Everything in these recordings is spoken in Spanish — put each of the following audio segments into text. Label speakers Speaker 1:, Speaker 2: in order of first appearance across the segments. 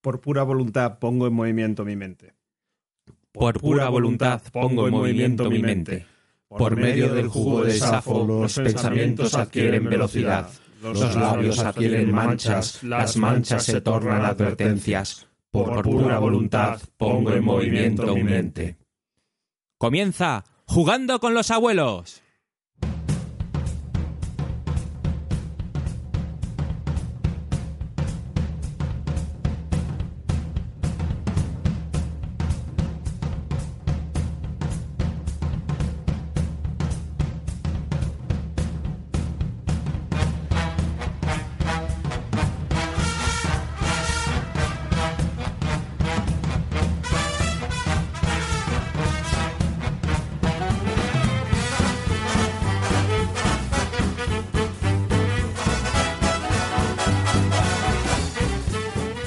Speaker 1: Por pura voluntad pongo en movimiento mi mente.
Speaker 2: Por pura voluntad pongo en movimiento mi mente. Por medio del jugo de Safo los pensamientos adquieren velocidad, los labios adquieren manchas, las manchas se tornan advertencias. Por pura voluntad pongo en movimiento mi mente. Comienza jugando con los abuelos.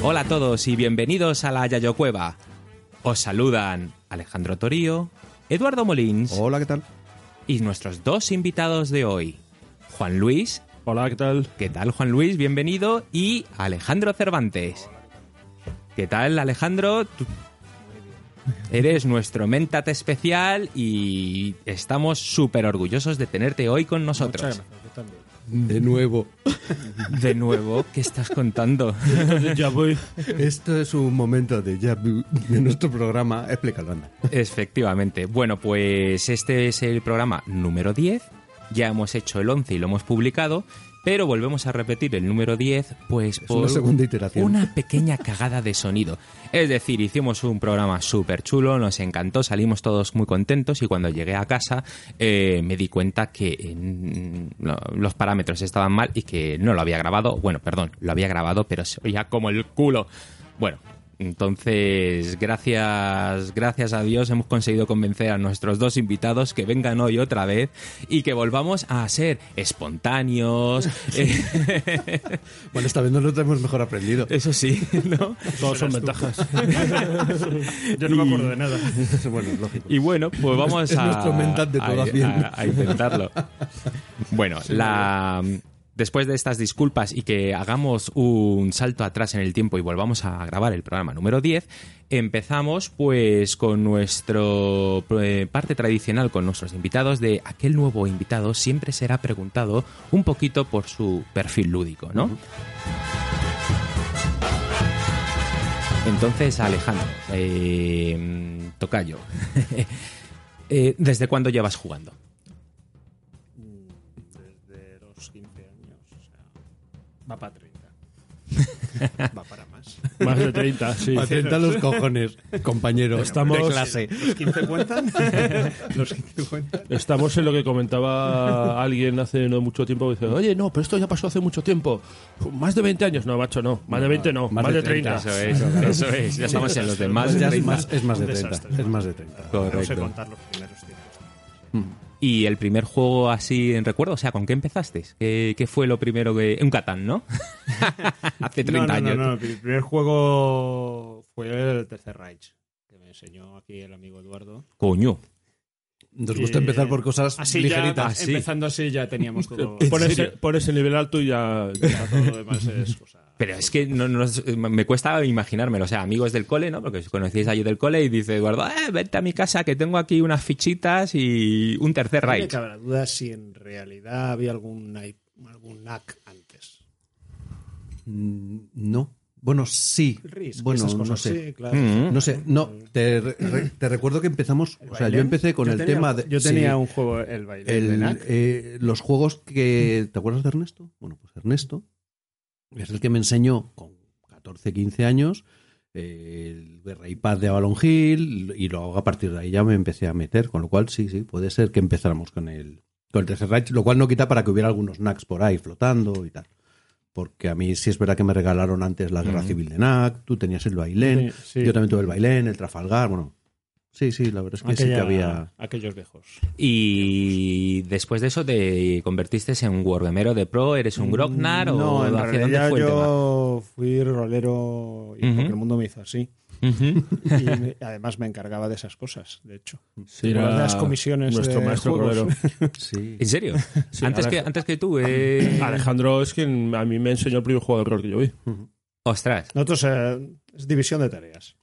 Speaker 2: Hola a todos y bienvenidos a la Yayo Cueva. Os saludan Alejandro Torío, Eduardo Molins
Speaker 3: Hola, ¿qué tal?
Speaker 2: y nuestros dos invitados de hoy, Juan Luis.
Speaker 1: Hola, ¿qué tal?
Speaker 2: ¿Qué tal, Juan Luis? Bienvenido. Y Alejandro Cervantes. ¿Qué tal, Alejandro? Tú- Eres nuestro mentate especial y estamos súper orgullosos de tenerte hoy con nosotros.
Speaker 3: De nuevo.
Speaker 2: De nuevo, ¿qué estás contando?
Speaker 1: Ya voy.
Speaker 3: Esto Este es un momento de ya vu de nuestro programa. Explícalo, anda.
Speaker 2: Efectivamente. Bueno, pues este es el programa número 10. Ya hemos hecho el 11 y lo hemos publicado, pero volvemos a repetir el número 10, pues
Speaker 3: una segunda iteración.
Speaker 2: una pequeña cagada de sonido. Es decir, hicimos un programa súper chulo, nos encantó, salimos todos muy contentos y cuando llegué a casa eh, me di cuenta que eh, no, los parámetros estaban mal y que no lo había grabado. Bueno, perdón, lo había grabado, pero se oía como el culo. Bueno, entonces, gracias, gracias a Dios hemos conseguido convencer a nuestros dos invitados que vengan hoy otra vez y que volvamos a ser espontáneos. Eh,
Speaker 3: Bueno, esta vez nosotros hemos mejor aprendido.
Speaker 2: Eso sí, ¿no?
Speaker 4: Todos son ventajas.
Speaker 1: Yo no me acuerdo de nada.
Speaker 3: Bueno, lógico.
Speaker 2: Y bueno, pues vamos
Speaker 3: es
Speaker 2: a,
Speaker 3: nuestro mental de
Speaker 2: a-
Speaker 3: todo
Speaker 2: a-
Speaker 3: haciendo.
Speaker 2: a intentarlo. Bueno, la, después de estas disculpas y que hagamos un salto atrás en el tiempo y volvamos a grabar el programa número 10, empezamos pues con nuestro eh, parte tradicional con nuestros invitados de aquel nuevo invitado siempre será preguntado un poquito por su perfil lúdico, ¿no? Entonces, Alejandro, eh, tocayo, eh, ¿desde cuándo llevas jugando?
Speaker 1: Desde los 15 años, o sea, va para 30. Va para más.
Speaker 4: Más de 30, sí.
Speaker 3: Atenta los cojones, compañero.
Speaker 4: Estamos-
Speaker 3: de clase.
Speaker 1: ¿Los 15 cuentan? ¿Los 15 cuentan?
Speaker 4: Estamos en lo que comentaba alguien hace no mucho tiempo. Dice, oye, no, pero esto ya pasó hace mucho tiempo. Más de 20 años. No, macho, no. Más de 20 no. Más, de 30.
Speaker 2: Eso es, eso es. Ya estamos en los demás.
Speaker 3: Pues Ya es,
Speaker 2: 30.
Speaker 3: más, es más de
Speaker 1: Un
Speaker 3: 30.
Speaker 1: desastre.
Speaker 3: Es más de 30.
Speaker 1: No sé
Speaker 2: Correcto.
Speaker 1: contar los primeros tiempos.
Speaker 2: Y el primer juego así en recuerdo, o sea, ¿con qué empezaste? ¿Qué, qué fue lo primero que...? Un Catán, ¿no? Hace 30
Speaker 1: no, no,
Speaker 2: años.
Speaker 1: No, no, mi primer juego fue el Tercer Reich, que me enseñó aquí el amigo Eduardo.
Speaker 2: Coño.
Speaker 3: Nos
Speaker 5: Eh,
Speaker 3: gusta empezar por cosas
Speaker 1: Así
Speaker 3: ligeritas.
Speaker 1: ya,
Speaker 2: así.
Speaker 1: empezando así ya teníamos todo,
Speaker 4: Por
Speaker 1: todo
Speaker 4: ese, por ese nivel alto y ya...
Speaker 1: lo demás es cosa...
Speaker 2: Pero es que no, no- me cuesta imaginármelo. O sea, amigos del cole, ¿no? Porque os conocéis allí del cole y dice Eduardo, "Ah, vente a mi casa que tengo aquí unas fichitas y un tercer
Speaker 5: Me
Speaker 2: raid.
Speaker 5: cabe la duda si en realidad había algún, nai- algún NAC antes.
Speaker 3: Mm, No. Bueno, sí.
Speaker 5: El RIS,
Speaker 3: bueno,
Speaker 5: esas cosas.
Speaker 3: no sé.
Speaker 5: Sí, claro.
Speaker 2: Mm.
Speaker 3: No sé, no, te, re- re- te recuerdo que empezamos, o sea, yo empecé con
Speaker 5: Yo
Speaker 3: el
Speaker 5: tenía-
Speaker 3: tema de...
Speaker 5: Yo tenía
Speaker 3: sí,
Speaker 5: un juego, el baile.
Speaker 3: el,
Speaker 5: de NAC.
Speaker 3: eh, los juegos que... ¿Te acuerdas de Ernesto? Bueno, pues Ernesto es el que me enseñó con 14, 15 años eh, el Raypad de Avalon Hill y luego a partir de ahí ya me empecé a meter, con lo cual sí, sí, puede ser que empezáramos con el, con el Tercer Reich, lo cual no quita para que hubiera algunos NACs por ahí flotando y tal. Porque a mí sí es verdad que me regalaron antes la Guerra Civil de NAC, tú tenías el Bailén,
Speaker 4: Sí, sí.
Speaker 3: yo también tuve el Bailén, el Trafalgar, bueno. Sí, sí, la verdad es que sí que
Speaker 1: Aquella-
Speaker 3: había...
Speaker 1: Aquellos viejos.
Speaker 2: Y después de eso te convertiste en un wargamero de pro, eres un Grognar o
Speaker 5: Mm, no, en
Speaker 2: hacia dónde
Speaker 5: realidad
Speaker 2: fue el
Speaker 5: yo fui rolero y
Speaker 2: Ujú.
Speaker 5: porque el mundo me hizo así.
Speaker 2: tema? Ujú.
Speaker 5: Y me- además me encargaba de esas cosas, de hecho.
Speaker 4: Sí,
Speaker 5: Una
Speaker 4: era
Speaker 5: de las comisiones
Speaker 4: Nuestro
Speaker 5: de
Speaker 4: maestro
Speaker 5: juegos.
Speaker 4: colero.
Speaker 3: Sí.
Speaker 2: ¿En serio? antes, que,
Speaker 4: Alej-
Speaker 2: antes que tú, eh...
Speaker 4: Alejandro es quien a mí me enseñó el primer juego de rol que yo vi.
Speaker 2: Ostras.
Speaker 5: Nosotros eh, es división de tareas.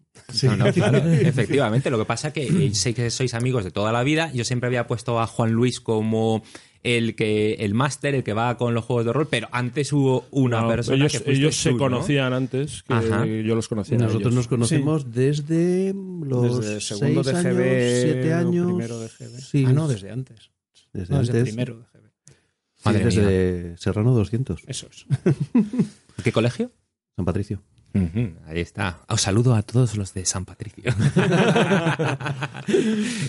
Speaker 2: No, no, claro, efectivamente. Lo que pasa que eh, sé que sois amigos de toda la vida. Yo siempre había puesto a Juan Luis como el que el máster, el que va con los juegos de rol, pero antes hubo una
Speaker 4: No,
Speaker 2: persona
Speaker 4: ellos
Speaker 2: que fuiste
Speaker 4: ellos se
Speaker 2: tú, ¿no?
Speaker 4: conocían antes que
Speaker 2: Ajá.
Speaker 4: yo los conocía. a
Speaker 3: Nosotros
Speaker 4: ellos.
Speaker 3: nos conocemos desde los
Speaker 5: Desde segundo
Speaker 3: seis
Speaker 5: de GB,
Speaker 3: años, siete
Speaker 5: o
Speaker 3: años.
Speaker 5: primero de GB.
Speaker 3: Sí,
Speaker 5: Ah, no, desde antes.
Speaker 3: desde
Speaker 5: No, desde
Speaker 3: antes.
Speaker 5: primero de GB.
Speaker 3: Sí,
Speaker 2: Madre mía.
Speaker 3: desde Serrano 200,
Speaker 5: Eso es.
Speaker 2: ¿Qué colegio?
Speaker 3: San Patricio.
Speaker 2: Ujú, ahí está. Os saludo a todos los de San Patricio.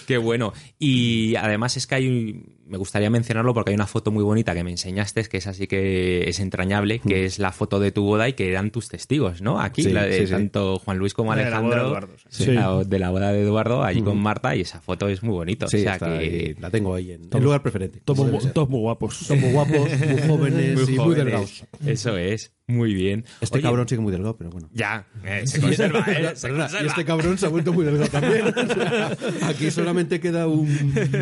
Speaker 2: Qué bueno. Y además es que hay, me gustaría mencionarlo porque hay una foto muy bonita que me enseñaste, que es así que es entrañable, que es la foto de tu boda y que eran tus testigos, ¿no? Aquí,
Speaker 3: Sí,
Speaker 2: la de
Speaker 3: sí, sí.
Speaker 2: tanto Juan Luis como
Speaker 5: De la boda de
Speaker 2: Alejandro.
Speaker 5: Eduardo, sí.
Speaker 4: Sí.
Speaker 2: la- de la boda de Eduardo, allí con Marta, y esa foto es muy bonita.
Speaker 3: Sí,
Speaker 2: o sea
Speaker 3: está ahí,
Speaker 2: que
Speaker 3: la tengo ahí en el lugar preferente.
Speaker 4: Todos
Speaker 3: Sí,
Speaker 4: muy-
Speaker 3: debe ser.
Speaker 4: todos muy guapos.
Speaker 3: Son muy guapos, muy jóvenes y muy
Speaker 2: jóvenes.
Speaker 3: delgados.
Speaker 2: Eso es, muy bien.
Speaker 3: Este
Speaker 2: Oye,
Speaker 3: cabrón sigue muy delgado, pero bueno.
Speaker 2: Ya, eh, se conserva, eh, se
Speaker 3: Perdona, y
Speaker 2: conserva.
Speaker 3: este cabrón se ha vuelto muy delgado también. O sea, Aquí solamente queda un.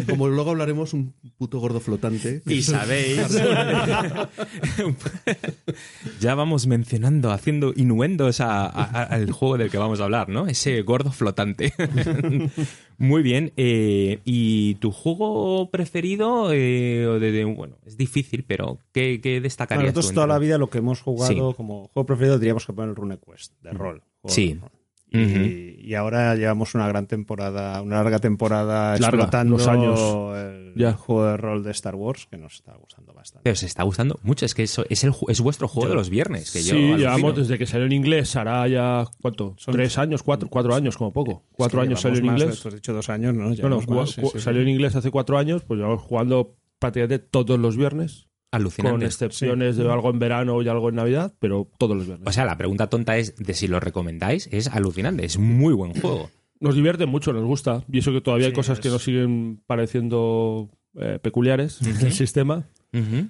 Speaker 3: Como luego hablaremos, un puto gordo flotante.
Speaker 2: Y sabéis. ya vamos mencionando, haciendo inuendos a- a- a- al juego del que vamos a hablar, ¿no? Ese gordo flotante. Muy bien. eh, ¿Y tu juego preferido? eh, o de- de- bueno, es difícil, pero ¿qué, qué destacarías?
Speaker 5: nosotros
Speaker 2: tú
Speaker 5: toda
Speaker 2: entre-
Speaker 5: la vida lo que hemos jugado
Speaker 2: Sí.
Speaker 5: como juego preferido diríamos que poner el RuneQuest de rol. juego
Speaker 2: Sí.
Speaker 5: de rol. Y, y ahora llevamos una gran temporada, una larga temporada
Speaker 4: Larga,
Speaker 5: explotando
Speaker 4: los años.
Speaker 5: el
Speaker 4: Ya.
Speaker 5: juego de rol de Star Wars que nos está gustando bastante.
Speaker 2: Pero se está gustando mucho. Es que eso, es, el, ju- es vuestro juego de los viernes. Que yo
Speaker 4: sí,
Speaker 2: alucino.
Speaker 4: llevamos desde que salió en inglés, hará ya, ¿cuánto? ¿Tres años? ¿Cuatro? ¿Cuatro años como poco? ¿Cuatro
Speaker 5: Es que
Speaker 4: años salió en
Speaker 5: llevamos más,
Speaker 4: inglés?
Speaker 5: tú has dicho dos años, ¿no?
Speaker 4: No, no,
Speaker 5: Llevamos
Speaker 4: cua-
Speaker 5: más, sí,
Speaker 4: cua-
Speaker 5: sí.
Speaker 4: salió en inglés hace cuatro años, pues llevamos jugando prácticamente todos los viernes,
Speaker 2: Alucinante.
Speaker 4: con excepciones de algo en verano y algo en Navidad, pero todos los viernes.
Speaker 2: O sea, la pregunta tonta es de si lo recomendáis. Es alucinante. Es muy buen juego.
Speaker 4: nos divierte mucho, nos gusta, y eso que todavía hay
Speaker 5: Sí,
Speaker 4: cosas que
Speaker 5: es-
Speaker 4: nos siguen pareciendo eh, peculiares del sistema,
Speaker 2: Ujú.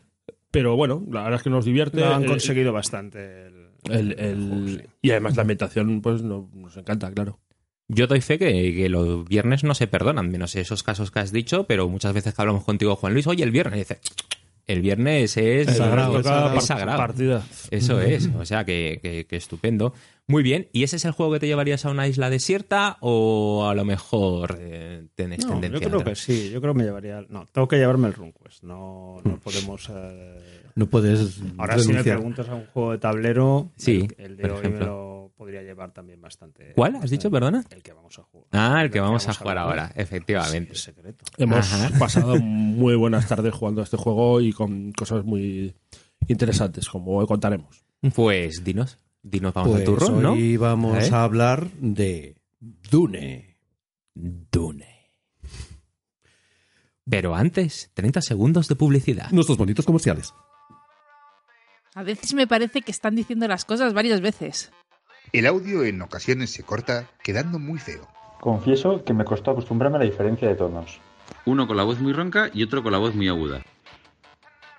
Speaker 4: pero bueno, la verdad es que nos divierte.
Speaker 5: Lo han
Speaker 4: eh,
Speaker 5: conseguido bastante. El,
Speaker 4: el- el-
Speaker 5: juego, sí.
Speaker 4: Y además la ambientación pues no- nos encanta, claro.
Speaker 2: Yo doy fe que, que los viernes no se perdonan, menos esos casos que has dicho, pero muchas veces que hablamos contigo, Juan Luis, oye, el viernes, y dice, el viernes es
Speaker 4: Nos
Speaker 5: sagrado,
Speaker 4: toca
Speaker 5: sagrado.
Speaker 2: es
Speaker 4: par-
Speaker 2: sagrado".
Speaker 4: partida.
Speaker 2: Eso es, o sea, que, que- que estupendo. Muy bien, ¿y ese es el juego que te llevarías a una isla desierta o a lo mejor eh, tenés
Speaker 5: No,
Speaker 2: tendencia
Speaker 5: yo
Speaker 2: a
Speaker 5: creo
Speaker 2: otra?
Speaker 5: que sí, yo creo que me llevaría. No, tengo que llevarme el RuneQuest. No,
Speaker 2: Mm.
Speaker 5: no podemos. eh,
Speaker 3: No puedes.
Speaker 5: Ahora, si me
Speaker 3: renunciar.
Speaker 5: preguntas a un juego de tablero,
Speaker 2: Sí,
Speaker 5: el, el de
Speaker 2: por
Speaker 5: hoy me
Speaker 2: ejemplo.
Speaker 5: lo podría llevar también bastante.
Speaker 2: ¿Cuál? ¿Has dicho, perdona?
Speaker 5: El que vamos a jugar.
Speaker 2: Ah, el que vamos a jugar ahora, efectivamente.
Speaker 5: Es secreto.
Speaker 4: Hemos
Speaker 2: Ajá.
Speaker 4: pasado muy buenas tardes jugando a este juego y con cosas muy interesantes, como hoy contaremos.
Speaker 2: Pues dinos, dinos, vamos
Speaker 3: Pues
Speaker 2: al turrón, ¿no?
Speaker 3: hoy vamos
Speaker 2: ¿Eh?
Speaker 3: a hablar de Dune.
Speaker 2: Dune. Pero antes, 30 segundos de publicidad.
Speaker 3: Nuestros bonitos comerciales.
Speaker 6: A veces me parece que están diciendo las cosas varias veces.
Speaker 7: El audio en ocasiones se corta, quedando muy feo.
Speaker 8: Confieso que me costó acostumbrarme a la diferencia de tonos.
Speaker 9: Uno con la voz muy ronca y otro con la voz muy aguda.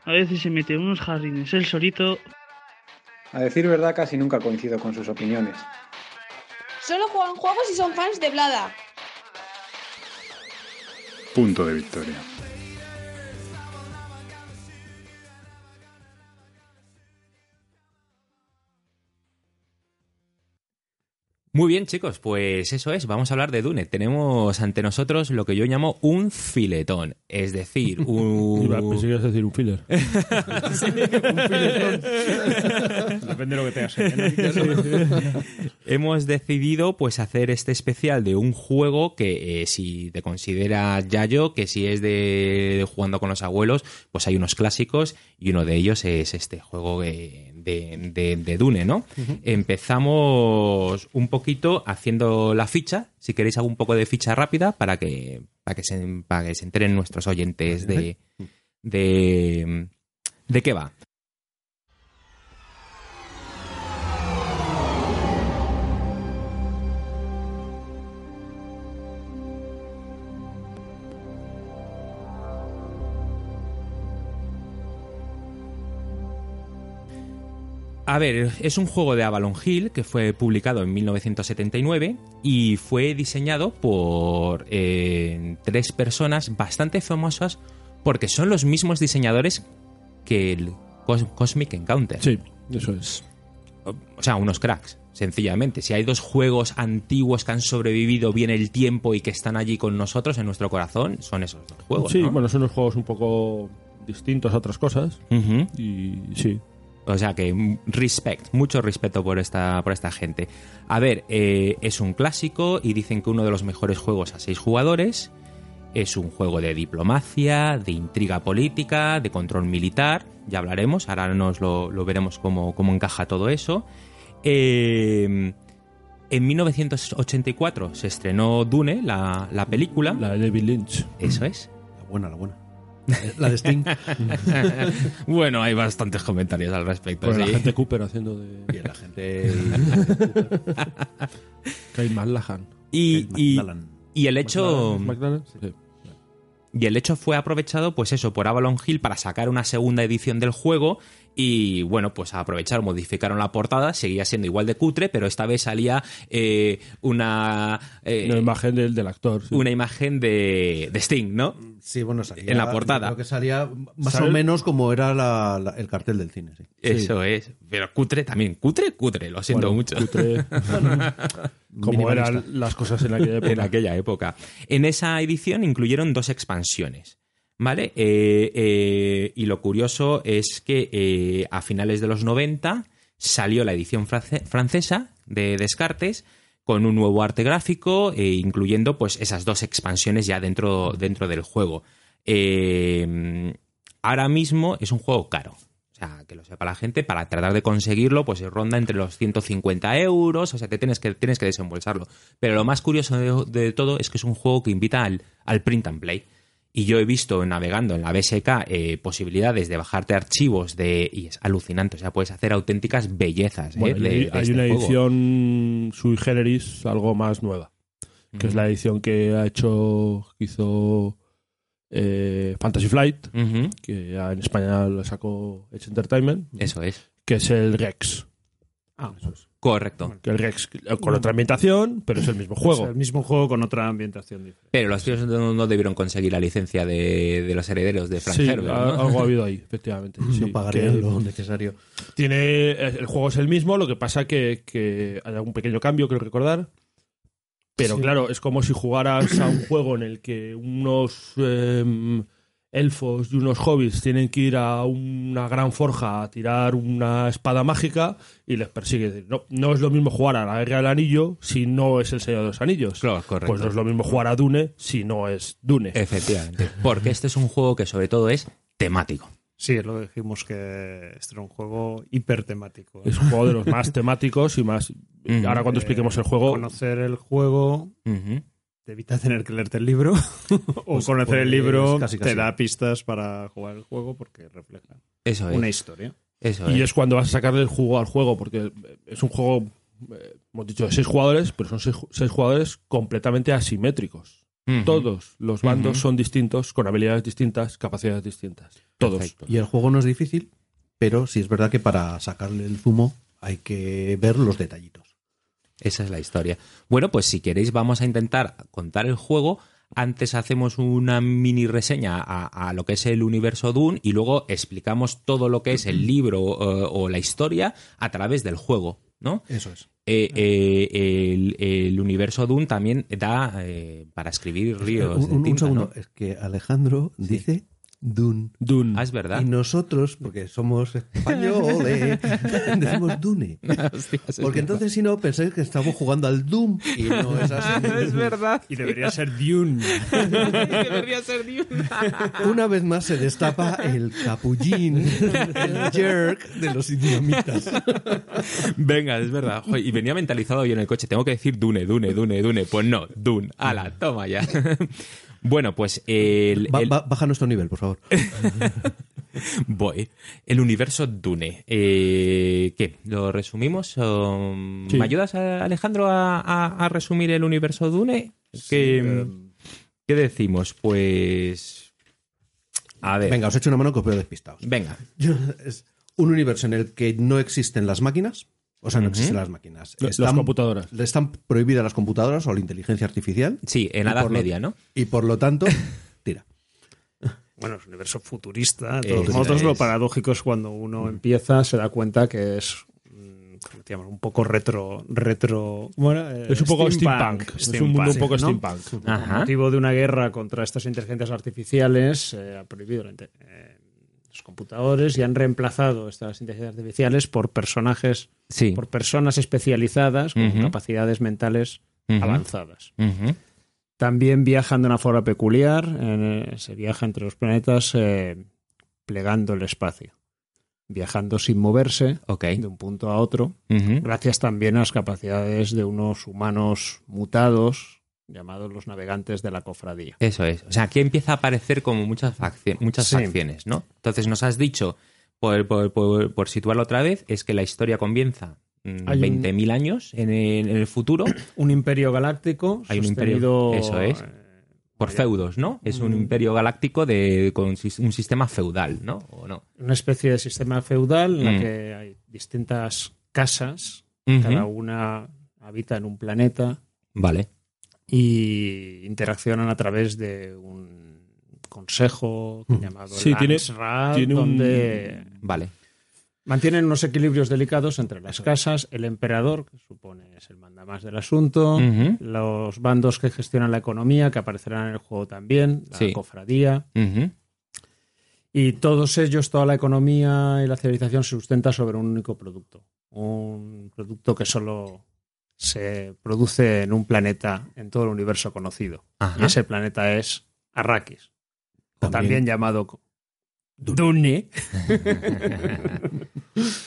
Speaker 10: A veces se mete unos jardines el solito.
Speaker 8: A decir verdad, casi nunca coincido con sus opiniones.
Speaker 11: Solo juegan juegos y son fans de Blada.
Speaker 7: Punto de victoria.
Speaker 2: Muy bien, chicos, pues eso es, vamos a hablar de Dune. Tenemos ante nosotros lo que yo llamo un filetón, es decir,
Speaker 4: Iba- Pensé que
Speaker 2: un...
Speaker 4: ibas a decir un filler.
Speaker 5: Depende de lo que tengas. en mente.
Speaker 2: Hemos decidido pues hacer este especial de un juego que eh, si te consideras Yayo, que si es de jugando con los abuelos, pues hay unos clásicos y uno de ellos es este juego de, de- de- de Dune, ¿no? Empezamos un poquito haciendo la ficha, si queréis hago un poco de ficha rápida para que, para que, se, para que se enteren nuestros oyentes de, de, de qué va. A ver, es un juego de Avalon Hill que fue publicado en 1979 y fue diseñado por eh, tres personas bastante famosas porque son los mismos diseñadores que el Cos- Cosmic Encounter.
Speaker 4: Sí, eso es.
Speaker 2: o sea, unos cracks, sencillamente. Si hay dos juegos antiguos que han sobrevivido bien el tiempo y que están allí con nosotros en nuestro corazón, son esos dos juegos.
Speaker 4: sí,
Speaker 2: ¿no?
Speaker 4: bueno, son unos juegos un poco distintos a otras cosas.
Speaker 2: Ujú.
Speaker 4: Y sí.
Speaker 2: O sea que mm, respect, mucho respeto por esta, por esta gente. A ver, eh, es un clásico y dicen que uno de los mejores juegos a seis jugadores. Es un juego de diplomacia, de intriga política, de control militar. Ya hablaremos, ahora nos lo, lo veremos cómo, cómo encaja todo eso. Eh, en 1984 se estrenó Dune, la, la película.
Speaker 4: La de David Lynch.
Speaker 2: Eso es.
Speaker 3: La buena, la buena. La de Sting.
Speaker 2: bueno, hay bastantes comentarios al respecto.
Speaker 4: Con la
Speaker 2: Pues sí.
Speaker 4: gente Cooper haciendo de.
Speaker 3: y la gente.
Speaker 4: Kyle McLachlan.
Speaker 2: Y, y-
Speaker 3: McLaren.
Speaker 2: y el hecho.
Speaker 4: McLaren, sí.
Speaker 2: Y el hecho fue aprovechado, pues eso, por Avalon Hill para sacar una segunda edición del juego. Y bueno, pues aprovecharon, modificaron la portada, seguía siendo igual de cutre, pero esta vez salía eh, una, eh,
Speaker 4: La imagen del, del actor. sí.
Speaker 2: una imagen de, de Sting, ¿no?
Speaker 3: Sí, bueno, salía.
Speaker 2: En la portada.
Speaker 3: Creo que salía más
Speaker 4: ¿Sale?
Speaker 3: o menos como era la- la- el cartel del cine. sí.
Speaker 2: Eso es. Pero cutre también, cutre, cutre, lo siento
Speaker 4: Bueno,
Speaker 2: mucho.
Speaker 4: cutre. como
Speaker 3: Minimalista.
Speaker 4: eran las cosas en aquella época.
Speaker 2: en aquella época. En esa edición incluyeron dos expansiones. ¿Vale? Eh, eh, y lo curioso es que eh, a finales de los 90 salió la edición france- francesa de Descartes con un nuevo arte gráfico, eh, incluyendo pues esas dos expansiones ya dentro, dentro del juego. Eh, ahora mismo es un juego caro. O sea, que lo sepa la gente, para tratar de conseguirlo, pues ronda entre los 150 euros, o sea, te tienes que, tienes que desembolsarlo. Pero lo más curioso de, de todo es que es un juego que invita al, al print and play. Y yo he visto navegando en la BSK eh, posibilidades de bajarte archivos de. Y es alucinante, o sea, puedes hacer auténticas bellezas. eh,
Speaker 4: Bueno,
Speaker 2: de-
Speaker 4: y
Speaker 2: de
Speaker 4: hay
Speaker 2: este
Speaker 4: una
Speaker 2: juego.
Speaker 4: edición sui generis, algo más nueva. Que es la edición que ha hecho, que hizo eh, Fantasy Flight,
Speaker 2: Ujú,
Speaker 4: que ya en España lo sacó Edge Entertainment,
Speaker 2: Eso es.
Speaker 4: que es el Rex.
Speaker 5: Ah,
Speaker 2: Correcto.
Speaker 4: Que el Rex eh, con otra ambientación, pero es el mismo
Speaker 5: O sea,
Speaker 4: juego.
Speaker 5: el mismo juego con otra ambientación diferente.
Speaker 2: Pero los tíos no, no debieron conseguir la licencia de, de los herederos de Frank
Speaker 4: Sí,
Speaker 2: Herbert,
Speaker 4: a-
Speaker 2: ¿no?
Speaker 4: algo ha habido ahí, efectivamente.
Speaker 3: no
Speaker 4: sí,
Speaker 3: pagarían
Speaker 4: que
Speaker 3: lo necesario.
Speaker 4: tiene, eh, el juego es el mismo, lo que pasa que, que hay algún pequeño cambio, creo recordar. Pero claro, es como si jugaras a un juego en el que unos eh, elfos y unos hobbits tienen que ir a una gran forja a tirar una espada mágica y les persigue. Es decir, No, no es lo mismo jugar a la guerra del anillo si no es el Señor de los Anillos.
Speaker 2: Claro, correcto.
Speaker 4: Pues no es lo mismo jugar a Dune si no es Dune.
Speaker 2: Efectivamente. Porque este es un juego que sobre todo es temático.
Speaker 5: Sí, lo dijimos que este era un juego hipertemático. Eh,
Speaker 4: Es un juego de los más temáticos y más...
Speaker 2: Ujú.
Speaker 4: Ahora cuando expliquemos el juego...
Speaker 5: Conocer el juego
Speaker 2: Ujú.
Speaker 5: te evita tener que leerte el libro. o conocer
Speaker 3: pues,
Speaker 5: el libro
Speaker 3: casi,
Speaker 5: te
Speaker 3: casi.
Speaker 5: da pistas para jugar el juego porque refleja
Speaker 2: Eso es.
Speaker 5: una historia.
Speaker 2: Eso
Speaker 4: Y
Speaker 2: es.
Speaker 4: es cuando vas a sacarle el jugo al juego, porque es un juego, eh, hemos dicho, de seis jugadores, pero son seis, ju- seis jugadores completamente asimétricos.
Speaker 2: Ujú.
Speaker 4: Todos los bandos
Speaker 2: Ujú.
Speaker 4: son distintos, con habilidades distintas, capacidades distintas. Todos.
Speaker 2: Perfecto.
Speaker 3: Y el juego no es difícil, pero sí es verdad que para sacarle el zumo hay que ver los detallitos.
Speaker 2: Esa es la historia. Bueno, pues si queréis vamos a intentar contar el juego. Antes hacemos una mini reseña a, a lo que es el universo Dune y luego explicamos todo lo que es el libro eh, o la historia a través del juego, ¿no?
Speaker 3: Eso es.
Speaker 2: Eh, eh, el, el universo Dune también da eh, para escribir ríos.
Speaker 3: un,
Speaker 2: de
Speaker 3: un- un
Speaker 2: tinta,
Speaker 3: segundo,
Speaker 2: ¿no?
Speaker 3: es que Alejandro dice Dune.
Speaker 4: Dune.
Speaker 2: Ah, es verdad.
Speaker 3: Y nosotros, porque somos españoles, decimos Dune.
Speaker 2: Hostia, es verdad.
Speaker 3: Porque entonces si no pensáis que estamos jugando al Doom y no es Pues así.
Speaker 2: Ah,
Speaker 5: Y debería ser Dune.
Speaker 3: Una vez más se destapa el capullín, el jerk de los idiomitas.
Speaker 2: Venga, es verdad. Jo, y venía mentalizado yo en el coche. Tengo que decir Dune, Dune, Dune, Dune. Pues no, Dune. Ala, toma ya. Bueno, pues el,
Speaker 3: Ba-
Speaker 2: el-
Speaker 3: ba- baja nuestro nivel, por favor.
Speaker 2: Eh. voy. El universo Dune. Eh, ¿Qué? ¿Lo resumimos? ¿O-
Speaker 4: Sí.
Speaker 2: ¿Me ayudas, a- Alejandro, a, a- a resumir el universo Dune? ¿Qué, qué decimos? Pues... A ver.
Speaker 3: Venga, os echo una mano que os veo despistados.
Speaker 2: Venga.
Speaker 3: Es un universo en el que no existen las máquinas. O sea, no
Speaker 2: Ujú.
Speaker 3: existen las máquinas.
Speaker 4: Lo- las computadoras.
Speaker 3: le Están prohibidas las computadoras o la inteligencia artificial.
Speaker 2: Sí, en
Speaker 3: Y
Speaker 2: la Edad
Speaker 3: por lo-
Speaker 2: Media, ¿no?
Speaker 3: Y por lo tanto, tira.
Speaker 5: Bueno, es un universo futurista. De
Speaker 2: Eh,
Speaker 5: todos modos,
Speaker 2: es.
Speaker 5: lo paradójico es cuando uno empieza, se da cuenta que es mm, digamos, un poco retro. retro bueno, eh,
Speaker 4: Es un poco steampunk. Es un mundo un poco
Speaker 5: ¿no?
Speaker 4: steampunk.
Speaker 5: Por
Speaker 2: Ajá.
Speaker 5: motivo de una guerra contra estas inteligencias artificiales, eh, ha prohibido la inte- eh, los computadores y han reemplazado estas inteligencias artificiales por personajes,
Speaker 2: Sí.
Speaker 5: por personas especializadas con
Speaker 2: Ujú.
Speaker 5: capacidades mentales
Speaker 2: Ujú.
Speaker 5: avanzadas.
Speaker 2: Ujú.
Speaker 5: También viajan de una forma peculiar, eh, se viaja entre los planetas eh, plegando el espacio, viajando sin moverse
Speaker 2: Ok.
Speaker 5: de un punto a otro,
Speaker 2: Ujú.
Speaker 5: gracias también a las capacidades de unos humanos mutados llamados los navegantes de la cofradía.
Speaker 2: Eso es. O sea, aquí empieza a aparecer como muchas, facci- muchas
Speaker 5: Sí.
Speaker 2: facciones, ¿no? Entonces nos has dicho, por, por, por- por situarlo otra vez, es que la historia comienza mm,
Speaker 5: Hay un-
Speaker 2: 20.000 años en el, en el futuro
Speaker 5: Un imperio galáctico
Speaker 2: Hay un
Speaker 5: sostenido,
Speaker 2: imperio- eso es.
Speaker 5: eh,
Speaker 2: por
Speaker 5: vaya,
Speaker 2: feudos, ¿no? Es un
Speaker 5: Mm.
Speaker 2: imperio galáctico de, con un sis- un sistema feudal, ¿no? ¿O no?
Speaker 5: Una especie de sistema feudal en
Speaker 2: Mm.
Speaker 5: la que hay distintas casas,
Speaker 2: Ujú.
Speaker 5: cada una habita en un planeta.
Speaker 2: Vale.
Speaker 5: y interaccionan a través de un consejo
Speaker 3: Mm.
Speaker 5: llamado
Speaker 4: Sí, tiene-
Speaker 5: Landsrat,
Speaker 4: tiene un-
Speaker 5: donde
Speaker 2: Vale.
Speaker 5: mantienen unos equilibrios delicados entre las casas, el emperador, que supone es el mandamás del asunto,
Speaker 2: Ujú.
Speaker 5: los bandos que gestionan la economía, que aparecerán en el juego también, la
Speaker 2: Sí.
Speaker 5: cofradía,
Speaker 2: Ujú.
Speaker 5: y todos ellos, toda la economía y la civilización se sustenta sobre un único producto, un producto que solo se produce en un planeta, en todo el universo conocido.
Speaker 2: Ajá.
Speaker 5: Y ese planeta es Arrakis, o también, llamado co- Dune.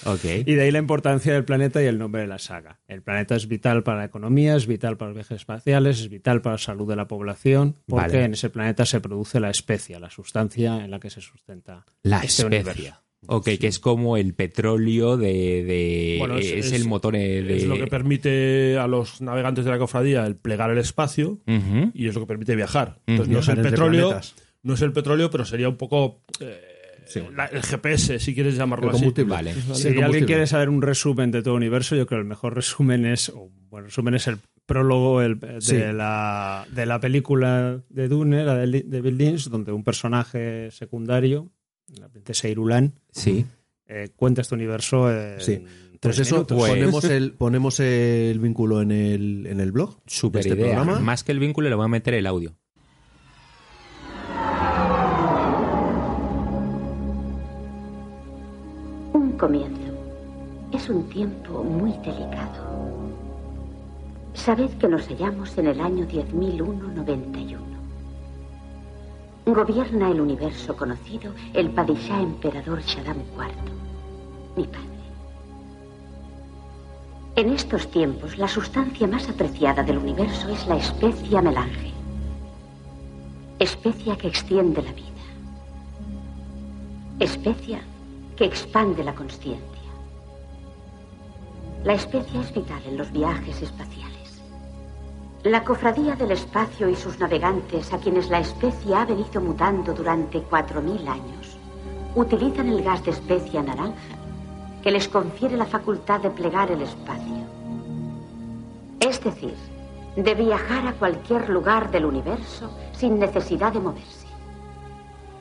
Speaker 2: ok.
Speaker 5: Y de ahí la importancia del planeta y el nombre de la saga. El planeta es vital para la economía, es vital para los viajes espaciales, es vital para la salud de la población, porque
Speaker 2: Vale.
Speaker 5: en ese planeta se produce la especia, la sustancia en la que se sustenta
Speaker 2: La
Speaker 5: este
Speaker 2: especie.
Speaker 5: universo.
Speaker 2: Ok, que es como el petróleo de... de-
Speaker 4: Bueno,
Speaker 2: es,
Speaker 4: es-
Speaker 2: el
Speaker 4: es-
Speaker 2: motor eh, de...
Speaker 4: Es lo que permite a los navegantes de la cofradía el plegar el espacio
Speaker 2: Ujú.
Speaker 4: y es lo que permite viajar. Entonces,
Speaker 2: Ujú.
Speaker 4: no es el
Speaker 3: Viajar entre
Speaker 4: petróleo,
Speaker 3: planetas.
Speaker 4: no es el petróleo, pero sería un poco eh,
Speaker 3: Sí, bueno.
Speaker 4: la- el GPS, si quieres llamarlo
Speaker 3: El
Speaker 4: así.
Speaker 3: combustible.
Speaker 2: Vale.
Speaker 5: Si alguien quiere saber un resumen de todo el universo, yo creo que el mejor resumen es, o un buen resumen es el prólogo el- eh, de,
Speaker 3: Sí.
Speaker 5: la, de la película de Dune, la de, Li- de Bill Lynch, donde un personaje secundario, la princesa Irulan,
Speaker 2: Sí.
Speaker 5: eh, cuenta este universo en
Speaker 3: Sí.
Speaker 5: tres
Speaker 3: Pues eso,
Speaker 5: minutos.
Speaker 2: Pues-
Speaker 3: ponemos, el, ponemos el vínculo en el, en el blog. de
Speaker 2: Super
Speaker 3: este
Speaker 2: idea.
Speaker 3: programa.
Speaker 2: Más que el vínculo, le voy a meter el audio.
Speaker 12: Un comienzo. Es un tiempo muy delicado. Sabed que nos hallamos en el año 10.001-91. Gobierna el universo conocido el Padishah emperador Shaddam IV, mi padre. En estos tiempos, la sustancia más apreciada del universo es la especia melange. Especia que extiende la vida. Especia que expande la conciencia. La especia es vital en los viajes espaciales. La cofradía del espacio y sus navegantes, a quienes la especia ha venido mutando durante 4.000 años, utilizan el gas de especia naranja que les confiere la facultad de plegar el espacio. Es decir, de viajar a cualquier lugar del universo sin necesidad de moverse.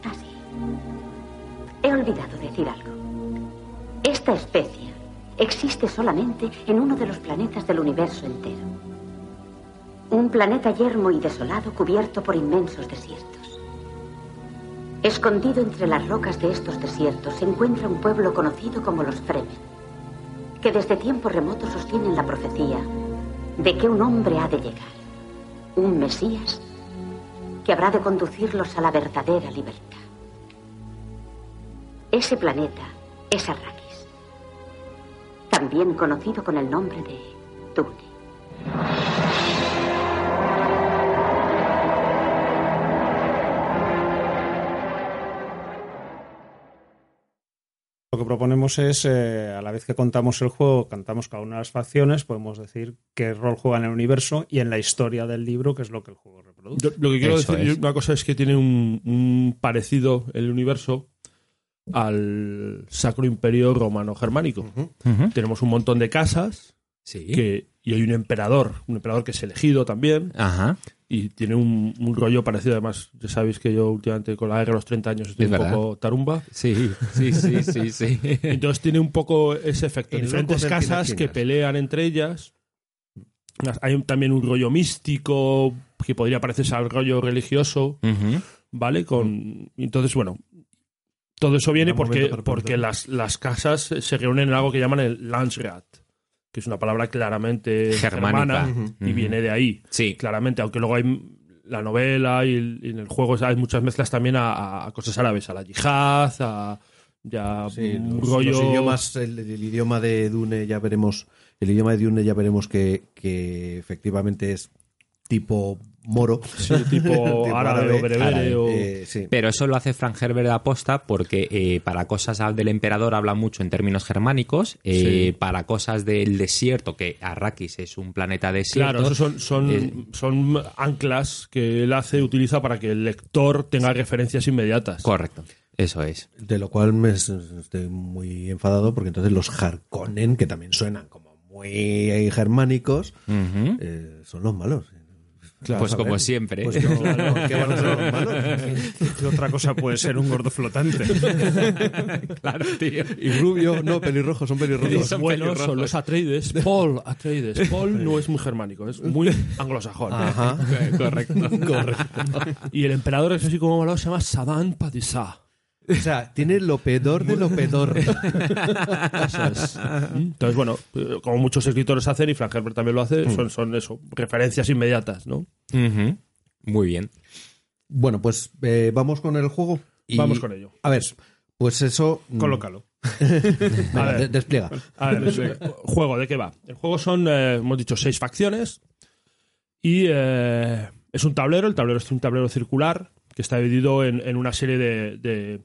Speaker 12: Así. He olvidado decir algo. Esta especie existe solamente en uno de los planetas del universo entero. Un planeta yermo y desolado cubierto por inmensos desiertos. Escondido entre las rocas de estos desiertos se encuentra un pueblo conocido como los Fremen, que desde tiempos remotos sostienen la profecía de que un hombre ha de llegar, un Mesías, que habrá de conducirlos a la verdadera libertad. Ese planeta es Arrakis, también conocido con el nombre de Dune.
Speaker 5: Lo que proponemos es, eh, a la vez que contamos el juego, cantamos cada una de las facciones, podemos decir qué rol juegan en el universo y en la historia del libro, que es lo que el juego reproduce.
Speaker 4: Yo- lo que quiero
Speaker 2: Eso
Speaker 4: decir,
Speaker 2: es.
Speaker 4: yo- una cosa es que tiene un, un parecido el universo al Sacro Imperio Romano Germánico.
Speaker 2: Ujú.
Speaker 4: Tenemos un montón de casas
Speaker 2: Sí.
Speaker 4: que, y hay un emperador, un emperador que es elegido también.
Speaker 2: Ajá.
Speaker 4: Y tiene un, un rollo parecido, además. Ya sabéis que yo últimamente con la guerra de los 30 años estoy
Speaker 2: Es
Speaker 4: un
Speaker 2: verdad.
Speaker 4: poco tarumba.
Speaker 2: Sí, sí, sí, sí, sí.
Speaker 4: Entonces tiene un poco ese efecto.
Speaker 2: El loco
Speaker 4: Diferentes
Speaker 2: del
Speaker 4: casas que
Speaker 2: Pinachinas.
Speaker 4: pelean entre ellas. Las- Hay un- también un rollo místico que podría parecerse al rollo religioso.
Speaker 2: Ujú.
Speaker 4: ¿Vale? Con, entonces, bueno, todo eso viene
Speaker 2: Un momento
Speaker 4: porque,
Speaker 2: para
Speaker 4: porque las, las casas se reúnen en algo que llaman el Landsrat, que es una palabra claramente
Speaker 2: Germánica.
Speaker 4: germana
Speaker 2: Ujú.
Speaker 4: y viene de ahí.
Speaker 2: Sí.
Speaker 4: Claramente, aunque luego hay m- la novela y, el- y en el juego hay muchas mezclas también a, a cosas árabes, a la yihad, a ya
Speaker 3: Sí,
Speaker 4: un
Speaker 3: los-
Speaker 4: rollo.
Speaker 3: los idiomas, el, el idioma de Dune ya veremos, el idioma de Dune ya veremos que, que efectivamente es tipo moro,
Speaker 4: Sí, tipo árabe o berebere o-
Speaker 3: eh, sí.
Speaker 2: Pero eso lo hace Frank Herbert aposta porque eh, para cosas al del emperador habla mucho en términos germánicos, eh,
Speaker 4: Sí.
Speaker 2: para cosas del desierto, que Arrakis es un planeta desierto.
Speaker 4: Claro, esos son, son,
Speaker 2: eh,
Speaker 4: son anclas que él hace, utiliza para que el lector tenga referencias inmediatas.
Speaker 2: Correcto, eso es.
Speaker 3: de lo cual me es- estoy muy enfadado porque entonces los Harkonnen, que también suenan como muy eh, germánicos,
Speaker 2: Ujú.
Speaker 3: eh, son los malos.
Speaker 2: pues
Speaker 3: a ver.
Speaker 2: como siempre.
Speaker 3: Pues no, ¿por qué van a ser los malos?
Speaker 5: ¿Qué otra cosa puede ser un gordo flotante?
Speaker 2: claro, tío.
Speaker 3: Y rubio, no, pelirrojo, son pelirrojos.
Speaker 4: Los buenos son los Atreides. Paul Atreides. Paul no es muy germánico, es muy anglosajón.
Speaker 3: Ajá.
Speaker 2: Correcto.
Speaker 4: Y el emperador es así como malo, se llama Sadan Padisá.
Speaker 3: O sea, tiene lo pedor de lo pedor.
Speaker 4: Entonces, bueno, eh, como muchos escritores hacen, y Frank Herbert también lo hace,
Speaker 2: Mm.
Speaker 4: son, son eso, referencias inmediatas, ¿no?
Speaker 2: Ujú. Muy bien.
Speaker 3: Bueno, pues eh, vamos con el juego. y-
Speaker 4: Vamos con ello.
Speaker 3: A ver, pues eso. mm,
Speaker 4: Colócalo.
Speaker 3: venga,
Speaker 4: A ver.
Speaker 3: de- despliega.
Speaker 4: A ver, el juego, ¿de qué va? El juego son, eh, hemos dicho, seis facciones. Y eh, es un tablero, el tablero es un tablero circular que está dividido en, en una serie de, de,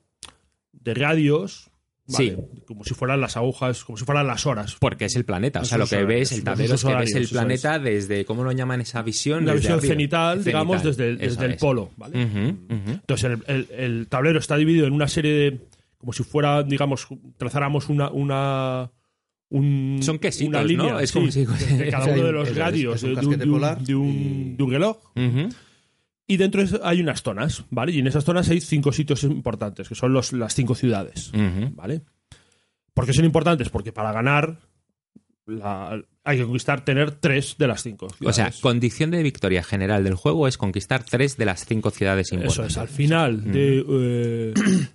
Speaker 4: de radios. ¿vale? Como si fueran las agujas, como si fueran las horas.
Speaker 2: Porque es el planeta. O sea, lo
Speaker 4: Los
Speaker 2: que
Speaker 4: usos horarios,
Speaker 2: ves, el
Speaker 4: los
Speaker 2: tablero
Speaker 4: usos
Speaker 2: es que ves
Speaker 4: horarios,
Speaker 2: el
Speaker 4: eso es.
Speaker 2: planeta desde, ¿cómo lo llaman esa visión?
Speaker 4: La
Speaker 2: Desde
Speaker 4: visión
Speaker 2: arriba.
Speaker 4: cenital, digamos,
Speaker 2: Cenital,
Speaker 4: desde, el-
Speaker 2: eso
Speaker 4: desde el
Speaker 2: es.
Speaker 4: polo. ¿vale?
Speaker 2: Ujú, ujú.
Speaker 4: Entonces, el, el- el tablero está dividido en una serie de. como si fuera, digamos, trazáramos una. una un-
Speaker 2: Son quesitos,
Speaker 4: una
Speaker 2: ¿no?
Speaker 4: línea
Speaker 2: Es
Speaker 4: sí,
Speaker 2: como si-
Speaker 4: de cada
Speaker 3: O sea, hay
Speaker 4: uno de
Speaker 3: un-
Speaker 4: los
Speaker 3: es-
Speaker 4: radios
Speaker 3: es un
Speaker 4: de, de un,
Speaker 3: casquete
Speaker 4: de un-
Speaker 3: polar
Speaker 4: de un-
Speaker 3: y-
Speaker 4: de un reloj
Speaker 2: Ujú.
Speaker 4: y dentro es- hay unas zonas vale y en esas zonas hay cinco sitios importantes que son los, las cinco ciudades
Speaker 2: Ujú.
Speaker 4: vale ¿Por qué son importantes porque para ganar la- hay que conquistar tener tres de las cinco
Speaker 2: O sea,
Speaker 4: ciudades.
Speaker 2: condición de victoria general del juego es conquistar tres de las cinco ciudades
Speaker 4: Eso
Speaker 2: importantes.
Speaker 4: es, al final
Speaker 2: Mm.
Speaker 4: de, eh,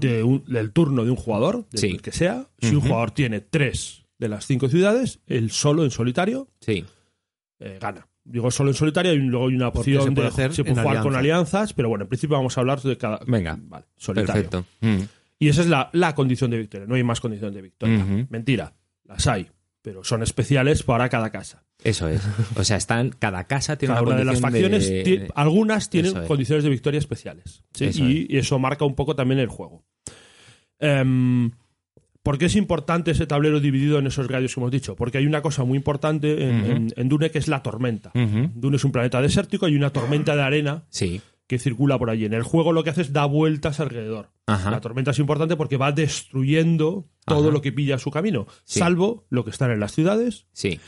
Speaker 4: de un- del turno de un jugador, del
Speaker 2: Sí.
Speaker 4: que sea, si un
Speaker 2: Ujú.
Speaker 4: jugador tiene tres de las cinco ciudades, el solo en solitario
Speaker 2: Sí.
Speaker 4: eh, gana. Digo solo en solitario y luego hay una
Speaker 3: Porque se
Speaker 4: opción
Speaker 3: puede
Speaker 4: de
Speaker 3: hacer
Speaker 4: se puede
Speaker 3: en
Speaker 4: jugar con alianzas, pero bueno, en principio vamos a hablar de cada
Speaker 2: Venga,
Speaker 4: vale, solitario.
Speaker 2: Perfecto. Mm.
Speaker 4: Y esa es la, la condición de victoria, no hay más condición de victoria.
Speaker 2: Ujú.
Speaker 4: Mentira, las hay, pero son especiales para cada casa.
Speaker 2: Eso es. O sea, están cada casa tiene
Speaker 4: Cada
Speaker 2: una,
Speaker 4: una de las
Speaker 2: condición
Speaker 4: facciones,
Speaker 2: de-
Speaker 4: ti- algunas tienen
Speaker 2: Eso es.
Speaker 4: condiciones de victoria especiales. ¿sí?
Speaker 2: Eso
Speaker 4: y, y eso marca un poco también el juego. Em, ¿Por qué es importante ese tablero dividido en esos radios que hemos dicho? Porque hay una cosa muy importante en,
Speaker 2: Ujú.
Speaker 4: en- en Dune que es la tormenta.
Speaker 2: Ujú.
Speaker 4: Dune es un planeta desértico y una tormenta de arena
Speaker 2: Sí.
Speaker 4: que circula por allí. En el juego lo que hace es da vueltas alrededor.
Speaker 2: Ajá.
Speaker 4: La tormenta es importante porque va destruyendo todo
Speaker 2: Ah. Ajá.
Speaker 4: lo que pilla a su camino,
Speaker 2: Sí.
Speaker 4: salvo lo que están en las ciudades
Speaker 2: Sí.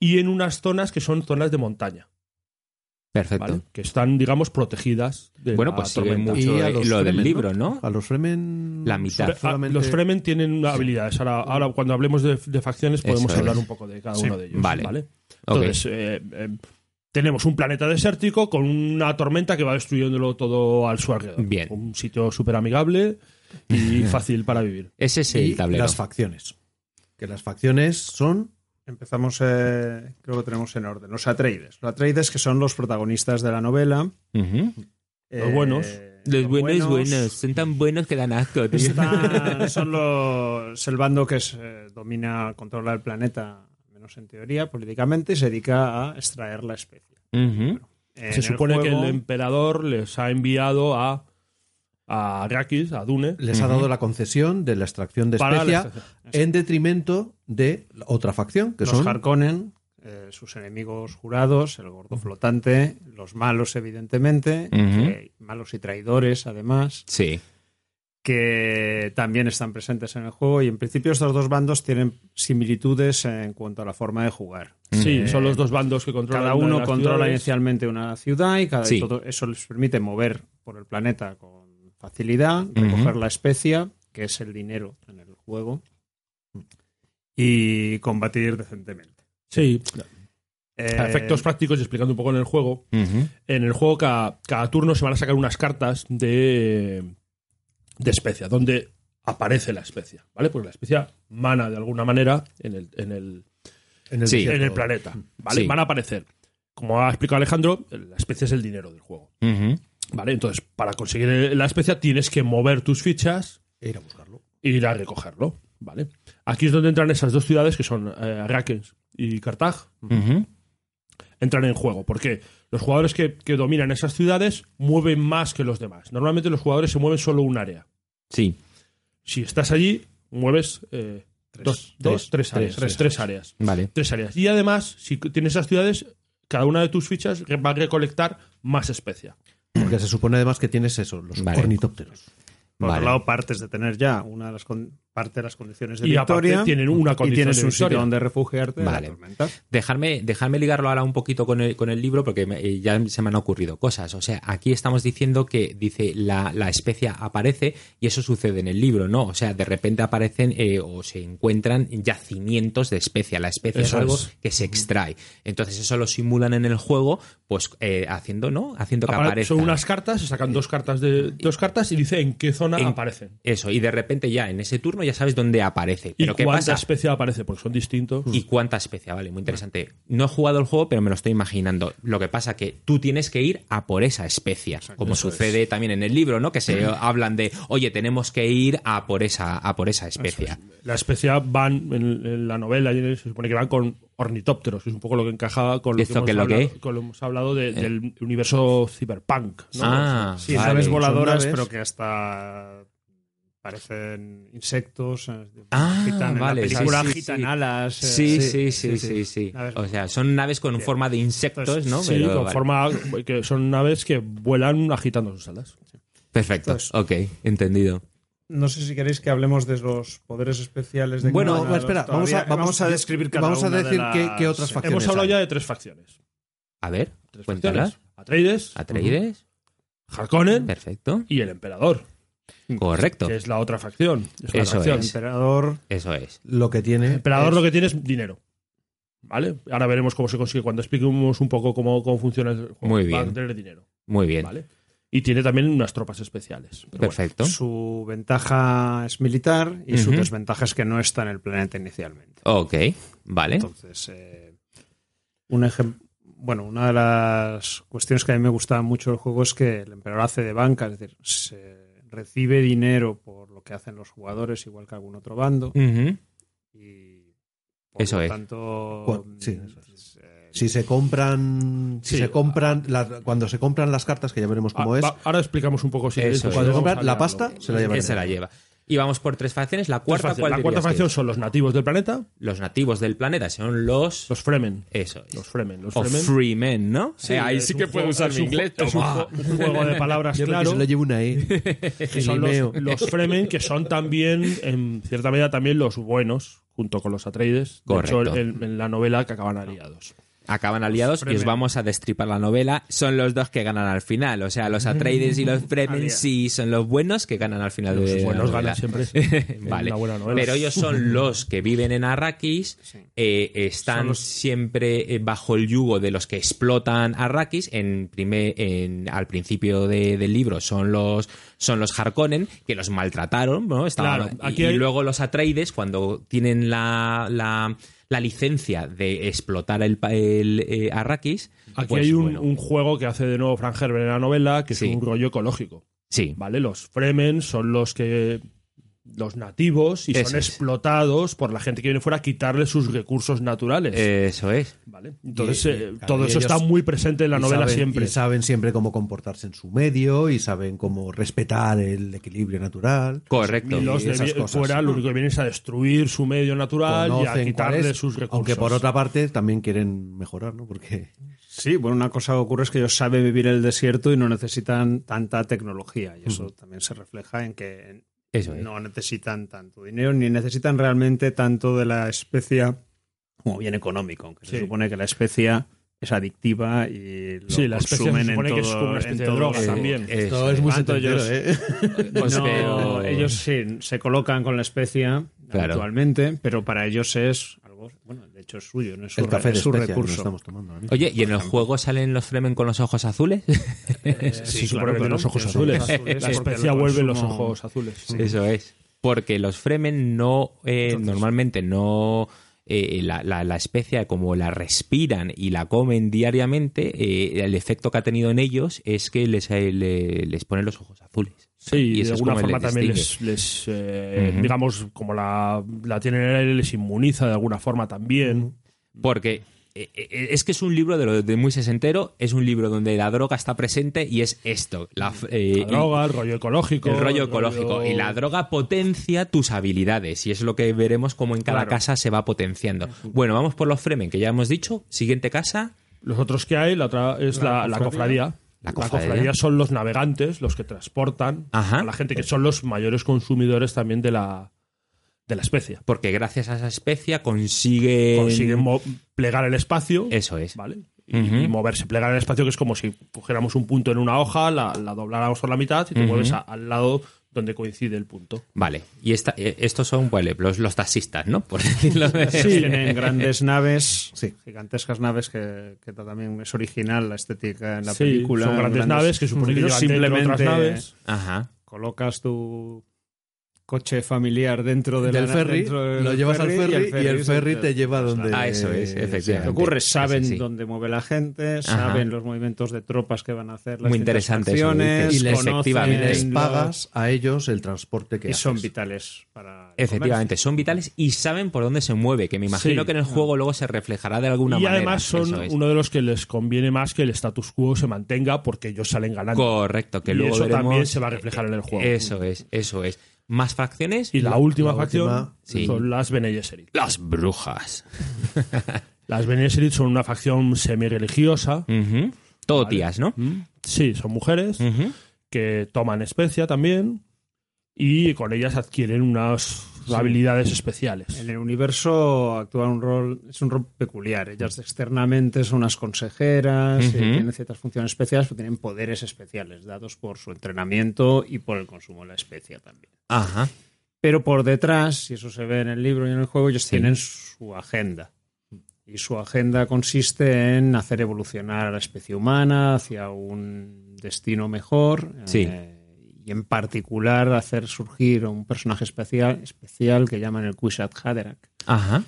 Speaker 4: y en unas zonas que son zonas de montaña.
Speaker 2: Perfecto.
Speaker 4: ¿vale? que están, digamos, protegidas de
Speaker 2: Bueno,
Speaker 4: la
Speaker 2: pues sigue
Speaker 4: tormenta.
Speaker 2: mucho
Speaker 3: Y a
Speaker 2: eh,
Speaker 3: los
Speaker 2: lo del
Speaker 3: Fremen,
Speaker 2: libro, ¿no?
Speaker 3: A los Fremen.
Speaker 2: La mitad.
Speaker 4: Fre- ah,
Speaker 3: solamente-
Speaker 4: Los Fremen tienen una habilidades. Ahora, ahora cuando hablemos de, de facciones, podemos
Speaker 2: Eso
Speaker 4: hablar
Speaker 2: es.
Speaker 4: un poco de cada
Speaker 2: Sí.
Speaker 4: uno de ellos.
Speaker 2: Vale.
Speaker 4: Vale.
Speaker 2: Ok.
Speaker 4: Entonces, eh, eh, tenemos un planeta desértico con una tormenta que va destruyéndolo todo al su alrededor.
Speaker 2: Bien.
Speaker 4: Un sitio súper amigable y fácil para vivir.
Speaker 2: Ese es
Speaker 3: y
Speaker 2: el tablero.
Speaker 3: Las facciones. Que las facciones son.
Speaker 5: Empezamos, eh, creo que lo tenemos en orden. Los Atreides. Los Atreides, que son los protagonistas de la novela. eh,
Speaker 2: Ujú.
Speaker 4: Los buenos.
Speaker 2: Los buenos, buenos. Son tan buenos que dan asco, tío.
Speaker 5: Están- son los, el bando que es, eh, domina, controla el planeta, menos en teoría, políticamente, y se dedica a extraer la especie.
Speaker 2: Ujú.
Speaker 5: En
Speaker 4: Se
Speaker 5: el
Speaker 4: supone que
Speaker 5: juego-
Speaker 4: el em- emperador les ha enviado a, a Arrakis, a Dune.
Speaker 3: Les ha dado la concesión de la extracción de
Speaker 4: Para la
Speaker 3: especia
Speaker 4: extracción.
Speaker 3: en detrimento de la otra facción, que
Speaker 5: los
Speaker 3: son.
Speaker 5: Harkonnen, eh, sus enemigos jurados, el gordo flotante, los malos, evidentemente,
Speaker 2: Ujú.
Speaker 5: que- malos y traidores, además.
Speaker 2: Sí.
Speaker 5: que también están presentes en el juego y en principio estos dos bandos tienen similitudes en cuanto a la forma de jugar.
Speaker 2: Mm.
Speaker 4: Sí,
Speaker 5: Eh,
Speaker 4: son los dos bandos que controlan.
Speaker 5: Cada
Speaker 4: una de
Speaker 5: uno
Speaker 4: las
Speaker 5: controla
Speaker 4: ciudades.
Speaker 5: inicialmente una ciudad y cada
Speaker 4: Sí.
Speaker 5: y todo eso les permite mover por el planeta con facilidad, recoger
Speaker 2: Ujú.
Speaker 5: la especia, que es el dinero en el juego, y combatir decentemente.
Speaker 4: Sí.
Speaker 5: Eh,
Speaker 4: A efectos prácticos y explicando un poco en el juego. En el juego cada, cada turno se van a sacar unas cartas de, de especia, donde aparece la especia, ¿vale? Pues la especia mana de alguna manera en el, en
Speaker 2: el
Speaker 4: el,
Speaker 2: Sí.
Speaker 4: en
Speaker 2: desierto.
Speaker 4: el planeta, ¿vale?
Speaker 2: Sí.
Speaker 4: Van a aparecer. Como ha explicado Alejandro, la especia es el dinero del juego, ¿vale? Entonces, para conseguir la especia tienes que mover tus fichas
Speaker 3: Ir a buscarlo.
Speaker 4: e ir a recogerlo, ¿vale? Aquí es donde entran esas dos ciudades que son eh, Rakens y Cartag entran en juego. Porque los jugadores que, que dominan esas ciudades mueven más que los demás. Normalmente los jugadores se mueven solo un área.
Speaker 2: Sí.
Speaker 4: Si estás allí, mueves eh, dos, dos, tres,
Speaker 2: tres,
Speaker 4: áreas.
Speaker 2: tres,
Speaker 4: Tres,
Speaker 2: tres.
Speaker 4: áreas.
Speaker 2: Vale.
Speaker 4: Tres áreas. Y además, si tienes esas ciudades, cada una de tus fichas va a recolectar más especia.
Speaker 3: Porque se supone además que tienes eso, los
Speaker 2: Vale.
Speaker 3: ornitópteros.
Speaker 5: Por
Speaker 2: Vale.
Speaker 5: otro lado, partes de tener ya una de las con- parte de las condiciones de
Speaker 4: Y aparte
Speaker 5: victoria.
Speaker 4: tienen una
Speaker 5: y
Speaker 4: condición
Speaker 5: tienes
Speaker 4: de
Speaker 5: un sitio
Speaker 4: victoria.
Speaker 5: donde refugiarte de la
Speaker 2: Vale.
Speaker 5: tormenta.
Speaker 2: Dejarme, dejarme ligarlo ahora un poquito con el, con el libro porque me- eh, ya se me han ocurrido cosas. O sea, aquí estamos diciendo que dice la, la especia aparece y eso sucede en el libro, ¿no? O sea, de repente aparecen eh, o se encuentran yacimientos de especia. La especia es
Speaker 4: Eso
Speaker 2: algo
Speaker 4: es.
Speaker 2: que se extrae. Entonces eso lo simulan en el juego, pues eh, haciendo, ¿no? Haciendo que
Speaker 4: Apare-
Speaker 2: aparezca.
Speaker 4: son unas cartas, se sacan dos cartas de dos cartas y dice en qué zona
Speaker 2: En-
Speaker 4: aparecen.
Speaker 2: Eso, y de repente ya en ese turno ya sabes dónde aparece.
Speaker 4: Y
Speaker 2: Pero ¿qué
Speaker 4: cuánta
Speaker 2: pasa?
Speaker 4: especia aparece, porque son distintos.
Speaker 2: y cuánta especia, vale, muy interesante. No he jugado el juego, pero me lo estoy imaginando. Lo que pasa que tú tienes que ir a por esa especia, como
Speaker 4: eso
Speaker 2: sucede también en el libro, ¿no? Que se hablan de, oye, tenemos que ir a por esa, a por esa especia.
Speaker 4: La especia van en, en la novela y en el- se supone que van con ornitópteros, que es un poco lo que encajaba con lo que
Speaker 2: ¿Esto
Speaker 4: hemos
Speaker 2: qué es lo que
Speaker 4: hablado,
Speaker 2: es? Eh.
Speaker 4: con lo que hemos hablado de- del universo cyberpunk. ¿no?
Speaker 2: Ah,
Speaker 5: Sí,
Speaker 2: vale.
Speaker 5: naves voladoras,
Speaker 2: Son naves.
Speaker 5: pero que hasta parecen insectos. eh,
Speaker 2: Ah,
Speaker 5: agitan en la
Speaker 2: vale, sí,
Speaker 5: película
Speaker 2: sí, sí.
Speaker 5: agitan alas. eh,
Speaker 2: Sí, sí, sí, sí, sí.
Speaker 5: Naves
Speaker 2: O sea, son naves con forma de insectos, ¿no?
Speaker 4: Sí,
Speaker 2: Pero,
Speaker 4: con
Speaker 2: vale.
Speaker 4: forma que son naves que vuelan agitando sus alas.
Speaker 2: Perfecto.
Speaker 5: Entonces-
Speaker 2: Ok, entendido.
Speaker 5: No sé si queréis que hablemos de los poderes especiales de
Speaker 3: Bueno,
Speaker 5: cada una de
Speaker 3: espera,
Speaker 5: los-
Speaker 3: vamos a-
Speaker 5: todavía-
Speaker 3: vamos a
Speaker 5: describir cada
Speaker 3: vamos a
Speaker 5: una de
Speaker 3: decir
Speaker 5: las-
Speaker 3: qué- qué otras
Speaker 5: sí.
Speaker 3: facciones
Speaker 4: Hemos hablado ya de tres facciones.
Speaker 2: A ver,
Speaker 4: Tres
Speaker 2: cuéntalas.
Speaker 4: facciones. Atreides,
Speaker 2: Atreides.
Speaker 4: Harkonnen
Speaker 2: Perfecto.
Speaker 4: y el emperador,
Speaker 2: Correcto.
Speaker 4: que es la otra facción. Es la
Speaker 2: Eso
Speaker 4: facción.
Speaker 2: es.
Speaker 5: Emperador,
Speaker 2: Eso es.
Speaker 3: Lo que
Speaker 4: El
Speaker 3: tiene.
Speaker 4: emperador lo que tiene es dinero. ¿Vale? Ahora veremos cómo se consigue cuando expliquemos un poco cómo, cómo funciona el juego.
Speaker 2: Muy
Speaker 4: Va a
Speaker 2: bien.
Speaker 4: tener dinero.
Speaker 2: Muy bien.
Speaker 4: ¿Vale? Y tiene también unas tropas especiales. Pero bueno.
Speaker 2: Perfecto.
Speaker 5: su ventaja es militar y su
Speaker 2: Ujú.
Speaker 5: desventaja es que no está en el planeta inicialmente.
Speaker 2: Ok, vale.
Speaker 5: Entonces, eh, un ejemplo. Bueno, una de las cuestiones que a mí me gustaba mucho del juego es que el emperador hace de banca, es decir, se recibe dinero por lo que hacen los jugadores, igual que algún otro bando.
Speaker 2: Ujú.
Speaker 5: Y por
Speaker 2: Eso
Speaker 5: lo
Speaker 2: es.
Speaker 5: tanto,
Speaker 3: Cu- sí, eso
Speaker 5: eh,
Speaker 3: Si se compran. Si
Speaker 4: Sí.
Speaker 3: se compran. las- cuando se compran las cartas, que ya veremos cómo
Speaker 4: Ah,
Speaker 3: es.
Speaker 4: va- ahora explicamos un poco si
Speaker 2: Eso es.
Speaker 3: Cuando
Speaker 4: vamos
Speaker 3: compran
Speaker 4: a
Speaker 3: la
Speaker 4: hablarlo.
Speaker 3: pasta, se la llevan.
Speaker 2: Esa la lleva. Y vamos por tres facciones. La cuarta,
Speaker 4: Tres facciones.
Speaker 2: ¿cuál
Speaker 4: la cuarta
Speaker 2: dirías que
Speaker 4: facción
Speaker 2: es?
Speaker 4: son los nativos del planeta,
Speaker 2: Los nativos del planeta son los.
Speaker 4: los Fremen.
Speaker 2: Eso es.
Speaker 4: Los Fremen. Los
Speaker 2: o
Speaker 4: Fremen.
Speaker 2: free men, ¿no? Eh, ahí
Speaker 4: es
Speaker 2: sí
Speaker 4: un
Speaker 2: que puedo
Speaker 4: juego-
Speaker 2: usar
Speaker 4: es
Speaker 2: mi
Speaker 4: un
Speaker 2: inglés.
Speaker 4: ju- es un
Speaker 2: Toma.
Speaker 4: ju- un juego de palabras
Speaker 3: Yo creo que
Speaker 4: claro.
Speaker 3: se lo lleva una E.
Speaker 4: que son
Speaker 3: Gilimeo.
Speaker 4: los, los Fremen, que son también, en cierta medida, también los buenos, junto con los Atreides. De hecho,
Speaker 2: Correcto.
Speaker 4: en, en la novela que acaban aliados.
Speaker 2: Acaban aliados y os
Speaker 5: Fremen.
Speaker 2: vamos a destripar la novela. Son los dos que ganan al final. O sea, los Atreides y los Fremen
Speaker 5: Aliados.
Speaker 2: sí son los buenos que ganan al final de
Speaker 4: Los
Speaker 2: la
Speaker 4: buenos
Speaker 2: novela.
Speaker 4: ganan siempre.
Speaker 2: Vale.
Speaker 4: Una buena novela.
Speaker 2: Pero ellos son los que viven en Arrakis,
Speaker 5: Sí.
Speaker 2: eh, están
Speaker 5: Son los-
Speaker 2: siempre eh, bajo el yugo de los que explotan Arrakis. En primer, en- al principio de- del libro son los, son los Harkonnen, que los maltrataron, ¿no? Estaban-
Speaker 4: Claro,
Speaker 2: y-
Speaker 4: aquí
Speaker 2: y,
Speaker 4: hay-
Speaker 2: luego los Atreides, cuando tienen la, la- la licencia de explotar el, pa- el, eh, Arrakis.
Speaker 4: Aquí
Speaker 2: pues,
Speaker 4: hay un,
Speaker 2: bueno,
Speaker 4: un juego que hace de nuevo Frank Herbert en la novela, que
Speaker 2: Sí.
Speaker 4: es un rollo ecológico.
Speaker 2: Sí,
Speaker 4: ¿Vale? Los Fremen son los que. Los nativos y
Speaker 2: Eso
Speaker 4: son
Speaker 2: es.
Speaker 4: explotados por la gente que viene fuera a quitarle sus recursos naturales.
Speaker 2: eso es.
Speaker 4: ¿vale? Entonces,
Speaker 3: Eh, y-
Speaker 4: eh,
Speaker 3: claro,
Speaker 4: todo
Speaker 3: y
Speaker 4: eso
Speaker 3: ellos-
Speaker 4: está muy presente en la
Speaker 3: Y
Speaker 4: novela
Speaker 3: saben-
Speaker 4: siempre.
Speaker 3: Y saben siempre cómo comportarse en su medio y saben cómo respetar el equilibrio natural.
Speaker 2: Correcto.
Speaker 4: Y los
Speaker 3: y
Speaker 4: de
Speaker 3: esas
Speaker 4: vie-
Speaker 3: cosas.
Speaker 4: fuera lo único que vienen es a destruir su medio natural y a
Speaker 3: Conocen cuál
Speaker 4: quitarle
Speaker 3: es,
Speaker 4: sus recursos.
Speaker 3: Aunque por otra parte también quieren mejorar, ¿no? Porque
Speaker 5: Sí, bueno, una cosa que ocurre es que ellos saben vivir en el desierto y no necesitan tanta tecnología. Y eso también se refleja en que en-
Speaker 2: Eso es.
Speaker 5: No necesitan tanto dinero ni necesitan realmente tanto de la especia como bien económico, aunque se
Speaker 4: Sí.
Speaker 5: supone que la especia es adictiva y lo
Speaker 4: Sí, la especia se
Speaker 5: consumen
Speaker 4: supone
Speaker 5: en
Speaker 4: que es
Speaker 5: todo-
Speaker 4: como una especie
Speaker 5: en
Speaker 4: de
Speaker 5: todo-
Speaker 4: droga
Speaker 5: eh,
Speaker 4: también. Ah,
Speaker 5: eh,
Speaker 4: Todo es muy
Speaker 5: tanto ellos,
Speaker 4: setentero, ¿eh?
Speaker 5: Pues
Speaker 4: No,
Speaker 5: pero ellos sí, se colocan con la especia
Speaker 2: Claro.
Speaker 5: actualmente, pero para ellos es algo, bueno, de hecho es suyo, no es su,
Speaker 3: El café
Speaker 5: es
Speaker 3: de
Speaker 5: su
Speaker 3: especia que
Speaker 5: recurso.
Speaker 3: nos estamos tomando ahora mismo.
Speaker 2: Oye, ¿y en el juego salen los Fremen con los ojos azules?
Speaker 4: sí, claro, tienen los ojos azules. La especia vuelve los ojos azules. Sí.
Speaker 2: Eso es. Porque los Fremen no, eh, normalmente no, eh, la, la, la especia como la respiran y la comen diariamente, eh, el efecto que ha tenido en ellos es que les, eh, le- les ponen los ojos azules.
Speaker 4: Sí,
Speaker 2: Y
Speaker 4: de
Speaker 2: eso es
Speaker 4: alguna
Speaker 2: como
Speaker 4: forma
Speaker 2: les
Speaker 4: también
Speaker 2: distingue.
Speaker 4: les, les, eh,
Speaker 2: Ujú.
Speaker 4: digamos, como la, la tienen en el aire, les inmuniza de alguna forma también.
Speaker 2: Porque eh, eh, es que es un libro de, lo, de muy sesentero, es un libro donde la droga está presente y es esto. La, f- eh,
Speaker 4: La droga, el rollo ecológico.
Speaker 2: El rollo ecológico. Y la droga potencia tus habilidades. Y es lo que veremos como en cada
Speaker 4: Claro.
Speaker 2: casa se va potenciando. Bueno, vamos por los Fremen, que ya hemos dicho. Siguiente casa.
Speaker 4: Los otros que hay, la otra es la, la cofradía.
Speaker 2: La cofradía.
Speaker 4: son los navegantes, los que transportan
Speaker 2: Ajá.
Speaker 4: a la gente, que son los mayores consumidores también de la, de la especie.
Speaker 2: Porque gracias a esa especia consigue.
Speaker 4: Consiguen mo- plegar el espacio.
Speaker 2: Eso es.
Speaker 4: ¿Vale? Y,
Speaker 2: Ujú.
Speaker 4: y moverse, plegar el espacio, que es como si cogiéramos un punto en una hoja, la, la dobláramos por la mitad y te
Speaker 2: Ujú.
Speaker 4: mueves a- al lado donde coincide el punto.
Speaker 2: Vale. Y esta- eh, estos son, ¿cuáles? Los, los taxistas, ¿no? Por decirlo de-
Speaker 5: tienen grandes naves, gigantescas naves que, que también es original la estética en la
Speaker 4: Sí,
Speaker 5: película.
Speaker 4: son grandes naves que supone que
Speaker 5: Ellos
Speaker 4: llevan dentro otras naves.
Speaker 2: Ajá.
Speaker 5: colocas tu coche familiar dentro de
Speaker 3: Del
Speaker 5: la-
Speaker 3: ferry,
Speaker 5: dentro del
Speaker 3: lo llevas al ferry y el
Speaker 5: se-
Speaker 3: ferry te lleva donde-
Speaker 2: Ah, eso es, efectivamente.
Speaker 5: sea. ¿Qué ocurre? Saben
Speaker 2: Sí, sí.
Speaker 5: dónde mueve la gente,
Speaker 2: Ajá.
Speaker 5: saben los movimientos de tropas que van a hacer, las
Speaker 2: Muy
Speaker 5: distintas
Speaker 2: interesante eso que
Speaker 5: facciones,
Speaker 2: dices. Y les-
Speaker 5: conocen
Speaker 2: efectivamente.
Speaker 5: los-
Speaker 3: Les pagas a ellos el transporte que
Speaker 5: y
Speaker 3: haces.
Speaker 5: son vitales para el
Speaker 2: Efectivamente, son vitales y saben por dónde se mueve, que me imagino
Speaker 4: Sí. Ah.
Speaker 2: que en el juego luego se reflejará de alguna
Speaker 4: y
Speaker 2: manera.
Speaker 4: además son
Speaker 2: Eso es.
Speaker 4: uno de los que les conviene más que el status quo se mantenga porque ellos salen ganando.
Speaker 2: Correcto, que
Speaker 4: y
Speaker 2: luego
Speaker 4: eso
Speaker 2: veremos-
Speaker 4: también se va a reflejar en el juego.
Speaker 2: Eso es, eso es. Más facciones.
Speaker 4: Y la última
Speaker 2: La
Speaker 4: facción
Speaker 2: última, sí.
Speaker 4: son las Bene Gesserit.
Speaker 2: Las brujas.
Speaker 4: Las Bene Gesserit son una facción semi-religiosa.
Speaker 2: Ujú. Todo tías, ¿no?
Speaker 4: Sí, son mujeres
Speaker 2: Ujú.
Speaker 4: que toman especia también y con ellas adquieren unas habilidades especiales.
Speaker 5: En el universo actúa un rol, es un rol peculiar. Ellas externamente son unas consejeras,
Speaker 2: Ujú.
Speaker 5: eh, tienen ciertas funciones especiales, pero tienen poderes especiales dados por su entrenamiento y por el consumo de la especia también.
Speaker 2: Ajá.
Speaker 5: Pero por detrás, y eso se ve en el libro y en el juego, ellos tienen su agenda. Y su agenda consiste en hacer evolucionar a la especie humana hacia un destino mejor.
Speaker 2: Sí.
Speaker 5: eh, y en particular hacer surgir un personaje especial, especial que llaman el Kwishat Haderach
Speaker 2: Ajá.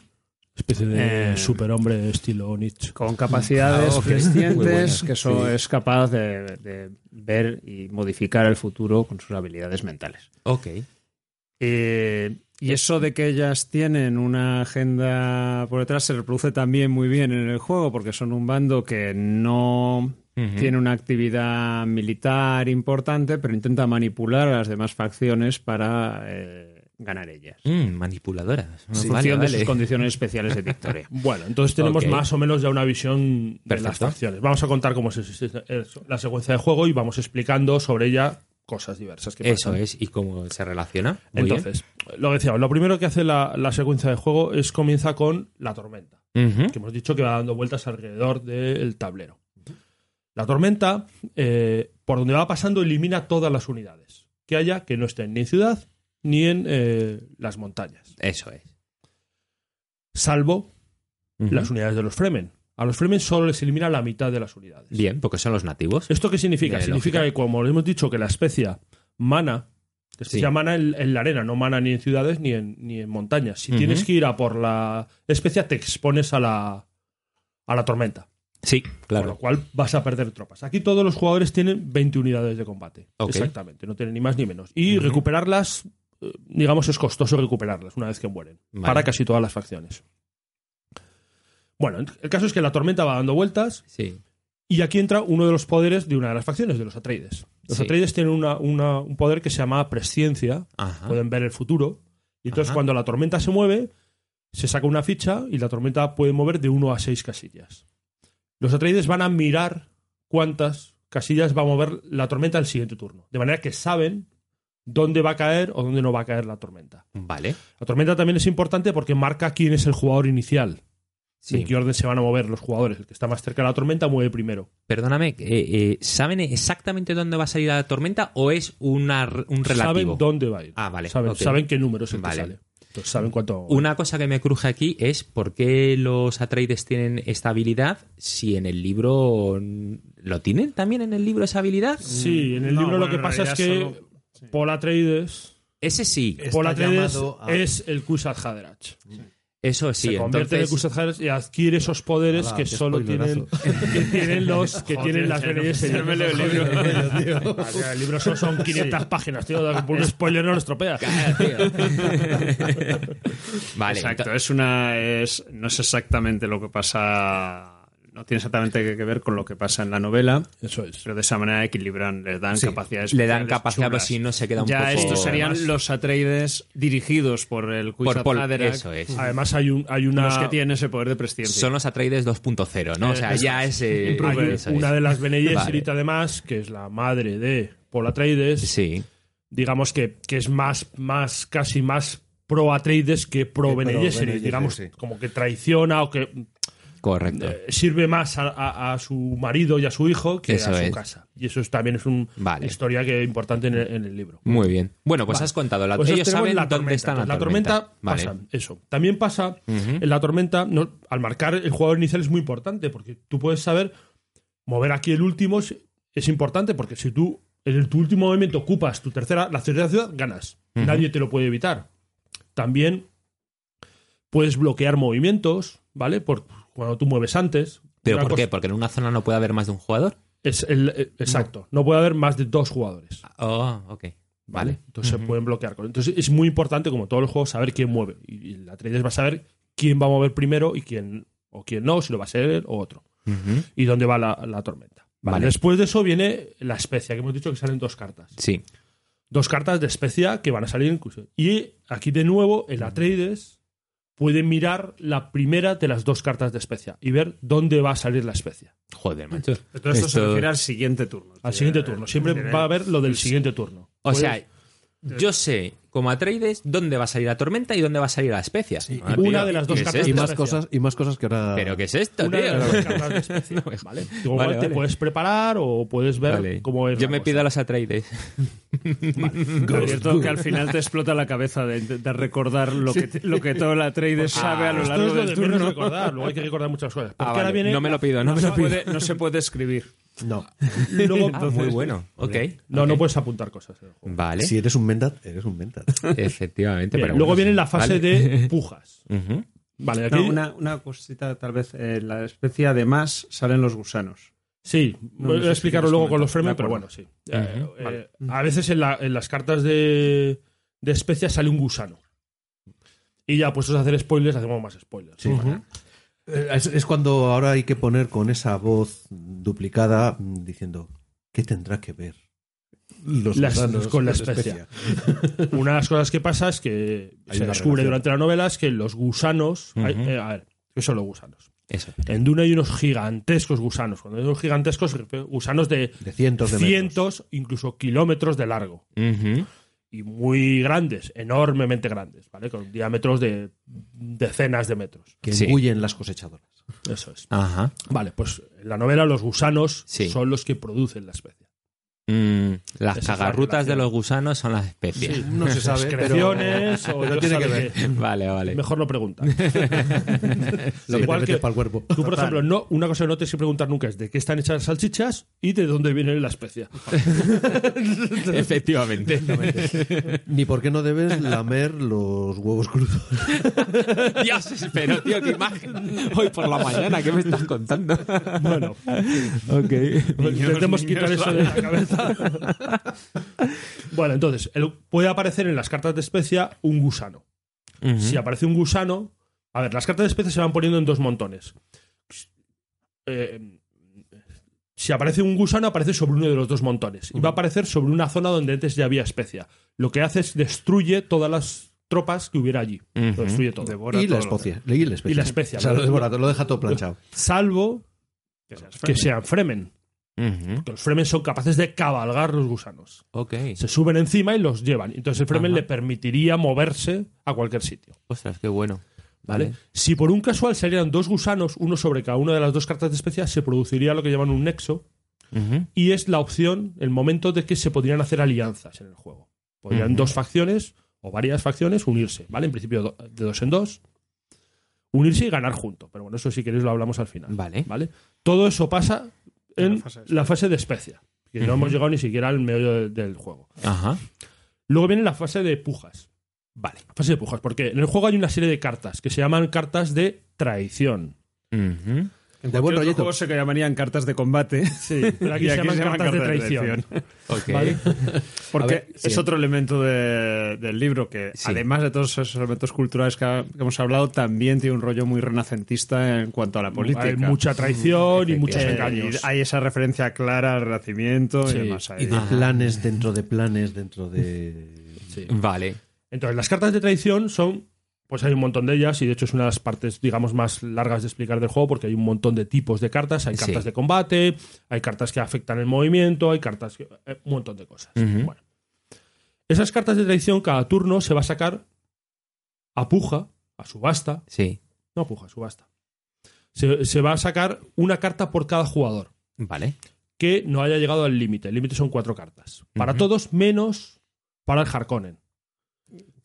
Speaker 4: Especie de
Speaker 5: Eh,
Speaker 4: superhombre estilo Nietzsche.
Speaker 5: con capacidades
Speaker 2: Ah, ok. Muy
Speaker 5: crecientes
Speaker 2: buena.
Speaker 5: que eso
Speaker 2: Sí.
Speaker 5: es capaz de, de ver y modificar el futuro con sus habilidades mentales.
Speaker 2: Ok.
Speaker 5: Eh, y eso de que ellas tienen una agenda por detrás se reproduce también muy bien en el juego porque son un bando que no
Speaker 2: Ujú.
Speaker 5: tiene una actividad militar importante, pero intenta manipular a las demás facciones para eh, ganar ellas.
Speaker 2: Mm, manipuladoras.
Speaker 5: En
Speaker 2: Vale,
Speaker 5: función de
Speaker 2: vale.
Speaker 5: sus condiciones especiales de victoria.
Speaker 4: Bueno, entonces tenemos
Speaker 2: Ok.
Speaker 4: más o menos ya una visión de las
Speaker 2: Perfecto.
Speaker 4: facciones. Vamos a contar cómo es el- el- la secuencia de juego y vamos explicando sobre ella cosas diversas. Que
Speaker 2: Eso
Speaker 4: pasan.
Speaker 2: es. ¿Y cómo se relaciona? Muy
Speaker 4: Entonces, lo que decíamos, lo primero que hace la, la secuencia de juego es comienza con la tormenta,
Speaker 2: bien. Ujú.
Speaker 4: que hemos dicho que va dando vueltas alrededor del tablero. La tormenta, eh, por donde va pasando, elimina todas las unidades que haya que no estén ni en ciudad ni en eh, las montañas,
Speaker 2: Eso es.
Speaker 4: salvo
Speaker 2: Ujú.
Speaker 4: las unidades de los Fremen. A los Fremen solo les elimina la mitad de las unidades.
Speaker 2: Bien, porque son los nativos.
Speaker 4: ¿Esto qué significa?
Speaker 2: Tiene
Speaker 4: significa
Speaker 2: lógica.
Speaker 4: que, como hemos dicho, que la especia mana, la especia
Speaker 2: Sí.
Speaker 4: mana en, en la arena, no mana ni en ciudades ni en, ni en montañas. Si
Speaker 2: Ujú.
Speaker 4: tienes que ir a por la especia, te expones a la, a la tormenta,
Speaker 2: Sí,
Speaker 4: con lo
Speaker 2: claro.
Speaker 4: cual vas a perder tropas. Aquí todos los jugadores tienen 20 unidades de combate.
Speaker 2: Ok.
Speaker 4: Exactamente, no tienen ni más ni menos. Y
Speaker 2: Ujú.
Speaker 4: recuperarlas, eh, digamos, es costoso recuperarlas una vez que mueren,
Speaker 2: Vale.
Speaker 4: para casi todas las facciones. Bueno, el caso es que la tormenta va dando vueltas
Speaker 2: Sí.
Speaker 4: y aquí entra uno de los poderes de una de las facciones, de los Atreides. Los
Speaker 2: Sí.
Speaker 4: Atreides tienen una- una- un poder que se llama presciencia,
Speaker 2: Ajá.
Speaker 4: pueden ver el futuro. Y entonces
Speaker 2: Ah. Ajá.
Speaker 4: cuando la tormenta se mueve, se saca una ficha y la tormenta puede mover de 1 a 6 casillas. Los Atreides van a mirar cuántas casillas va a mover la tormenta el siguiente turno. De manera que saben dónde va a caer o dónde no va a caer la tormenta.
Speaker 2: Vale.
Speaker 4: La tormenta también es importante porque marca quién es el jugador inicial.
Speaker 2: Sí.
Speaker 4: En qué orden se van a mover los jugadores. El que está más cerca de la tormenta mueve primero.
Speaker 2: Perdóname, eh, eh, ¿saben exactamente dónde va a salir la tormenta o es una r- un relativo?
Speaker 4: Saben dónde va a ir.
Speaker 2: Ah, vale.
Speaker 4: Saben,
Speaker 2: ok.
Speaker 4: saben qué número es el
Speaker 2: Vale.
Speaker 4: que sale. Entonces saben cuánto.
Speaker 2: Una cosa que me cruje aquí es por qué los Atreides tienen esta habilidad si en el libro... ¿Lo tienen también en el libro esa habilidad?
Speaker 4: Sí, en el libro lo que pasa es que Paul Atreides.
Speaker 2: Ese sí.
Speaker 4: Paul
Speaker 2: Está
Speaker 4: Atreides
Speaker 2: llamado a-
Speaker 4: es el Kusat Haderach.
Speaker 2: Eso sí,
Speaker 4: se convierte en el
Speaker 2: entonces-
Speaker 4: Kusat Haderach y adquiere esos poderes
Speaker 2: Hola,
Speaker 4: que
Speaker 2: qué
Speaker 4: solo tienen,
Speaker 2: spoilerazo.
Speaker 4: que tienen los que
Speaker 2: Joder,
Speaker 4: tienen las
Speaker 2: ya no
Speaker 4: leyes.
Speaker 2: sé, ya me leo el libro.
Speaker 4: O sea, el libro son, son 500
Speaker 2: Sí.
Speaker 4: páginas, tío. Por un spoiler no lo estropeas.
Speaker 2: Vale,
Speaker 5: Exacto, es una. Es, no es exactamente lo que pasa. No tiene exactamente que- que ver con lo que pasa en la novela.
Speaker 4: Eso es.
Speaker 5: Pero de esa manera equilibran, le dan
Speaker 2: Sí,
Speaker 5: capacidades.
Speaker 2: le dan
Speaker 5: especiales
Speaker 2: capacidad, pero
Speaker 5: chulas.
Speaker 2: si no se queda un
Speaker 5: ya
Speaker 2: poco-
Speaker 5: estos serían
Speaker 2: Además-
Speaker 5: los Atreides dirigidos por el Kwisatz
Speaker 2: Paul,
Speaker 5: Haderach.
Speaker 2: eso es.
Speaker 4: Además, hay, un, hay una.
Speaker 5: Los que tienen ese poder de presciencia.
Speaker 2: Son los Atreides 2.0, ¿no? O sea,
Speaker 4: Eh,
Speaker 2: ya es...
Speaker 4: eso
Speaker 2: eh,
Speaker 4: Hay
Speaker 2: ahí, eso
Speaker 4: una
Speaker 2: es.
Speaker 4: de las Bene
Speaker 2: Vale.
Speaker 4: Gesserit, además, que es la madre de Paul Atreides.
Speaker 2: Sí.
Speaker 4: Digamos que, que es más, más, casi más pro Atreides que pro
Speaker 2: Que
Speaker 4: Bene
Speaker 2: pro
Speaker 4: Gesserit,
Speaker 2: Bene Gesserit,
Speaker 4: Digamos,
Speaker 2: sí.
Speaker 4: como que traiciona o que
Speaker 2: Correcto.
Speaker 4: eh, sirve más a, a- a su marido y a su hijo que
Speaker 2: Eso
Speaker 4: a su
Speaker 2: es.
Speaker 4: casa. Y eso es- también es un- una
Speaker 2: Vale.
Speaker 4: historia que es importante en el, en el libro.
Speaker 2: Muy bien. Bueno, pues
Speaker 4: Vale.
Speaker 2: has contado. La,
Speaker 4: Pues
Speaker 2: ellos
Speaker 4: tenemos
Speaker 2: saben
Speaker 4: la
Speaker 2: dónde
Speaker 4: tormenta.
Speaker 2: están la
Speaker 4: Entonces,
Speaker 2: tormenta. vale.
Speaker 4: pasa eso. También pasa
Speaker 2: Ujú.
Speaker 4: en la tormenta, no, al marcar el jugador inicial es muy importante porque tú puedes saber mover aquí el último es, es importante porque si tú en el- tu último movimiento ocupas tu tercera, la tercera ciudad, ganas.
Speaker 2: Ujú.
Speaker 4: Nadie te lo puede evitar. También puedes bloquear movimientos, ¿vale? Por cuando tú mueves antes.
Speaker 2: ¿Pero
Speaker 4: Una
Speaker 2: por qué?
Speaker 4: cosa-
Speaker 2: ¿Porque en una zona no puede haber más de un jugador?
Speaker 4: Es el, eh, exacto. No. puede haber más de dos jugadores. Ah,
Speaker 2: Oh, ok. Vale.
Speaker 4: Entonces se
Speaker 2: Ujú.
Speaker 4: pueden bloquear. con- Entonces es muy importante, como todo el juego, saber quién mueve. Y, y la Atreides va a saber quién va a mover primero y quién o quién no, si lo va a ser él o otro.
Speaker 2: Ujú.
Speaker 4: Y dónde va la, la tormenta. Vale.
Speaker 2: Vale.
Speaker 4: Después de eso viene la especia, que hemos dicho que salen dos cartas.
Speaker 2: Sí.
Speaker 4: Dos cartas de especia que van a salir incluso. Y aquí de nuevo, el Atreides puede mirar la primera de las dos cartas de especia y ver dónde va a salir la especia.
Speaker 2: Joder, macho.
Speaker 5: Todo esto, se refiere al siguiente turno. Eh,
Speaker 4: Al siguiente turno. Siempre va a haber lo del siguiente turno.
Speaker 2: O
Speaker 4: Puedes-
Speaker 2: sea,
Speaker 4: pues, eh.
Speaker 2: yo sé, como Atreides, dónde va a salir la tormenta y dónde va a salir la especia. Ah,
Speaker 4: una
Speaker 2: tío,
Speaker 4: de las dos
Speaker 2: ¿qué es
Speaker 4: cartas
Speaker 3: Y
Speaker 2: esto?
Speaker 3: más cosas, y más cosas que ahora.
Speaker 2: ¿Pero qué es esto,
Speaker 4: Una de
Speaker 2: tío?
Speaker 4: las dos cartas de especie,
Speaker 2: No me-
Speaker 4: ¿vale? Tú
Speaker 2: Vale,
Speaker 4: igual te
Speaker 2: vale.
Speaker 4: puedes preparar o puedes ver
Speaker 2: Vale.
Speaker 4: cómo es.
Speaker 2: Yo
Speaker 4: la
Speaker 2: me
Speaker 4: cosa.
Speaker 2: pido a los Atreides.
Speaker 5: Por cierto, que al final te explota la cabeza de intentar recordar lo que, lo que todo el Atreides sabe a lo
Speaker 4: Esto
Speaker 5: largo
Speaker 4: es lo
Speaker 5: del
Speaker 4: de
Speaker 5: turno.
Speaker 4: menos recordar, luego hay que recordar muchas cosas. Porque
Speaker 2: Ah,
Speaker 4: ahora
Speaker 2: vale.
Speaker 4: viene
Speaker 2: No me lo pido, no me
Speaker 5: se
Speaker 2: lo pido.
Speaker 5: puede- no se puede escribir.
Speaker 3: No.
Speaker 4: luego- Pues,
Speaker 2: Ah, muy bueno. Ok.
Speaker 4: No,
Speaker 2: ok.
Speaker 4: no puedes apuntar cosas. en el juego.
Speaker 2: Vale.
Speaker 3: Si eres un Mendat, eres un Mendat.
Speaker 2: Efectivamente.
Speaker 4: Bien,
Speaker 2: pero
Speaker 4: luego
Speaker 2: bueno,
Speaker 4: viene
Speaker 2: sí.
Speaker 4: la fase
Speaker 2: Vale.
Speaker 4: de pujas.
Speaker 2: Ujú.
Speaker 4: Vale, aquí.
Speaker 5: No, una, una cosita, tal vez, en la especie además salen los gusanos.
Speaker 4: Sí,
Speaker 5: No,
Speaker 4: voy
Speaker 5: no sé si
Speaker 4: a explicarlo
Speaker 5: quieres
Speaker 4: luego con
Speaker 5: comentar.
Speaker 4: los
Speaker 5: De
Speaker 4: frames, pero
Speaker 5: acuerdo.
Speaker 4: bueno, sí.
Speaker 2: Ujú.
Speaker 4: Eh, eh,
Speaker 5: Vale.
Speaker 4: A veces en, la- en las cartas de, de especias sale un gusano. Y ya puestos a hacer spoilers, hacemos más spoilers.
Speaker 3: Sí. Eh, Es, es cuando ahora hay que poner con esa voz duplicada mm, diciendo ¿qué tendrá que ver los
Speaker 4: Las-
Speaker 3: gusanos
Speaker 4: con la especia? Una de las cosas que pasa es que
Speaker 3: Hay
Speaker 4: se
Speaker 3: una
Speaker 4: descubre
Speaker 3: relación.
Speaker 4: durante la novela es que los gusanos.
Speaker 2: Ujú.
Speaker 4: hay- eh, a ver, ¿qué son los gusanos?
Speaker 2: Eso.
Speaker 4: En Duna hay unos gigantescos gusanos. Cuando digo gigantescos, gusanos de
Speaker 3: De cientos de metros.
Speaker 4: cientos, incluso kilómetros de largo.
Speaker 2: Ujú.
Speaker 4: Y muy grandes, enormemente grandes, ¿vale? Con diámetros de decenas de metros.
Speaker 3: que
Speaker 2: Sí.
Speaker 3: engullen las cosechadoras.
Speaker 4: Eso es.
Speaker 2: Ajá.
Speaker 4: Vale, pues en la novela los gusanos
Speaker 2: Sí.
Speaker 4: son los que producen la especie.
Speaker 2: Mm, las
Speaker 4: Esa es la
Speaker 2: cagarrutas de
Speaker 4: relación.
Speaker 2: los gusanos son las especies.
Speaker 3: No se sabe, pero,
Speaker 4: Excreciones o
Speaker 3: pero
Speaker 4: Dios
Speaker 3: tiene que
Speaker 4: sabe
Speaker 3: ver
Speaker 4: qué.
Speaker 2: Vale, vale.
Speaker 4: Mejor no preguntar.
Speaker 3: lo que
Speaker 4: Igual
Speaker 3: te metes
Speaker 4: que-
Speaker 3: para el cuerpo.
Speaker 4: Tú, por ejemplo, no, una cosa que no tienes que preguntar nunca es de qué están hechas las salchichas y de dónde viene la especia.
Speaker 2: Efectivamente.
Speaker 3: Ni por qué no debes lamer los huevos crudos.
Speaker 2: Dios, pero tío, qué imagen. Hoy por la mañana, ¿qué me estás contando?
Speaker 4: Bueno,
Speaker 2: ok.
Speaker 4: Pues intentemos quitar eso de la cabeza. bueno, entonces, el- puede aparecer en las cartas de especia un gusano.
Speaker 2: Ujú.
Speaker 4: Si aparece un gusano. A ver, las cartas de especia se van poniendo en dos montones. Eh, si aparece un gusano, aparece sobre uno de los dos montones. Y va a aparecer sobre una zona donde antes ya había especia. Lo que hace es destruye todas las tropas que hubiera allí.
Speaker 2: Ujú.
Speaker 4: Lo destruye todo.
Speaker 3: Y la, especia, y la especia.
Speaker 4: Y la especia.
Speaker 3: O sea, lo devora, lo deja todo planchado.
Speaker 4: Salvo que sean Fremen. Porque los Fremen son capaces de cabalgar los gusanos. Se suben encima y los llevan. Entonces el Fremen
Speaker 2: Ajá.
Speaker 4: le permitiría moverse a cualquier sitio.
Speaker 2: Ostras, qué bueno.
Speaker 4: ¿vale? Si por un casual salieran dos gusanos, uno sobre cada una de las dos cartas de especias, se produciría lo que llaman un nexo.
Speaker 2: Ujú.
Speaker 4: Y es la opción, el momento de que se podrían hacer alianzas en el juego. Podrían
Speaker 2: Ujú.
Speaker 4: dos facciones o varias facciones unirse, ¿vale? En principio do- de dos en dos. Unirse y ganar juntos. Pero bueno, eso si queréis lo hablamos al final.
Speaker 2: Vale.
Speaker 4: Todo eso pasa en
Speaker 1: la
Speaker 4: la
Speaker 1: fase
Speaker 4: fase
Speaker 1: de
Speaker 4: de, especia. Que no
Speaker 2: Ujú.
Speaker 4: hemos llegado ni siquiera al medio de- del juego.
Speaker 2: Ajá.
Speaker 4: Luego viene la fase de pujas.
Speaker 2: Vale.
Speaker 4: Fase de pujas, porque en el juego hay una serie de cartas que se llaman cartas de traición.
Speaker 2: Ujú.
Speaker 5: En
Speaker 3: De buen
Speaker 5: cualquier otro
Speaker 3: rollito.
Speaker 5: juego se llamarían cartas de combate.
Speaker 4: Sí, pero aquí,
Speaker 5: Y
Speaker 4: se, llaman cartas de traición.
Speaker 2: Ok.
Speaker 4: ¿Vale?
Speaker 5: Porque
Speaker 3: A ver,
Speaker 5: es
Speaker 3: sí.
Speaker 5: otro elemento de- del libro que,
Speaker 2: Sí.
Speaker 5: además de todos esos elementos culturales que, ha- que hemos hablado, también tiene un rollo muy renacentista en cuanto a la política.
Speaker 4: Hay mucha traición y muchos
Speaker 5: Eh,
Speaker 4: engaños.
Speaker 5: y hay esa referencia clara al Renacimiento
Speaker 4: Sí.
Speaker 5: y demás. ahí.
Speaker 3: Y de planes dentro de planes dentro de.
Speaker 2: Vale.
Speaker 4: Entonces, las cartas de traición son. Pues hay un montón de ellas, y de hecho es una de las partes, digamos, más largas de explicar del juego, porque hay un montón de tipos de cartas. Hay
Speaker 2: Sí.
Speaker 4: cartas de combate, hay cartas que afectan el movimiento, hay cartas. que- eh, un montón de cosas.
Speaker 2: Ujú.
Speaker 4: Bueno. Esas cartas de traición, cada turno se va a sacar a puja, a subasta.
Speaker 2: Sí.
Speaker 4: No a puja, a subasta. Se, se va a sacar una carta por cada jugador
Speaker 2: Vale.
Speaker 4: que no haya llegado al límite. El límite son cuatro cartas. Para
Speaker 2: Ujú.
Speaker 4: todos, menos para el Harkonnen.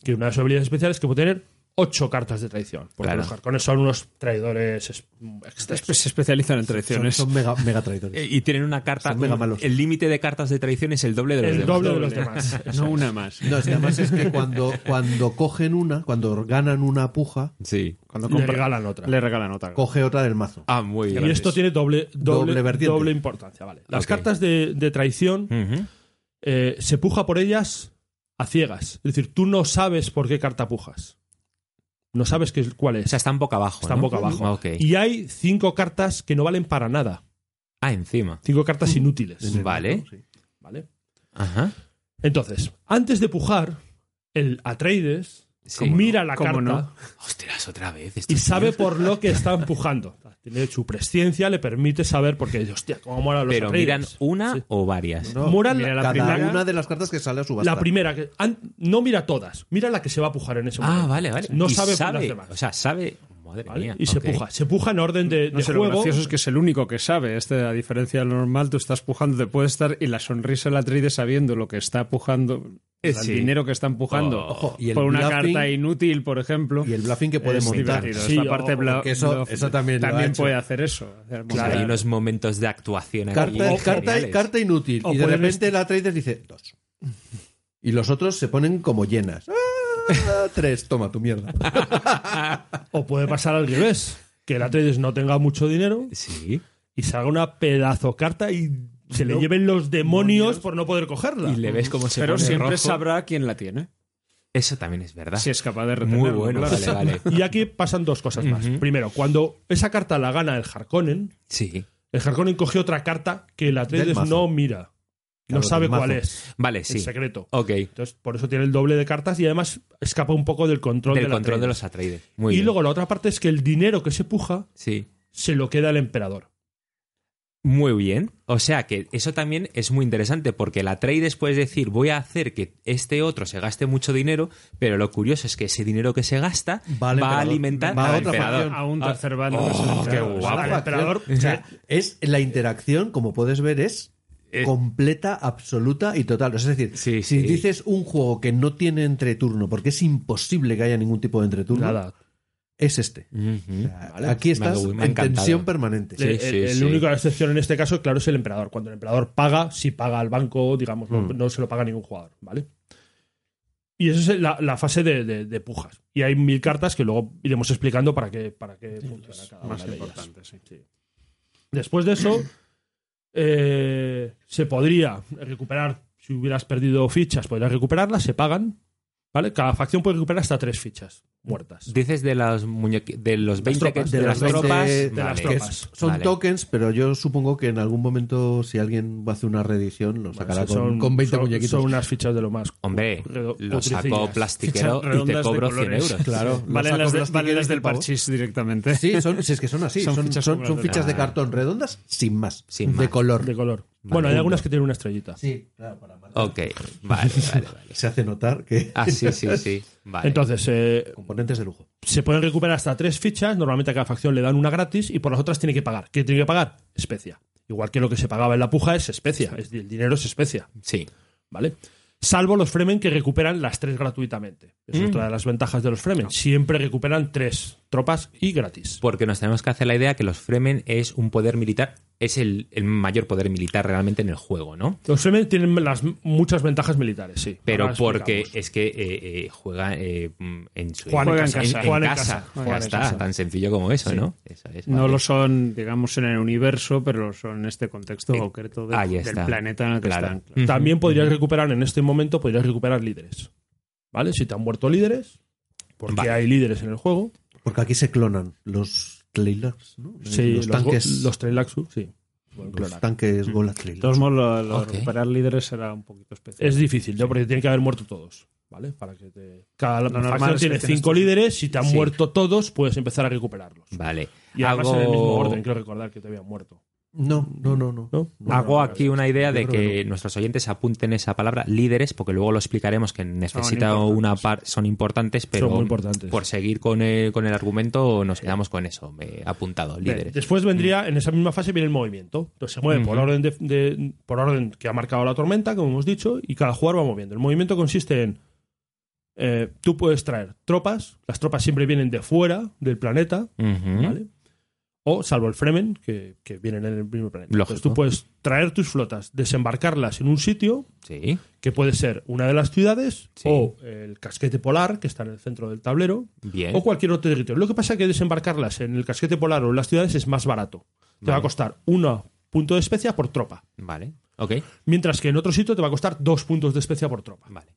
Speaker 4: Que una de sus habilidades especiales es que puede tener ocho cartas de traición. Porque
Speaker 2: Claro.
Speaker 4: los Harkonnen son unos traidores es-
Speaker 5: Se
Speaker 4: excesos.
Speaker 5: se especializan en
Speaker 3: Son,
Speaker 5: traiciones.
Speaker 3: son mega, mega traidores.
Speaker 2: Eh, Y tienen una carta.
Speaker 3: Son mega
Speaker 2: un-
Speaker 3: malos.
Speaker 2: El límite de cartas de traición es el doble de los
Speaker 4: El
Speaker 2: demás.
Speaker 4: doble de los demás.
Speaker 5: no una más.
Speaker 3: No, es que además es que cuando, cuando cogen una, cuando ganan una puja,
Speaker 2: Sí.
Speaker 5: Cuando
Speaker 4: Le
Speaker 5: compra-
Speaker 4: regalan otra.
Speaker 5: le regalan otra.
Speaker 3: coge otra del mazo.
Speaker 2: Ah, muy bien.
Speaker 4: y esto tiene doble, doble,
Speaker 3: Doble vertiente.
Speaker 4: doble importancia. Vale. Las
Speaker 2: Ok.
Speaker 4: cartas de, de traición
Speaker 2: Ujú.
Speaker 4: eh, se puja por ellas a ciegas. Es decir, tú no sabes por qué carta pujas. No sabes qué, es- cuál
Speaker 2: O
Speaker 4: es.
Speaker 2: sea, están boca abajo.
Speaker 4: Están
Speaker 2: ¿no?
Speaker 4: boca abajo.
Speaker 2: Ok.
Speaker 4: Y hay cinco cartas que no valen para nada.
Speaker 2: Ah, encima.
Speaker 4: Cinco cartas inútiles.
Speaker 2: Vale.
Speaker 3: Sí.
Speaker 4: ¿Vale?
Speaker 2: Ajá.
Speaker 4: Entonces, antes de pujar, el Atreides
Speaker 2: Sí.
Speaker 4: mira la
Speaker 5: ¿Cómo
Speaker 4: carta
Speaker 5: no?
Speaker 2: Ostras, otra vez.
Speaker 4: y
Speaker 2: estos
Speaker 4: sabe
Speaker 2: tíos.
Speaker 4: por lo que está empujando. Tiene su presciencia, le permite saber porque, hostia, cómo mola los
Speaker 2: Pero
Speaker 4: Atreides.
Speaker 2: miran una
Speaker 4: Sí.
Speaker 2: o varias.
Speaker 3: No,
Speaker 4: Mora
Speaker 5: mira
Speaker 4: la,
Speaker 5: la
Speaker 3: Cada
Speaker 5: primera-
Speaker 3: una de las cartas que sale a subasta.
Speaker 4: la primera. que- an- no mira todas, mira la que se va a pujar en ese momento.
Speaker 2: Ah, vale, vale.
Speaker 4: No
Speaker 2: Y
Speaker 4: sabe, las demás.
Speaker 2: O sea, sabe. Madre
Speaker 4: ¿vale?
Speaker 2: mía.
Speaker 4: Y se
Speaker 2: ok.
Speaker 4: puja. Se puja en orden de,
Speaker 5: No
Speaker 4: de
Speaker 5: sé, lo
Speaker 4: juego.
Speaker 5: gracioso es que es el único que sabe. Este, a diferencia del normal, tú estás pujando, te puede estar y la sonrisa de la tride sabiendo lo que está pujando,
Speaker 2: Eh,
Speaker 5: el
Speaker 2: sí.
Speaker 5: dinero que están pujando.
Speaker 2: Oh.
Speaker 3: Ojo, y el
Speaker 5: por una
Speaker 3: bluffing-
Speaker 5: carta inútil, por ejemplo.
Speaker 3: Y el bluffing que puede
Speaker 5: es
Speaker 3: montar.
Speaker 5: divertido.
Speaker 4: Sí,
Speaker 5: Esta
Speaker 4: o-
Speaker 5: parte bla-
Speaker 3: porque eso-
Speaker 5: bluff
Speaker 3: eso también lo ha hecho.
Speaker 5: puede hacer eso. hacer
Speaker 2: O sea,
Speaker 5: montar.
Speaker 2: hay unos momentos de actuación aquí.
Speaker 3: Carta,
Speaker 2: geniales.
Speaker 3: carta, carta inútil.
Speaker 4: O
Speaker 3: Y de
Speaker 4: pueden
Speaker 3: repente la trader dice dos. Y los otros se ponen como llenas. Ah, tres, toma tu mierda.
Speaker 4: O puede pasar al revés. Que el Atreides no tenga mucho dinero
Speaker 2: Sí.
Speaker 4: y salga una pedazo carta y se le lleven los demonios por no poder cogerla.
Speaker 2: Y le ves cómo se
Speaker 5: Pero
Speaker 2: pone
Speaker 5: siempre
Speaker 2: rojo.
Speaker 5: sabrá quién la tiene.
Speaker 2: Eso también es verdad.
Speaker 5: Si es capaz de retenerlo.
Speaker 2: Muy bueno.
Speaker 5: claro.
Speaker 2: Vale, vale.
Speaker 4: Y aquí pasan dos cosas más.
Speaker 2: Ujú.
Speaker 4: Primero, cuando esa carta la gana el Harkonnen,
Speaker 2: Sí.
Speaker 4: el Harkonnen cogió otra carta que el
Speaker 3: Del
Speaker 4: Atreides
Speaker 3: mazo.
Speaker 4: no mira. No
Speaker 3: Claro,
Speaker 4: sabe
Speaker 3: del mazo.
Speaker 4: cuál es.
Speaker 2: Vale,
Speaker 4: En
Speaker 2: sí.
Speaker 4: secreto.
Speaker 2: Ok.
Speaker 4: Entonces, por eso tiene el doble de cartas y además escapa un poco del control
Speaker 2: Del
Speaker 4: del
Speaker 2: control de los
Speaker 4: Atreides.
Speaker 2: Atreides. Muy
Speaker 4: y
Speaker 2: bien.
Speaker 4: luego la otra parte es que el dinero que se puja
Speaker 2: Sí.
Speaker 4: se lo queda el emperador.
Speaker 2: Muy bien. O sea que eso también es muy interesante porque la trade puedes decir voy a hacer que este otro se gaste mucho dinero, pero lo curioso es que ese dinero que se gasta
Speaker 3: Va al
Speaker 2: va a
Speaker 3: emperador.
Speaker 2: alimentar
Speaker 3: Va a
Speaker 2: al
Speaker 3: otra
Speaker 2: emperador.
Speaker 5: A
Speaker 4: Ah.
Speaker 5: un tercer bando.
Speaker 2: Oh, qué
Speaker 5: Claro,
Speaker 2: guapo.
Speaker 4: El emperador,
Speaker 3: O sea, es la interacción, como puedes ver, es
Speaker 2: Eh.
Speaker 3: completa, absoluta y total. Es decir,
Speaker 2: Sí,
Speaker 3: si
Speaker 2: sí.
Speaker 3: dices un juego que no tiene entreturno, porque es imposible que haya ningún tipo de entreturno,
Speaker 4: nada.
Speaker 3: es este.
Speaker 2: Ujú.
Speaker 3: O sea, Aquí estás
Speaker 2: Me ha- me ha
Speaker 3: en
Speaker 2: encantado.
Speaker 3: tensión permanente.
Speaker 2: Sí,
Speaker 4: el,
Speaker 2: sí,
Speaker 4: el- el
Speaker 2: sí.
Speaker 4: único excepción en este caso, claro, es el emperador. Cuando el emperador paga, si paga al banco, digamos, no,
Speaker 3: Mm.
Speaker 4: no se lo paga ningún jugador, ¿vale? Y esa es la, la fase de, de- de pujas. Y hay mil cartas que luego iremos explicando para qué, para qué funciona cada una
Speaker 5: más
Speaker 4: de ellas.
Speaker 5: importante, sí.
Speaker 4: Después de eso, eh, se podría recuperar, si hubieras perdido fichas, podrías recuperarlas, se pagan, ¿vale? Cada facción puede recuperar hasta tres fichas.
Speaker 5: muertas.
Speaker 2: Dices de los muñequi- de los 20 que-
Speaker 5: tropas,
Speaker 2: de, las tropas,
Speaker 3: de
Speaker 2: Vale.
Speaker 3: las tropas. Son
Speaker 2: Vale.
Speaker 3: tokens, pero yo supongo que en algún momento, si alguien hace una reedición, lo sacará
Speaker 5: Son-
Speaker 3: con, con 20
Speaker 5: son-
Speaker 3: muñequitos.
Speaker 5: Son unas fichas de lo más.
Speaker 2: Hombre,
Speaker 5: redo-
Speaker 2: lo
Speaker 5: putricillas.
Speaker 2: sacó plastiquero y te cobro 100 euros.
Speaker 3: Claro,
Speaker 4: Valen
Speaker 3: los sacos
Speaker 4: las, de-
Speaker 3: plastiqueros
Speaker 4: valen las
Speaker 3: de
Speaker 4: del
Speaker 3: pavo.
Speaker 4: parchís directamente.
Speaker 3: Sí, son, si es que son así. Son, son- son fichas,
Speaker 4: como las
Speaker 3: de
Speaker 4: la-
Speaker 3: cartón redondas sin más.
Speaker 2: Ah. Sin
Speaker 3: de
Speaker 2: más.
Speaker 3: color.
Speaker 5: De color. Bueno, hay
Speaker 3: Punto.
Speaker 5: algunas que tienen una estrellita.
Speaker 3: Sí, claro, para marcar.
Speaker 2: Ok, vale, vale, vale.
Speaker 3: Se hace notar que.
Speaker 2: Ah, sí, sí, sí. Vale.
Speaker 5: Entonces, eh,
Speaker 3: Componentes de lujo.
Speaker 5: se pueden recuperar hasta tres fichas. Normalmente a cada facción le dan una gratis y por las otras tiene que pagar. ¿Qué tiene que pagar? Especia. Igual que lo que se pagaba en la puja es especia. Es, el dinero es especia.
Speaker 2: sí.
Speaker 5: ¿Vale? Salvo los Fremen que recuperan las tres gratuitamente. Es
Speaker 2: Mm.
Speaker 5: otra de las ventajas de los Fremen. Siempre recuperan tres tropas y gratis.
Speaker 2: Porque nos tenemos que hacer la idea que los Fremen es un poder militar, es el, el mayor poder militar realmente en el juego, ¿no?
Speaker 5: Los Fremen tienen las, muchas ventajas militares, sí.
Speaker 2: Pero
Speaker 5: Ahora
Speaker 2: porque
Speaker 5: explicamos.
Speaker 2: es que eh, eh, juega eh, mm, en su
Speaker 5: Juegan en
Speaker 2: en,
Speaker 5: casa, juegan en casa,
Speaker 2: casa.
Speaker 5: juegan
Speaker 2: Ya
Speaker 5: en
Speaker 2: está,
Speaker 5: casa.
Speaker 2: tan sencillo como eso,
Speaker 5: Sí.
Speaker 2: ¿no? Eso es,
Speaker 4: No
Speaker 2: vale.
Speaker 4: lo son, digamos, en el universo, pero lo son en este contexto
Speaker 2: Eh,
Speaker 4: concreto de-
Speaker 2: ahí
Speaker 4: del
Speaker 2: está.
Speaker 4: planeta en el que
Speaker 2: Claro.
Speaker 4: están.
Speaker 2: Ujú.
Speaker 5: También podrías recuperar en este momento, podrías recuperar líderes. ¿Vale? Si te han muerto líderes, porque
Speaker 2: Vale.
Speaker 5: hay líderes en el juego.
Speaker 3: Porque aquí se clonan los trailers, ¿no?
Speaker 5: Sí,
Speaker 3: los,
Speaker 5: los,
Speaker 3: tanques.
Speaker 5: go- los Trailaxu, sí. Pueden
Speaker 3: los
Speaker 5: clonar.
Speaker 3: tanques Gola
Speaker 4: De
Speaker 3: Trailers.
Speaker 4: todos modos, lo- lo
Speaker 2: Ok.
Speaker 4: recuperar líderes será un poquito especial.
Speaker 5: Es difícil, ¿no? Porque tienen que haber muerto todos. ¿Vale? Para que te... Cada
Speaker 4: Lo normal
Speaker 5: facción
Speaker 4: es que
Speaker 5: tiene
Speaker 4: tienes
Speaker 5: cinco
Speaker 4: tú-
Speaker 5: líderes. Si te han
Speaker 2: Sí.
Speaker 5: muerto todos, puedes empezar a recuperarlos.
Speaker 2: Vale.
Speaker 5: Y además en el mismo orden, creo recordar que te habían muerto.
Speaker 3: No, no, no, no.
Speaker 5: ¿No?
Speaker 2: Hago
Speaker 5: no,
Speaker 2: aquí una idea de
Speaker 3: Yo creo
Speaker 2: que nuestros oyentes apunten esa palabra líderes, porque luego lo explicaremos que necesita
Speaker 4: importantes.
Speaker 2: una par, son importantes, pero
Speaker 5: Son muy importantes.
Speaker 2: por seguir con el, con el argumento nos quedamos con eso, me he apuntado, líderes.
Speaker 5: Después vendría, en esa misma fase, viene el movimiento. Entonces se mueve por,
Speaker 2: Ujú.
Speaker 5: orden de- de- por orden que ha marcado la tormenta, como hemos dicho, y cada jugador va moviendo. El movimiento consiste en. eh, tú puedes traer tropas, las tropas siempre vienen de fuera del planeta,
Speaker 2: Ujú.
Speaker 5: ¿vale? O, salvo el Fremen, que, que vienen en el mismo planeta.
Speaker 2: Lógico.
Speaker 5: Entonces tú puedes traer tus flotas, desembarcarlas en un sitio,
Speaker 2: Sí,
Speaker 5: que puede ser una de las ciudades,
Speaker 2: Sí.
Speaker 5: o el casquete polar, que está en el centro del tablero,
Speaker 2: bien.
Speaker 5: o cualquier otro territorio. Lo que pasa es que desembarcarlas en el casquete polar o en las ciudades es más barato. Te va a
Speaker 2: Vale.
Speaker 5: costar uno punto de especia por tropa.
Speaker 2: Vale, ok,
Speaker 5: Mientras que en otro sitio te va a costar dos puntos de especia por tropa.
Speaker 2: vale.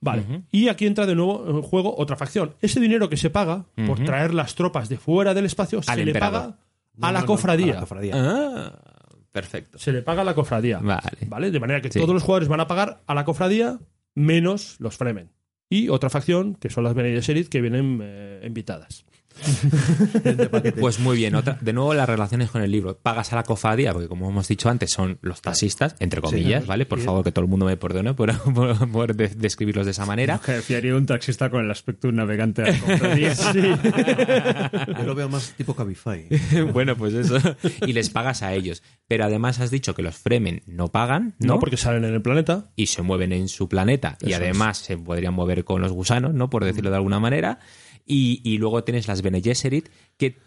Speaker 5: Vale.
Speaker 2: Ujú.
Speaker 5: Y aquí entra de nuevo en juego otra facción. Ese dinero que se paga por
Speaker 2: Ujú.
Speaker 5: traer las tropas de fuera del espacio se
Speaker 2: Al
Speaker 5: le
Speaker 2: emperador.
Speaker 5: paga
Speaker 3: No,
Speaker 5: a la
Speaker 3: no, no,
Speaker 5: cofradía.
Speaker 3: a la cofradía.
Speaker 2: Ah, perfecto.
Speaker 5: Se le paga a la cofradía.
Speaker 2: Vale.
Speaker 5: ¿Vale? De manera que
Speaker 2: Sí.
Speaker 5: todos los jugadores van a pagar a la cofradía menos los Fremen. Y otra facción, que son las Bene Gesserit, que vienen eh, invitadas.
Speaker 3: de paquete.
Speaker 2: Pues muy bien, otra, de nuevo las relaciones con el libro. Pagas a la cofadía, porque como hemos dicho antes, son los taxistas, entre comillas, ¿vale? Por favor, que todo el mundo me perdone por, por- por de- describirlos de esa manera.
Speaker 4: Que fiaría un taxista con el aspecto de un navegante. a la compra.
Speaker 3: Yo lo veo más tipo Cabify.
Speaker 2: bueno, pues eso. Y les pagas a ellos. Pero además has dicho que los Fremen no pagan, ¿no?
Speaker 5: ¿No? Porque salen en el planeta.
Speaker 2: y se mueven en su planeta y
Speaker 5: Eso
Speaker 2: además se podrían mover con los gusanos, ¿no? Por decirlo de alguna manera. Y, y luego tienes las Bene Gesserit que,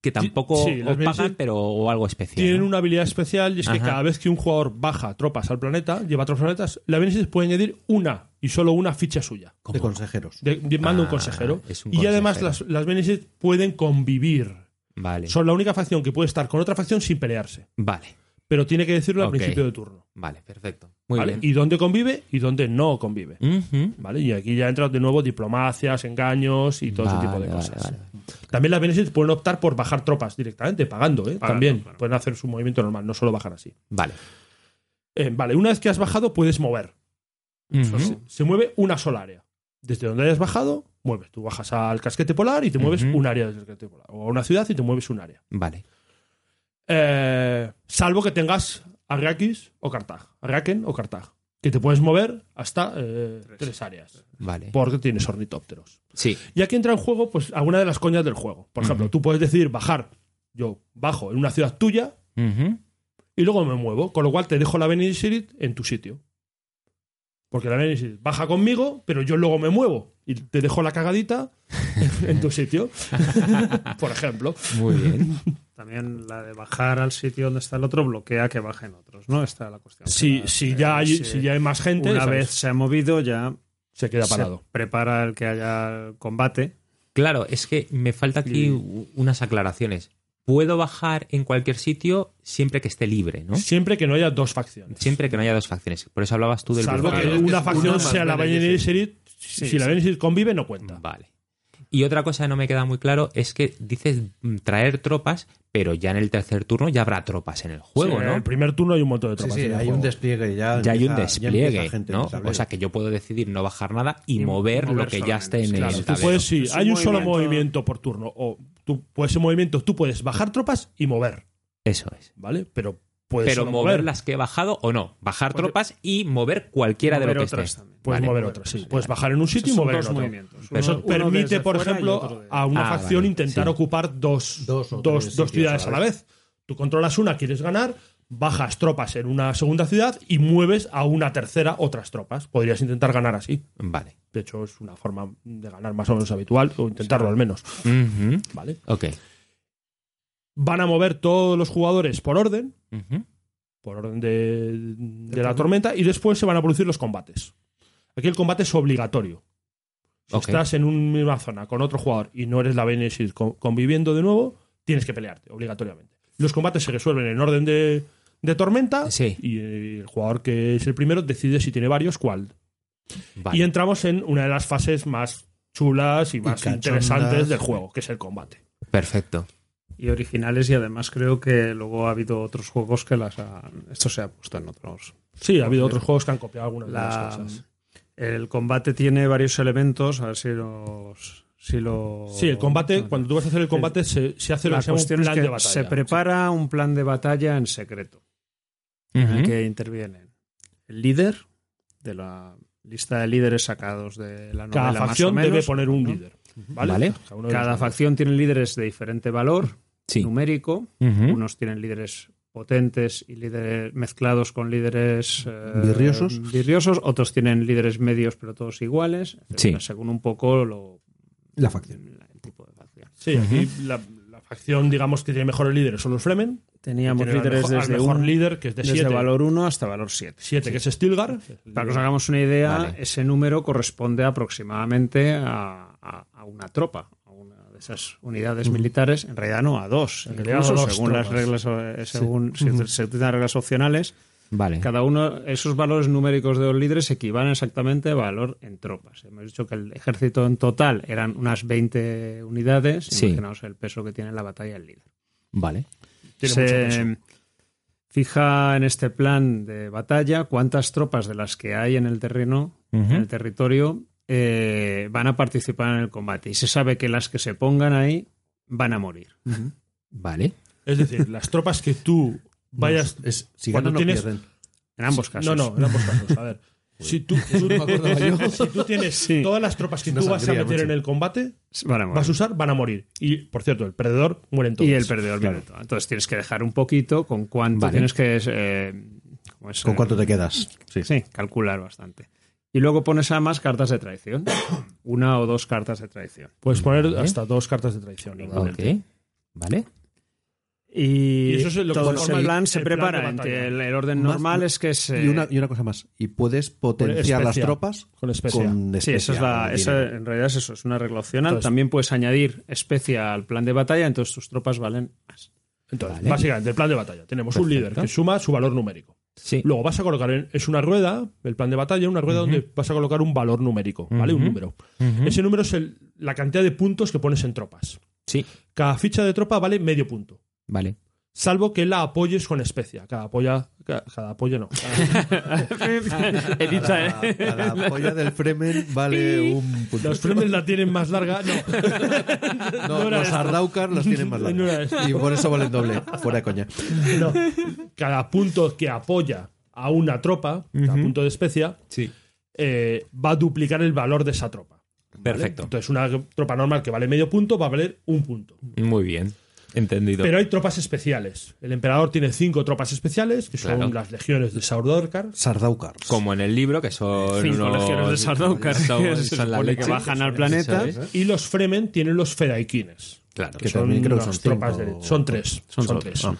Speaker 2: que tampoco
Speaker 5: sí, las
Speaker 2: o
Speaker 5: Bene
Speaker 2: pagan,
Speaker 5: Gesserit
Speaker 2: pero o algo especial.
Speaker 5: Tienen
Speaker 2: ¿no?
Speaker 5: una habilidad especial y es que
Speaker 2: Ajá.
Speaker 5: cada vez que un jugador baja tropas al planeta, lleva tropas al planeta, la Bene Gesserit puede añadir una y solo una ficha suya.
Speaker 3: De consejeros.
Speaker 5: De- de- manda un
Speaker 2: Ah,
Speaker 5: consejero.
Speaker 2: es un
Speaker 5: y además las,
Speaker 2: consejero.
Speaker 5: las Bene Gesserit pueden convivir.
Speaker 2: Vale.
Speaker 5: Son la única facción que puede estar con otra facción sin pelearse.
Speaker 2: Vale.
Speaker 5: Pero tiene que decirlo
Speaker 2: Ok.
Speaker 5: al principio de turno.
Speaker 2: Vale, perfecto. Muy
Speaker 5: ¿vale?
Speaker 2: bien.
Speaker 5: Y dónde convive y dónde no convive.
Speaker 2: Ujú.
Speaker 5: ¿Vale? Y aquí ya entra de nuevo diplomacias, engaños y todo ese tipo
Speaker 2: Vale,
Speaker 5: de
Speaker 2: vale,
Speaker 5: cosas.
Speaker 2: vale.
Speaker 5: También las Benesis pueden optar por bajar tropas directamente, pagando, ¿eh? También pueden hacer su movimiento normal, no solo bajar así.
Speaker 2: Vale.
Speaker 5: Eh, vale, una vez que has bajado, puedes mover.
Speaker 2: Ujú.
Speaker 5: Se, se mueve una sola área. Desde donde hayas bajado, mueves. Tú bajas al casquete polar y te mueves
Speaker 2: Ujú.
Speaker 5: un área del casquete polar. O a una ciudad y te mueves un área.
Speaker 2: Vale.
Speaker 5: Eh, salvo que tengas Arrakis o Cartag. Arraken o Cartag. Que te puedes mover hasta eh, tres áreas.
Speaker 2: Vale.
Speaker 5: Porque tienes ornitópteros.
Speaker 2: Sí.
Speaker 5: Y aquí entra en juego, pues, alguna de las coñas del juego. Por ejemplo,
Speaker 2: Ujú.
Speaker 5: tú puedes decidir bajar, yo bajo en una ciudad tuya
Speaker 2: Ujú.
Speaker 5: y luego me muevo, con lo cual te dejo la Bene Gesserit en tu sitio. Porque la Bene Gesserit baja conmigo, pero yo luego me muevo y te dejo la cagadita en tu sitio, por ejemplo.
Speaker 2: Muy bien.
Speaker 4: También la de bajar al sitio donde está el otro bloquea que bajen otros, ¿no? Esta es la cuestión.
Speaker 5: Si,
Speaker 4: Será-
Speaker 5: si,
Speaker 4: eh,
Speaker 5: ya hay,
Speaker 4: si
Speaker 5: si ya hay más gente,
Speaker 4: una
Speaker 5: ¿sabes?
Speaker 4: vez se ha movido, ya
Speaker 5: se queda parado.
Speaker 4: se prepara el que haya combate.
Speaker 2: Claro, es que me falta aquí u- unas aclaraciones. Puedo bajar en cualquier sitio siempre que esté libre, ¿no?
Speaker 5: Siempre que no haya dos facciones.
Speaker 2: Siempre que no haya dos facciones. Por eso hablabas tú del
Speaker 5: Salvo que
Speaker 2: bloqueo.
Speaker 5: una
Speaker 3: Es
Speaker 5: facción
Speaker 3: una más
Speaker 5: sea la
Speaker 3: Bene
Speaker 5: Bene
Speaker 3: Gesserit.
Speaker 5: Gesserit, si la Bene Gesserit convive, no cuenta.
Speaker 2: Vale. Y otra cosa que no me queda muy claro es que dices mm, traer tropas, pero ya en el tercer turno ya habrá tropas en el juego,
Speaker 4: Sí, ¿eh? En
Speaker 2: ¿no?
Speaker 4: el primer turno hay un montón de tropas.
Speaker 3: sí,
Speaker 4: en el
Speaker 3: hay
Speaker 4: juego.
Speaker 3: un despliegue ya.
Speaker 2: ya hay un
Speaker 3: empieza- ya
Speaker 2: despliegue,
Speaker 3: empieza gente en
Speaker 2: ¿no?
Speaker 3: el tablero.
Speaker 2: O sea que yo puedo decidir no bajar nada y, mover,
Speaker 1: mover
Speaker 2: lo que ya esté en
Speaker 4: Claro,
Speaker 2: el
Speaker 4: tú
Speaker 2: tablero.
Speaker 4: puedes, sí,
Speaker 1: Es un
Speaker 4: hay un solo
Speaker 1: movimiento-
Speaker 4: movimiento por turno. O tú, pues ese movimiento, tú puedes bajar tropas y mover,
Speaker 2: Eso es.
Speaker 4: ¿vale? Pero puedes
Speaker 2: Pero
Speaker 4: solo
Speaker 2: mover, las que he bajado o no. Bajar
Speaker 4: Porque-
Speaker 2: tropas y mover cualquiera de
Speaker 1: Mover
Speaker 2: lo que
Speaker 1: otras
Speaker 2: esté.
Speaker 1: también.
Speaker 4: Puedes
Speaker 2: Vale.
Speaker 4: mover otras, sí. Puedes bajar en un sitio y
Speaker 1: Son
Speaker 4: mover en
Speaker 1: dos
Speaker 4: otro.
Speaker 1: movimientos. Uno-
Speaker 4: Eso
Speaker 1: uno
Speaker 4: permite,
Speaker 1: desde
Speaker 4: por
Speaker 1: fuera y
Speaker 4: ejemplo,
Speaker 1: otro de-
Speaker 4: a una
Speaker 2: Ah,
Speaker 4: facción
Speaker 2: vale,
Speaker 4: intentar
Speaker 2: sí.
Speaker 4: ocupar dos,
Speaker 3: Dos
Speaker 4: dos,
Speaker 3: o tres
Speaker 4: dos
Speaker 3: sitios
Speaker 4: ciudades a la vez. Tú controlas una, quieres ganar, bajas tropas en una segunda ciudad y mueves a una tercera otras tropas. Podrías intentar ganar así.
Speaker 2: Vale.
Speaker 4: De hecho, es una forma de ganar más o menos habitual, o intentarlo al menos.
Speaker 2: Ujú.
Speaker 4: ¿Vale?
Speaker 2: Ok.
Speaker 4: Van a mover todos los jugadores por orden,
Speaker 2: Ujú.
Speaker 4: por orden de, de la tormenta, y después se van a producir los combates. Aquí el combate es obligatorio. Si
Speaker 2: Ok.
Speaker 4: estás en una misma zona con otro jugador y no eres la Beneshid con- conviviendo de nuevo, tienes que pelearte, obligatoriamente. Los combates se resuelven en orden de, de tormenta
Speaker 2: Sí.
Speaker 4: y eh, el jugador que es el primero decide si tiene varios, cuál.
Speaker 2: Vale.
Speaker 4: Y entramos en una de las fases más chulas y más
Speaker 3: cachondas.
Speaker 4: interesantes del juego, que es el combate.
Speaker 2: Perfecto.
Speaker 5: Y originales, y además creo que luego ha habido otros juegos que las han. Esto se ha puesto en otros.
Speaker 4: Sí, ha habido otros juegos que han copiado algunas de
Speaker 5: La-
Speaker 4: las cosas.
Speaker 5: el combate tiene varios elementos, a ver si los. Si lo,
Speaker 4: Sí, el combate, cuando tú vas a hacer el combate, se, se hace lo
Speaker 5: La
Speaker 4: que se llama un
Speaker 5: cuestión es
Speaker 4: plan
Speaker 5: que
Speaker 4: de batalla.
Speaker 5: se prepara un plan de batalla en secreto, en el
Speaker 2: Ujú.
Speaker 5: que intervienen el líder de la lista de líderes sacados de la novela.
Speaker 4: Cada
Speaker 5: más o
Speaker 4: facción debe
Speaker 5: menos,
Speaker 4: poner un
Speaker 5: ¿no?
Speaker 4: líder. ¿Vale?
Speaker 2: Vale.
Speaker 4: O sea, uno de
Speaker 5: Cada
Speaker 4: los-
Speaker 5: facción tiene líderes de diferente valor
Speaker 2: Sí.
Speaker 5: numérico.
Speaker 3: ¿Mm?
Speaker 2: Ujú.
Speaker 5: Unos tienen líderes potentes y líderes mezclados con líderes eh,
Speaker 3: Virriosos.
Speaker 5: virriosos. otros tienen líderes medios pero todos iguales, etcétera,
Speaker 2: Sí.
Speaker 5: según un poco lo,
Speaker 3: La facción.
Speaker 5: el tipo de facción.
Speaker 4: Sí, aquí la, la facción, digamos, que tiene mejores líderes son los Fremen. que
Speaker 5: Teníamos
Speaker 4: tienen al
Speaker 5: líderes
Speaker 4: mejor, al
Speaker 5: desde,
Speaker 4: mejor
Speaker 5: un-
Speaker 4: líder, que es de
Speaker 5: desde
Speaker 4: 7.
Speaker 5: valor 1 hasta valor 7.
Speaker 4: 7, que es Stilgar.
Speaker 5: Para que os hagamos una idea,
Speaker 2: Vale.
Speaker 5: ese número corresponde aproximadamente a, a- a una tropa, a una de esas unidades militares, en realidad no, a dos.
Speaker 4: En realidad
Speaker 5: Incluso
Speaker 4: a dos
Speaker 5: según las
Speaker 4: tropas.
Speaker 5: reglas, eh, según se- se utilizan reglas opcionales,
Speaker 2: Vale.
Speaker 5: cada uno, esos valores numéricos de los líderes equivalen exactamente a valor en tropas. Hemos dicho que el ejército en total eran unas 20 unidades.
Speaker 2: Sí.
Speaker 5: Imaginaos el peso que tiene en la batalla el líder.
Speaker 2: Vale.
Speaker 4: Tiene
Speaker 5: Se
Speaker 4: mucho peso.
Speaker 5: fija en este plan de batalla cuántas tropas de las que hay en el terreno,
Speaker 2: Ujú.
Speaker 5: en el territorio, eh, van a participar en el combate. Y se sabe que las que se pongan ahí van a morir.
Speaker 2: Vale.
Speaker 4: Es decir, las tropas que tú vayas.
Speaker 3: No, es- si
Speaker 4: cuando
Speaker 3: ganan, no
Speaker 4: tienes-
Speaker 3: pierden.
Speaker 5: En ambos casos.
Speaker 4: No, no, en ambos casos. A ver. Si tú, tú-
Speaker 3: me acordaba yo.
Speaker 4: si tú tienes
Speaker 5: Sí.
Speaker 4: todas las tropas que
Speaker 3: Una
Speaker 4: tú vas a
Speaker 3: sangría,
Speaker 4: meter
Speaker 3: macho.
Speaker 4: en el combate,
Speaker 5: Van a morir.
Speaker 4: vas a usar, van a morir. Y, por cierto, el perdedor muere en todas.
Speaker 5: Y el perdedor viene todo. Entonces tienes que dejar un poquito con cuánto
Speaker 2: Vale.
Speaker 5: tienes que. eh, ¿cómo es? Eh,
Speaker 3: ¿Con cuánto te quedas? Sí.
Speaker 5: Sí, calcular bastante. Y luego pones además cartas de traición. Una o dos cartas de traición.
Speaker 4: Puedes poner
Speaker 2: Vale.
Speaker 4: hasta dos cartas de traición.
Speaker 2: Ok.
Speaker 4: igualmente.
Speaker 2: Vale.
Speaker 5: Y,
Speaker 4: Y eso es lo que
Speaker 5: todo
Speaker 4: conforma
Speaker 5: ese
Speaker 4: el-
Speaker 5: plan se
Speaker 4: el plan
Speaker 5: prepara.
Speaker 4: de batalla.
Speaker 5: entre el, el orden
Speaker 3: Más-
Speaker 5: normal es que se.
Speaker 3: Y, una, y una cosa más. Y puedes potenciar las
Speaker 4: especia.
Speaker 3: tropas
Speaker 4: Con especia.
Speaker 3: con
Speaker 5: Sí, esa
Speaker 3: especia,
Speaker 5: es la,
Speaker 3: con
Speaker 5: esa,
Speaker 3: dinero.
Speaker 5: en realidad es eso, es una regla opcional.
Speaker 4: Entonces-
Speaker 5: También puedes añadir especia al plan de batalla, entonces tus tropas valen más.
Speaker 4: Entonces,
Speaker 2: Vale.
Speaker 4: básicamente, el plan de batalla. Tenemos un
Speaker 2: Perfecto.
Speaker 4: líder que suma su valor numérico.
Speaker 2: Sí.
Speaker 4: Luego vas a colocar en, es una rueda, el plan de batalla, una rueda donde vas a colocar un valor numérico, ¿vale? Un
Speaker 2: Ujú.
Speaker 4: número.
Speaker 2: Ujú.
Speaker 4: Ese número es el- la cantidad de puntos que pones en tropas.
Speaker 2: Sí.
Speaker 4: Cada ficha de tropa vale medio punto.
Speaker 2: Vale.
Speaker 4: Salvo que la apoyes con especia. Cada apoya. Cada, cada apoyo no.
Speaker 5: He dicho,
Speaker 3: A
Speaker 5: ¿eh?
Speaker 3: la, a la polla del Fremen vale un punto.
Speaker 4: Los Fremen la tienen más larga. No.
Speaker 3: No,
Speaker 4: no era
Speaker 3: los
Speaker 4: esto.
Speaker 3: Ardaukar las tienen más
Speaker 4: No era
Speaker 3: largas.
Speaker 4: esto.
Speaker 3: y por eso valen doble. Fuera de coña.
Speaker 4: No. Cada punto que apoya a una tropa, cada
Speaker 2: Ujú.
Speaker 4: punto de especia,
Speaker 2: Sí.
Speaker 4: eh, va a duplicar el valor de esa tropa. ¿vale?
Speaker 2: Perfecto.
Speaker 4: Entonces, una tropa normal que vale medio punto va a valer un punto.
Speaker 2: Muy bien. Entendido.
Speaker 4: Pero hay tropas especiales. El emperador tiene cinco tropas especiales, que son
Speaker 2: Claro.
Speaker 4: las legiones de Saurdorkar.
Speaker 3: Sardaukar.
Speaker 2: Como en el libro, que son
Speaker 5: Cinco
Speaker 2: unos-
Speaker 5: legiones de Sardaukar, que
Speaker 2: Son,
Speaker 5: se
Speaker 2: son la
Speaker 5: supone que
Speaker 2: leche.
Speaker 5: bajan al planeta.
Speaker 3: ¿eh?
Speaker 2: Eso es.
Speaker 4: Y los Fremen tienen los Fedaikines.
Speaker 2: Claro.
Speaker 3: Que también creo que
Speaker 4: unas
Speaker 3: son cinco
Speaker 4: tropas de-
Speaker 3: o-
Speaker 4: son tres. Son,
Speaker 3: Son solo-
Speaker 4: tres.
Speaker 3: ah.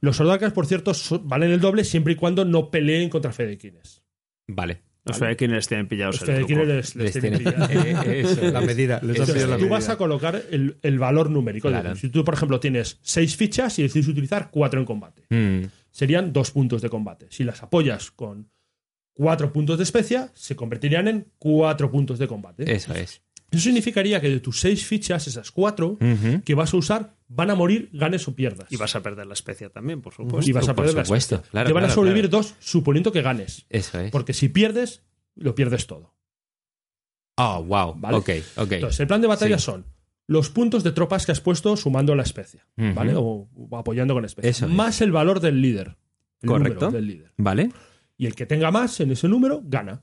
Speaker 4: Los Saurdorkars, por cierto, so- valen el doble siempre y cuando no peleen contra Fedaikines.
Speaker 2: Vale.
Speaker 5: Los Fedequines tienen pillados
Speaker 4: Los
Speaker 5: el truco.
Speaker 4: Fedaikines les, les
Speaker 2: Les
Speaker 4: tienen
Speaker 2: tiene-
Speaker 4: pillado.
Speaker 2: Eh, eso
Speaker 3: La
Speaker 2: es.
Speaker 3: medida. Les han
Speaker 4: Entonces,
Speaker 3: pedido la
Speaker 4: tú
Speaker 3: medida.
Speaker 4: vas a colocar el, el valor numérico. Es
Speaker 2: Claro.
Speaker 4: decir, Si tú, por ejemplo, tienes seis fichas y decides utilizar cuatro en combate,
Speaker 2: Mm,
Speaker 4: serían dos puntos de combate. Si las apoyas con cuatro puntos de especia, se convertirían en cuatro puntos de combate.
Speaker 2: eso es.
Speaker 4: Eso significaría que de tus seis fichas, esas cuatro,
Speaker 2: Ujú.
Speaker 4: que vas a usar van a morir, ganes o pierdas.
Speaker 5: Y vas a perder la especie también, por
Speaker 4: Y vas a
Speaker 2: Por
Speaker 4: perder la
Speaker 2: supuesto,
Speaker 4: especie.
Speaker 2: claro,
Speaker 4: Te van a
Speaker 2: claro,
Speaker 4: sobrevivir
Speaker 2: claro.
Speaker 4: dos, suponiendo que ganes.
Speaker 2: Eso es.
Speaker 4: Porque si pierdes, lo pierdes todo.
Speaker 2: Ah, wow.
Speaker 4: Vale.
Speaker 2: Ok, ok.
Speaker 4: Entonces, el plan de batalla
Speaker 2: Sí.
Speaker 4: son los puntos de tropas que has puesto sumando la especie,
Speaker 2: Ujú.
Speaker 4: ¿vale? O, o apoyando con especie.
Speaker 2: Eso es.
Speaker 4: más el valor del líder. el número
Speaker 2: Correcto.
Speaker 4: del líder.
Speaker 2: Vale.
Speaker 4: Y el que tenga más en ese número, gana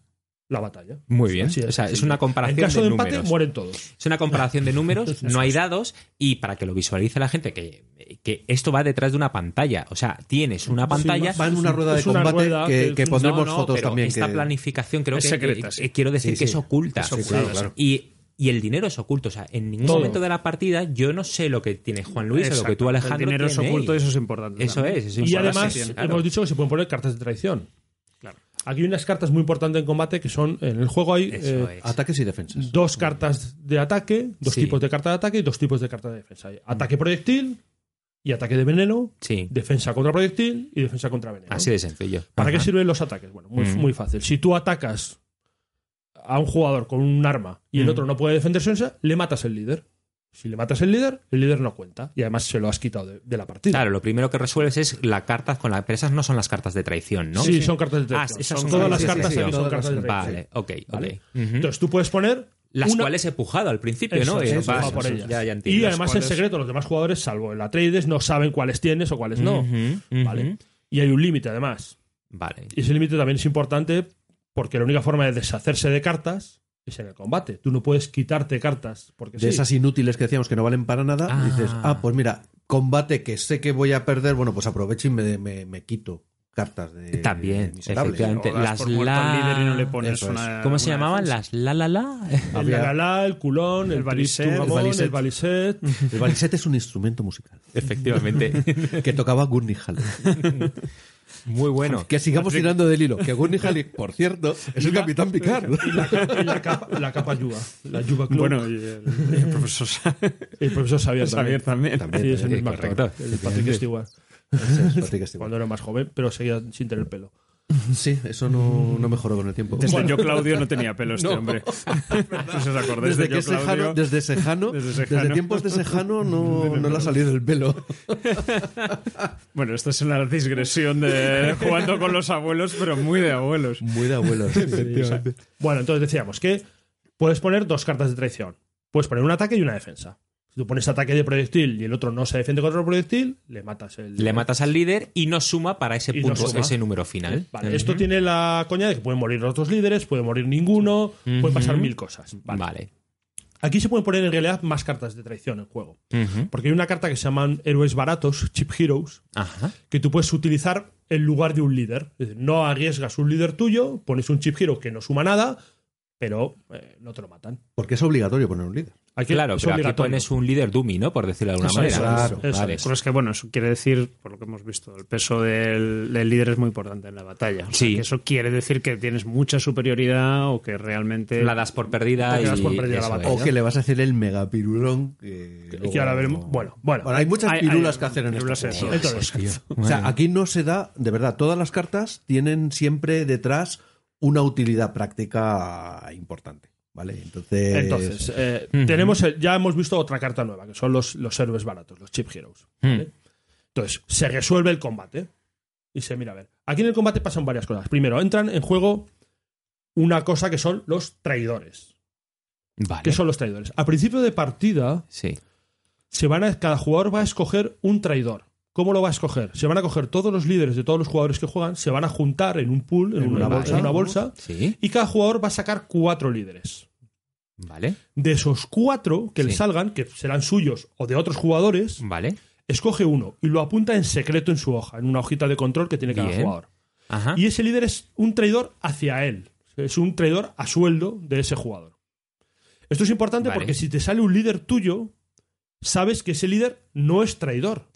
Speaker 4: la batalla.
Speaker 2: Muy bien.
Speaker 4: Así
Speaker 2: O sea, es
Speaker 4: sencillo.
Speaker 2: una comparación
Speaker 4: En caso de,
Speaker 2: de
Speaker 4: empate,
Speaker 2: números.
Speaker 4: mueren todos.
Speaker 2: Es una comparación de números, no hay dados, y para que lo visualice la gente, que, que esto va detrás de una pantalla. O sea, tienes una pantalla.
Speaker 4: más-
Speaker 3: Va en una
Speaker 4: Es
Speaker 3: rueda de
Speaker 4: una
Speaker 3: combate
Speaker 4: rueda
Speaker 3: que,
Speaker 4: que-
Speaker 3: que
Speaker 2: No,
Speaker 3: pondremos
Speaker 2: no,
Speaker 3: fotos
Speaker 2: pero
Speaker 3: también.
Speaker 2: Esta
Speaker 3: que-
Speaker 2: planificación creo
Speaker 5: Es
Speaker 2: que,
Speaker 5: secreta,
Speaker 2: que-
Speaker 5: sí.
Speaker 2: que quiero decir
Speaker 3: Sí,
Speaker 2: que
Speaker 3: sí.
Speaker 2: es oculta.
Speaker 5: Es oculta,
Speaker 2: Sí,
Speaker 5: claro.
Speaker 2: Y, y el dinero es oculto. O sea, en ningún
Speaker 4: Todo.
Speaker 2: momento de la partida yo no sé lo que tiene Juan Luis o lo que tú, Alejandro.
Speaker 5: El dinero es
Speaker 2: tiene
Speaker 5: oculto
Speaker 2: él.
Speaker 5: y eso es importante.
Speaker 2: Eso
Speaker 5: también.
Speaker 2: es. eso es
Speaker 4: Y
Speaker 2: importante.
Speaker 4: además,
Speaker 2: Sí, claro.
Speaker 4: hemos dicho que se pueden poner cartas de traición.
Speaker 5: Claro.
Speaker 4: Aquí hay unas cartas muy importantes en combate que son, en el juego hay
Speaker 2: Eso
Speaker 4: eh,
Speaker 2: es.
Speaker 3: Ataques y defensas.
Speaker 4: dos cartas de ataque, dos
Speaker 2: Sí. Mm.
Speaker 4: tipos de carta de ataque y dos tipos de carta de defensa. Hay Ataque proyectil y ataque de veneno,
Speaker 2: Sí.
Speaker 4: defensa contra proyectil y defensa contra veneno.
Speaker 2: Así de sencillo.
Speaker 4: ¿Para
Speaker 2: Ajá.
Speaker 4: qué sirven los ataques? Bueno, muy,
Speaker 2: Mm.
Speaker 4: muy fácil. Si tú atacas a un jugador con un arma y el
Speaker 2: Mm.
Speaker 4: otro no puede defenderse, o sea, le matas el líder. Si le matas el líder, el líder no cuenta. Y además se lo has quitado de, de la partida.
Speaker 2: Claro, lo primero que resuelves es la carta con la. Pero esas no son las cartas de traición, ¿no?
Speaker 4: Sí, son cartas de
Speaker 2: Ah,
Speaker 4: traición.
Speaker 2: esas
Speaker 4: Son
Speaker 2: son
Speaker 4: todas
Speaker 2: cartas
Speaker 4: las
Speaker 2: de
Speaker 4: cartas
Speaker 2: traición.
Speaker 4: también son cartas de traición.
Speaker 2: Vale, ok, ok.
Speaker 4: Vale.
Speaker 2: Ujú.
Speaker 4: Entonces tú puedes poner.
Speaker 2: Las
Speaker 4: una-
Speaker 2: cuales he pujado al principio,
Speaker 4: Eso
Speaker 2: ¿no?
Speaker 4: es,
Speaker 2: Eh,
Speaker 4: eso,
Speaker 2: vas,
Speaker 4: va por
Speaker 2: eso,
Speaker 4: ellas.
Speaker 2: ya, ya entiendo.
Speaker 4: y
Speaker 2: Las
Speaker 4: además
Speaker 2: cuales-
Speaker 4: en secreto los demás jugadores, salvo el Atreides, no saben cuáles tienes o cuáles no.
Speaker 2: Ujú, ujú.
Speaker 4: ¿Vale? Y hay un límite además.
Speaker 2: Vale.
Speaker 4: Y ese límite también es importante porque la única forma de deshacerse de cartas es en el combate. Tú no puedes quitarte cartas porque
Speaker 3: de
Speaker 4: sí.
Speaker 3: esas inútiles que decíamos que no valen para nada,
Speaker 2: Ah.
Speaker 3: dices, ah, pues mira, combate que sé que voy a perder, bueno, pues aprovecho y me, me- me quito cartas de de
Speaker 2: También,
Speaker 3: miserables.
Speaker 2: efectivamente.
Speaker 5: O das
Speaker 2: Las
Speaker 5: por muerto al líder y no le
Speaker 2: la...
Speaker 5: pones
Speaker 3: Eso es.
Speaker 5: una-
Speaker 2: ¿Cómo se
Speaker 5: una
Speaker 2: llamaban?
Speaker 5: defensa.
Speaker 2: Las la la la.
Speaker 4: El
Speaker 3: Había-
Speaker 4: lagalá, el culón, el,
Speaker 5: baliset,
Speaker 4: baliset,
Speaker 3: el baliset.
Speaker 4: el baliset.
Speaker 3: El balisete es un instrumento musical
Speaker 2: Efectivamente.
Speaker 3: que tocaba Gurney Halleck.
Speaker 2: Muy bueno.
Speaker 3: Que sigamos tirando del hilo, que Gurney Halleck, por cierto, es el capitán Picard.
Speaker 4: Y la, capa- y la capa, la capa yuva. La yuva club.
Speaker 5: Bueno, y el, el profesor Sa-
Speaker 4: el profesor Xavier
Speaker 5: Xavier
Speaker 4: también.
Speaker 5: también.
Speaker 4: Sí, es el
Speaker 2: Sí,
Speaker 4: mismo
Speaker 2: correcto.
Speaker 4: actor. El Patrick Stewart. Cuando era más joven, pero seguía sin tener pelo.
Speaker 3: este Sí, eso no, no mejoró con el tiempo.
Speaker 5: Desde
Speaker 3: Bueno,
Speaker 5: yo Claudio no tenía pelo este hombre. No sé si os acordáis
Speaker 3: desde
Speaker 5: de
Speaker 3: que
Speaker 5: yo Claudio.
Speaker 3: Sejano, desde Sejano,
Speaker 5: Desde
Speaker 3: desde,
Speaker 5: Sejano.
Speaker 3: tiempos de Sejano no, no le ha salido el pelo.
Speaker 5: Bueno, esta es una digresión de jugando con los abuelos, pero muy de abuelos.
Speaker 3: Muy de abuelo. efectivamente.
Speaker 4: Bueno, entonces decíamos que puedes poner dos cartas de traición. Puedes poner un ataque y una defensa. Si tú pones ataque de proyectil y el otro no se defiende contra el proyectil, le matas el.
Speaker 2: Le matas al líder y no suma para ese
Speaker 4: Y no
Speaker 2: punto,
Speaker 4: suma.
Speaker 2: ese número final.
Speaker 4: Vale,
Speaker 2: Ujú.
Speaker 4: Esto tiene la coña de que pueden morir los dos líderes, puede morir ninguno,
Speaker 2: Ujú.
Speaker 4: pueden pasar mil cosas. Vale.
Speaker 2: Vale.
Speaker 4: Aquí se pueden poner en realidad más cartas de traición en juego.
Speaker 2: Ujú.
Speaker 4: Porque hay una carta que se llaman héroes baratos, cheap heroes,
Speaker 2: Ajá.
Speaker 4: que tú puedes utilizar en lugar de un líder. Es decir, no arriesgas un líder tuyo, pones un chip hero que no suma nada, pero eh, no te lo matan.
Speaker 3: Porque es obligatorio poner un líder.
Speaker 4: Aquí
Speaker 2: claro,
Speaker 4: es
Speaker 2: pero aquí
Speaker 4: obligatorio.
Speaker 2: pones un líder dummy, ¿no? Por decirlo de alguna manera.
Speaker 4: Eso es,
Speaker 3: Claro,
Speaker 4: eso
Speaker 2: vale.
Speaker 4: es.
Speaker 5: Pero es que, bueno, eso quiere decir, por lo que hemos visto, el peso del, del líder es muy importante en la batalla. O sea,
Speaker 2: Sí.
Speaker 5: que eso quiere decir que tienes mucha superioridad o que realmente.
Speaker 2: La das por perdida
Speaker 4: Porque
Speaker 2: y
Speaker 4: das por perdida la
Speaker 2: eso
Speaker 4: batalla.
Speaker 2: es.
Speaker 3: O que le vas a hacer el megapirulón. Que,
Speaker 4: Y
Speaker 3: luego
Speaker 4: que ahora
Speaker 3: no-
Speaker 4: veremos. Bueno, bueno.
Speaker 3: Bueno, hay muchas
Speaker 5: Hay- hay
Speaker 3: pirulas que hacer en este
Speaker 5: pirulas en
Speaker 3: juego.
Speaker 5: eso.
Speaker 4: Entonces,
Speaker 3: O sea, aquí no se da, de verdad, todas las cartas tienen siempre detrás una utilidad práctica importante. ¿Vale? Entonces.
Speaker 4: entonces, eh,
Speaker 2: Ujú.
Speaker 4: tenemos el- ya hemos visto otra carta nueva, que son los, los héroes baratos, los chip heroes. ¿vale?
Speaker 2: Mm.
Speaker 4: Entonces, se resuelve el combate. ¿eh? Y se mira, a ver. Aquí en el combate pasan varias cosas. Primero, entran en juego una cosa que son los traidores.
Speaker 2: Vale.
Speaker 4: ¿Qué son los traidores? A principio de partida,
Speaker 2: Sí.
Speaker 4: se van a, cada jugador va a escoger un traidor. ¿Cómo lo va a escoger? Se van a coger todos los líderes de todos los jugadores que juegan, se van a juntar en un pool, en,
Speaker 3: En
Speaker 4: una,
Speaker 3: una
Speaker 4: bolsa,
Speaker 2: bolsa,
Speaker 4: una bolsa,
Speaker 2: Sí.
Speaker 4: y cada jugador va a sacar cuatro líderes.
Speaker 2: Vale.
Speaker 4: De esos cuatro que le
Speaker 2: Sí. Mm.
Speaker 4: salgan, que serán suyos o de otros jugadores,
Speaker 2: Vale.
Speaker 4: escoge uno y lo apunta en secreto en su hoja, en una hojita de control que tiene cada
Speaker 2: Bien.
Speaker 4: jugador.
Speaker 2: Ajá.
Speaker 4: Y ese líder es un traidor hacia él. Es un traidor a sueldo de ese jugador. Esto es importante
Speaker 2: Vale.
Speaker 4: porque si te sale un líder tuyo, sabes que ese líder no es traidor.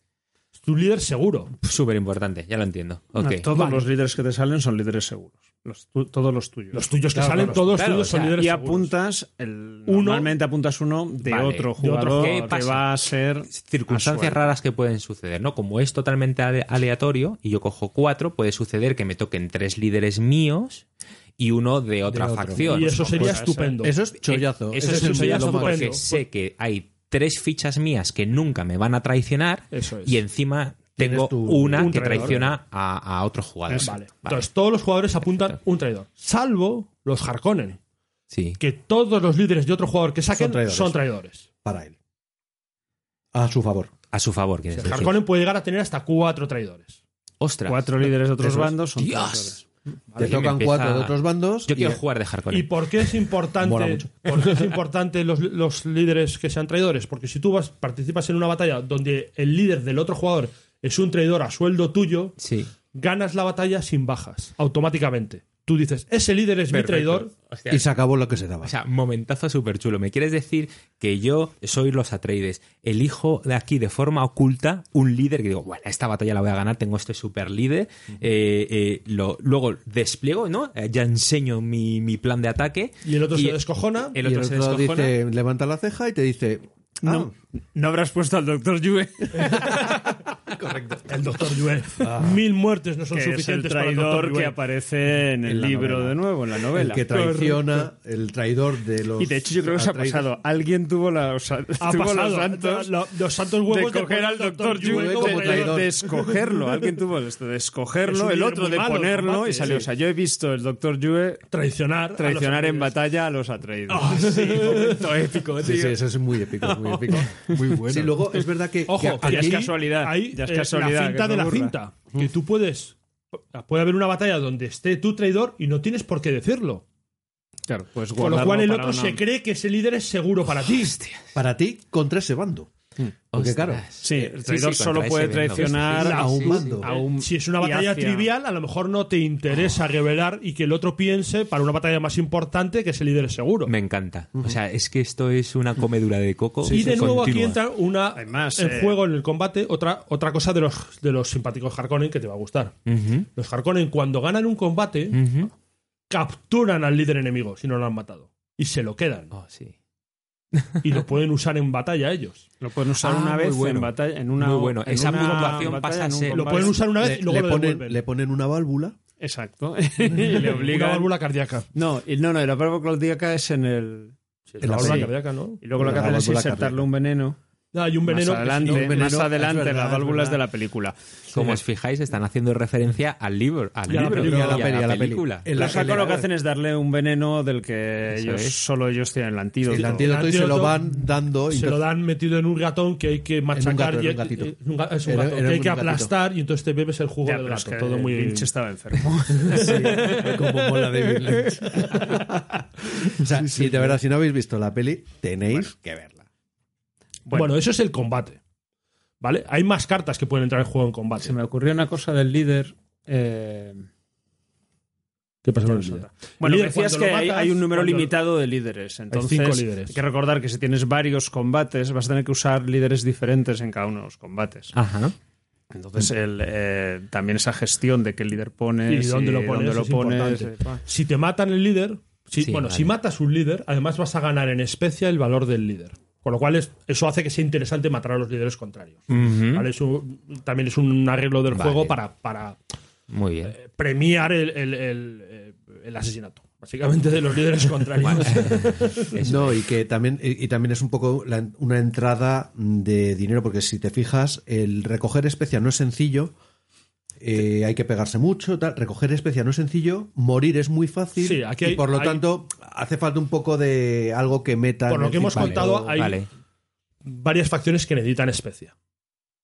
Speaker 4: Es tu líder seguro.
Speaker 2: Súper importante, ya lo entiendo. Ok.
Speaker 5: No, todos los líderes que te salen son líderes seguros. Los tu- todos los tuyos.
Speaker 4: Los tuyos que
Speaker 5: Claro,
Speaker 4: salen,
Speaker 5: claro,
Speaker 4: todos
Speaker 2: claro,
Speaker 4: tuyos
Speaker 2: o
Speaker 4: son
Speaker 2: sea,
Speaker 4: líderes
Speaker 5: y
Speaker 4: seguros.
Speaker 5: apuntas el,
Speaker 4: Uno-
Speaker 5: normalmente apuntas uno de
Speaker 2: Vale,
Speaker 5: otro
Speaker 2: de otro
Speaker 5: jugador
Speaker 2: jugador. ¿Qué
Speaker 5: que
Speaker 2: pasa?
Speaker 5: va a ser
Speaker 2: circunstancias
Speaker 5: a
Speaker 2: raras que pueden suceder, ¿no? Como es totalmente ale- aleatorio y yo cojo cuatro, puede suceder que me toquen tres líderes míos y uno de otra
Speaker 4: De otro.
Speaker 2: facción.
Speaker 4: Y eso sería estupendo.
Speaker 2: Eh,
Speaker 4: Eso es chollazo.
Speaker 2: Eso,
Speaker 4: Eso
Speaker 2: es un
Speaker 4: sería
Speaker 2: chollazo
Speaker 4: estupendo.
Speaker 2: porque sé que hay tres fichas mías que nunca me van a traicionar y encima tengo
Speaker 4: Pues tu-
Speaker 2: una
Speaker 4: un
Speaker 2: que
Speaker 4: traidor.
Speaker 2: traiciona a, a otro jugador.
Speaker 4: Vale. Entonces todos los jugadores apuntan un traidor, salvo los Harkonnen. Que todos los líderes de otro jugador que saquen son traidores.
Speaker 3: Para él. A su favor.
Speaker 2: A su favor,
Speaker 4: O
Speaker 2: quieres
Speaker 4: sea,
Speaker 2: decir.
Speaker 4: Harkonnen puede llegar a tener hasta cuatro traidores.
Speaker 2: Ostras.
Speaker 5: Cuatro líderes de otros
Speaker 2: Eso es.
Speaker 5: bandos son
Speaker 2: Dios.
Speaker 4: Vale,
Speaker 3: tocan
Speaker 2: me
Speaker 3: cuatro de otros bandos
Speaker 2: Yo
Speaker 3: y-
Speaker 2: quiero jugar de
Speaker 4: ¿Y
Speaker 2: Harkonnen.
Speaker 4: por qué es
Speaker 3: Mola
Speaker 4: importante,
Speaker 3: mucho.
Speaker 4: por qué es importante los, los líderes que sean traidores? Porque si tú vas, participas en una batalla donde el líder del otro jugador es un traidor a sueldo tuyo,
Speaker 2: Sí.
Speaker 4: ganas la batalla sin bajas, automáticamente. Tú dices, ese líder es mi
Speaker 2: Perfecto.
Speaker 4: traidor.
Speaker 2: Hostia.
Speaker 3: Y se acabó lo que se daba.
Speaker 2: O sea, momentazo súper chulo. ¿Me quieres decir que yo soy los Atreides? Elijo de aquí de forma oculta un líder que digo, bueno, esta batalla la voy a ganar, tengo este super líder. Eh, eh, lo- luego despliego, ¿no? Eh, ya enseño mi, mi plan de ataque.
Speaker 4: Y el otro se descojona.
Speaker 2: El
Speaker 3: Y
Speaker 2: otro se descojona.
Speaker 3: dice, levanta la ceja y te dice, "Ah,
Speaker 5: No, no habrás puesto al doctor Yue.
Speaker 4: El doctor Yue. Mil muertes no son
Speaker 5: que es el
Speaker 4: suficientes para el
Speaker 5: traidor
Speaker 4: Dr. Yue.
Speaker 5: que aparece en el
Speaker 3: En la
Speaker 5: libro
Speaker 3: novela.
Speaker 5: de nuevo, en la novela.
Speaker 3: el que traiciona, el traidor de los...
Speaker 5: Y de hecho yo creo que se ha
Speaker 3: atraídos".
Speaker 5: pasado. Alguien tuvo, la, o sea,
Speaker 4: Ha
Speaker 5: tuvo
Speaker 4: pasado.
Speaker 5: los santos
Speaker 4: Lo- los santos huevos
Speaker 5: de
Speaker 4: de
Speaker 5: coger
Speaker 4: poner
Speaker 5: al doctor Yue,
Speaker 4: Yue
Speaker 5: de-
Speaker 4: como
Speaker 5: de,
Speaker 4: traidor.
Speaker 5: de escogerlo. Alguien tuvo esto de
Speaker 4: Es un
Speaker 5: escogerlo, el
Speaker 4: líder
Speaker 5: otro
Speaker 4: muy
Speaker 5: de
Speaker 4: malo,
Speaker 5: ponerlo
Speaker 4: combate,
Speaker 5: y salió.
Speaker 4: sí.
Speaker 5: O sea, yo he visto el doctor Yue
Speaker 4: Traicionar. a los
Speaker 5: traicionar en
Speaker 4: Atreides.
Speaker 5: batalla a los atraídos.
Speaker 4: Ah, sí, momento
Speaker 5: épico, tío.
Speaker 3: Sí, sí, eso es muy épico, es muy épico. Muy bueno. Sí, luego es verdad que...
Speaker 4: Ojo,
Speaker 3: que
Speaker 4: ya
Speaker 3: aquí-
Speaker 5: es casualidad.
Speaker 4: Ahí,
Speaker 5: ya es
Speaker 4: eh,
Speaker 5: casualidad.
Speaker 4: la
Speaker 5: que
Speaker 4: cinta
Speaker 5: es
Speaker 4: de
Speaker 5: una
Speaker 4: la
Speaker 5: burla.
Speaker 4: cinta. Que tú puedes. Puede haber una batalla donde esté tu traidor y no tienes por qué decirlo.
Speaker 5: Claro, pues
Speaker 4: Con lo
Speaker 5: guardarlo
Speaker 4: cual el
Speaker 5: para
Speaker 4: otro
Speaker 5: una-
Speaker 4: se cree que ese líder es seguro para ti.
Speaker 3: para ti contra ese bando. Porque claro,
Speaker 5: Sí, el
Speaker 2: Sí, sí,
Speaker 5: traidor
Speaker 2: contra
Speaker 5: solo
Speaker 2: ese
Speaker 5: puede
Speaker 2: vendo.
Speaker 5: traicionar
Speaker 4: Sí, sí, sí.
Speaker 5: a
Speaker 3: a un
Speaker 5: un.
Speaker 3: bando.
Speaker 5: a un-
Speaker 4: Si es una
Speaker 5: y
Speaker 4: batalla
Speaker 5: hacia-
Speaker 4: trivial, a lo mejor no te interesa revelar y que el otro piense para una batalla más importante que ese líder es seguro.
Speaker 2: Me encanta. O sea, es que esto es una comedura de coco.
Speaker 4: y de nuevo aquí
Speaker 2: continua.
Speaker 4: entra una
Speaker 5: Además,
Speaker 4: en
Speaker 5: eh,
Speaker 4: juego en el combate otra otra cosa de los de los simpáticos Harkonnen que te va a gustar.
Speaker 2: Ujú,
Speaker 4: Los Harkonnen cuando ganan un combate
Speaker 5: Mm.
Speaker 2: ujú.
Speaker 4: capturan al líder enemigo si no lo han matado y se lo quedan
Speaker 2: Oh, sí.
Speaker 4: y lo pueden usar en batalla ellos.
Speaker 5: Lo pueden usar
Speaker 2: Ah,
Speaker 5: una
Speaker 2: muy
Speaker 5: vez
Speaker 2: bueno.
Speaker 5: en batalla. En una,
Speaker 2: Muy bueno.
Speaker 5: en
Speaker 2: Esa
Speaker 5: una
Speaker 2: puntuación
Speaker 5: batalla,
Speaker 2: pasa a
Speaker 5: en un
Speaker 2: ser-
Speaker 4: Lo
Speaker 5: combate.
Speaker 4: pueden usar una vez
Speaker 3: le,
Speaker 4: y luego
Speaker 3: le
Speaker 4: lo
Speaker 3: ponen,
Speaker 4: devuelven.
Speaker 3: le ponen una válvula.
Speaker 5: Exacto. y le
Speaker 4: Una
Speaker 5: obligan.
Speaker 4: válvula cardíaca.
Speaker 5: No, y no, no, y la prueba cardíaca es en el.
Speaker 4: La
Speaker 3: la
Speaker 4: válvula
Speaker 5: sí.
Speaker 4: cardíaca, ¿no?
Speaker 5: Y luego lo que
Speaker 3: La
Speaker 5: hacen es
Speaker 3: válvula
Speaker 5: insertarle
Speaker 3: cardíaca.
Speaker 5: un veneno.
Speaker 4: Ah, Hay un veneno.
Speaker 5: más
Speaker 4: que si
Speaker 5: adelante,
Speaker 4: no-
Speaker 3: un veneno,
Speaker 5: más
Speaker 3: es
Speaker 5: adelante
Speaker 3: verdad,
Speaker 5: las
Speaker 3: es
Speaker 5: válvulas
Speaker 3: verdad.
Speaker 5: de la película.
Speaker 2: Como os fijáis, están haciendo referencia al libro, al
Speaker 4: Y a la
Speaker 2: libro
Speaker 4: película.
Speaker 2: y a la,
Speaker 3: Y a la peli.
Speaker 2: película.
Speaker 3: El- En la
Speaker 5: Los saco
Speaker 3: pelea,
Speaker 5: lo que
Speaker 3: ¿eh?
Speaker 5: hacen es darle un veneno del que
Speaker 2: Eso
Speaker 5: ellos,
Speaker 2: es.
Speaker 5: solo ellos tienen el antídoto.
Speaker 3: El antídoto y se lo
Speaker 4: antídoto
Speaker 3: van dando. y
Speaker 4: se lo dan metido en un gatón que hay que machacar
Speaker 3: gato,
Speaker 4: y
Speaker 3: era un gatito.
Speaker 4: es un ga- es un
Speaker 3: Era-
Speaker 4: gato,
Speaker 3: era
Speaker 4: que hay
Speaker 3: un
Speaker 4: que
Speaker 3: gatito.
Speaker 4: aplastar y entonces te bebes el jugo
Speaker 5: Ya,
Speaker 4: del
Speaker 5: pero es
Speaker 4: gato
Speaker 5: que
Speaker 4: todo muy
Speaker 5: Lynch estaba enfermo.
Speaker 3: como mola David Lynch. o sea, si de verdad, si no habéis visto la peli, tenéis que verla.
Speaker 4: bueno. eso es el combate vale hay más cartas que pueden entrar en juego en combate
Speaker 5: Se me ocurrió una cosa del líder. eh,
Speaker 4: qué pasa con el
Speaker 5: Nosotros.
Speaker 4: líder?
Speaker 5: Bueno,
Speaker 4: El líder,
Speaker 5: decías
Speaker 4: cuando
Speaker 5: que
Speaker 4: lo
Speaker 5: hay,
Speaker 4: matas,
Speaker 5: hay un número
Speaker 4: cuando-
Speaker 5: limitado de líderes. Entonces,
Speaker 4: cinco líderes.
Speaker 5: hay que recordar que si tienes varios combates, vas a tener que usar líderes diferentes en cada uno de los combates.
Speaker 2: Ajá.
Speaker 5: Entonces, el, eh, también esa gestión de qué líder pones
Speaker 4: Y dónde lo pones, es
Speaker 5: pones,
Speaker 4: importante.
Speaker 5: eh, pa.
Speaker 4: si te matan el líder si-
Speaker 2: Sí,
Speaker 4: bueno
Speaker 2: vale.
Speaker 4: si matas un líder además vas a ganar en especia el valor del líder con lo cual es- eso hace que sea interesante matar a los líderes contrarios
Speaker 2: Ujú.
Speaker 4: ¿vale? Es un- también es un arreglo del
Speaker 2: Mm. Vale.
Speaker 4: juego para, para
Speaker 2: Muy bien.
Speaker 4: Eh, premiar el, el- el- eh, el asesinato básicamente de los líderes contrarios
Speaker 3: No, y que también, y, y también es un poco la- una entrada de dinero, porque si te fijas, el recoger especia no es sencillo. eh, hay que pegarse mucho, tal. recoger especia no es sencillo, morir es muy fácil
Speaker 4: Sí, aquí hay-
Speaker 3: y por lo
Speaker 4: hay-
Speaker 3: tanto hace falta un poco de algo que meta.
Speaker 4: Por lo que hemos contado, hay
Speaker 2: Vale.
Speaker 4: varias facciones que necesitan especia.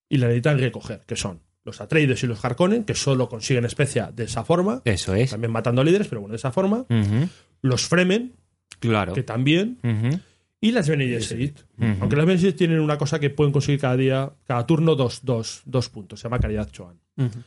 Speaker 4: Y la necesitan recoger, que son los Atreides y los Harkonnen, que solo consiguen especia de esa forma.
Speaker 2: Eso es.
Speaker 4: También matando a líderes, pero bueno, de esa forma.
Speaker 2: Ujú.
Speaker 4: Los Fremen,
Speaker 2: Claro.
Speaker 4: que también.
Speaker 2: Ujú.
Speaker 4: Y las Bene Gesserit.
Speaker 2: Ujú.
Speaker 4: Aunque las Bene Gesserit tienen una cosa que pueden conseguir cada día, cada turno, dos, dos, dos puntos. Se llama Caridad Choan.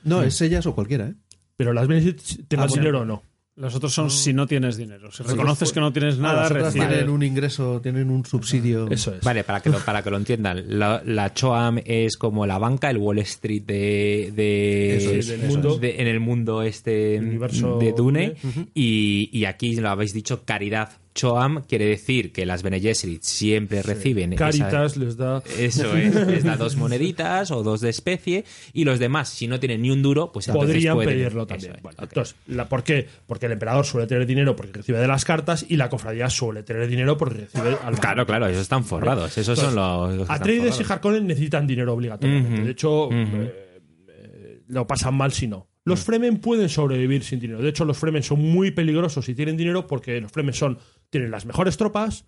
Speaker 3: No, es ellas o cualquiera, ¿eh?
Speaker 4: Pero las Bene Gesserit, tengas
Speaker 3: Ah, bueno.
Speaker 4: dinero o no.
Speaker 5: Los otros son si no tienes dinero. Si reconoces
Speaker 3: pues-
Speaker 5: que no tienes
Speaker 3: Ah,
Speaker 5: nada,
Speaker 3: las otras
Speaker 5: recibes.
Speaker 3: tienen un ingreso, tienen un subsidio.
Speaker 4: Eso es.
Speaker 2: Vale, para que lo, para que lo entiendan, la, la Choam es como la banca, el Wall Street de, de-
Speaker 4: Eso es,
Speaker 2: de-
Speaker 4: del mundo.
Speaker 2: de- en el mundo este
Speaker 4: Universo
Speaker 2: de Dune.
Speaker 4: Dune.
Speaker 2: y, y aquí lo habéis dicho, Caridad Choam quiere decir que las Bene Gesserit siempre reciben esa-
Speaker 4: Caritas les da.
Speaker 2: eso es, les da dos moneditas o dos de especie y los demás, si no tienen ni un duro, pues entonces
Speaker 4: podrían
Speaker 2: pueden-
Speaker 4: pedirlo
Speaker 2: eso
Speaker 4: también.
Speaker 2: es.
Speaker 4: Vale, Entonces, la, ¿por qué? Porque el emperador suele tener dinero porque recibe de las cartas y la cofradía suele tener dinero porque recibe al
Speaker 2: Claro, claro, esos están forrados. Esos son los. los que están
Speaker 4: Atreides Pues, y
Speaker 2: forrados.
Speaker 4: Harkonnen necesitan dinero obligatoriamente.
Speaker 2: Ujú,
Speaker 4: De hecho,
Speaker 2: ujú.
Speaker 4: eh, eh, lo pasan mal si no. Los Fremen pueden sobrevivir sin dinero. De hecho, los Fremen son muy peligrosos si tienen dinero porque los Fremen son, tienen las mejores tropas,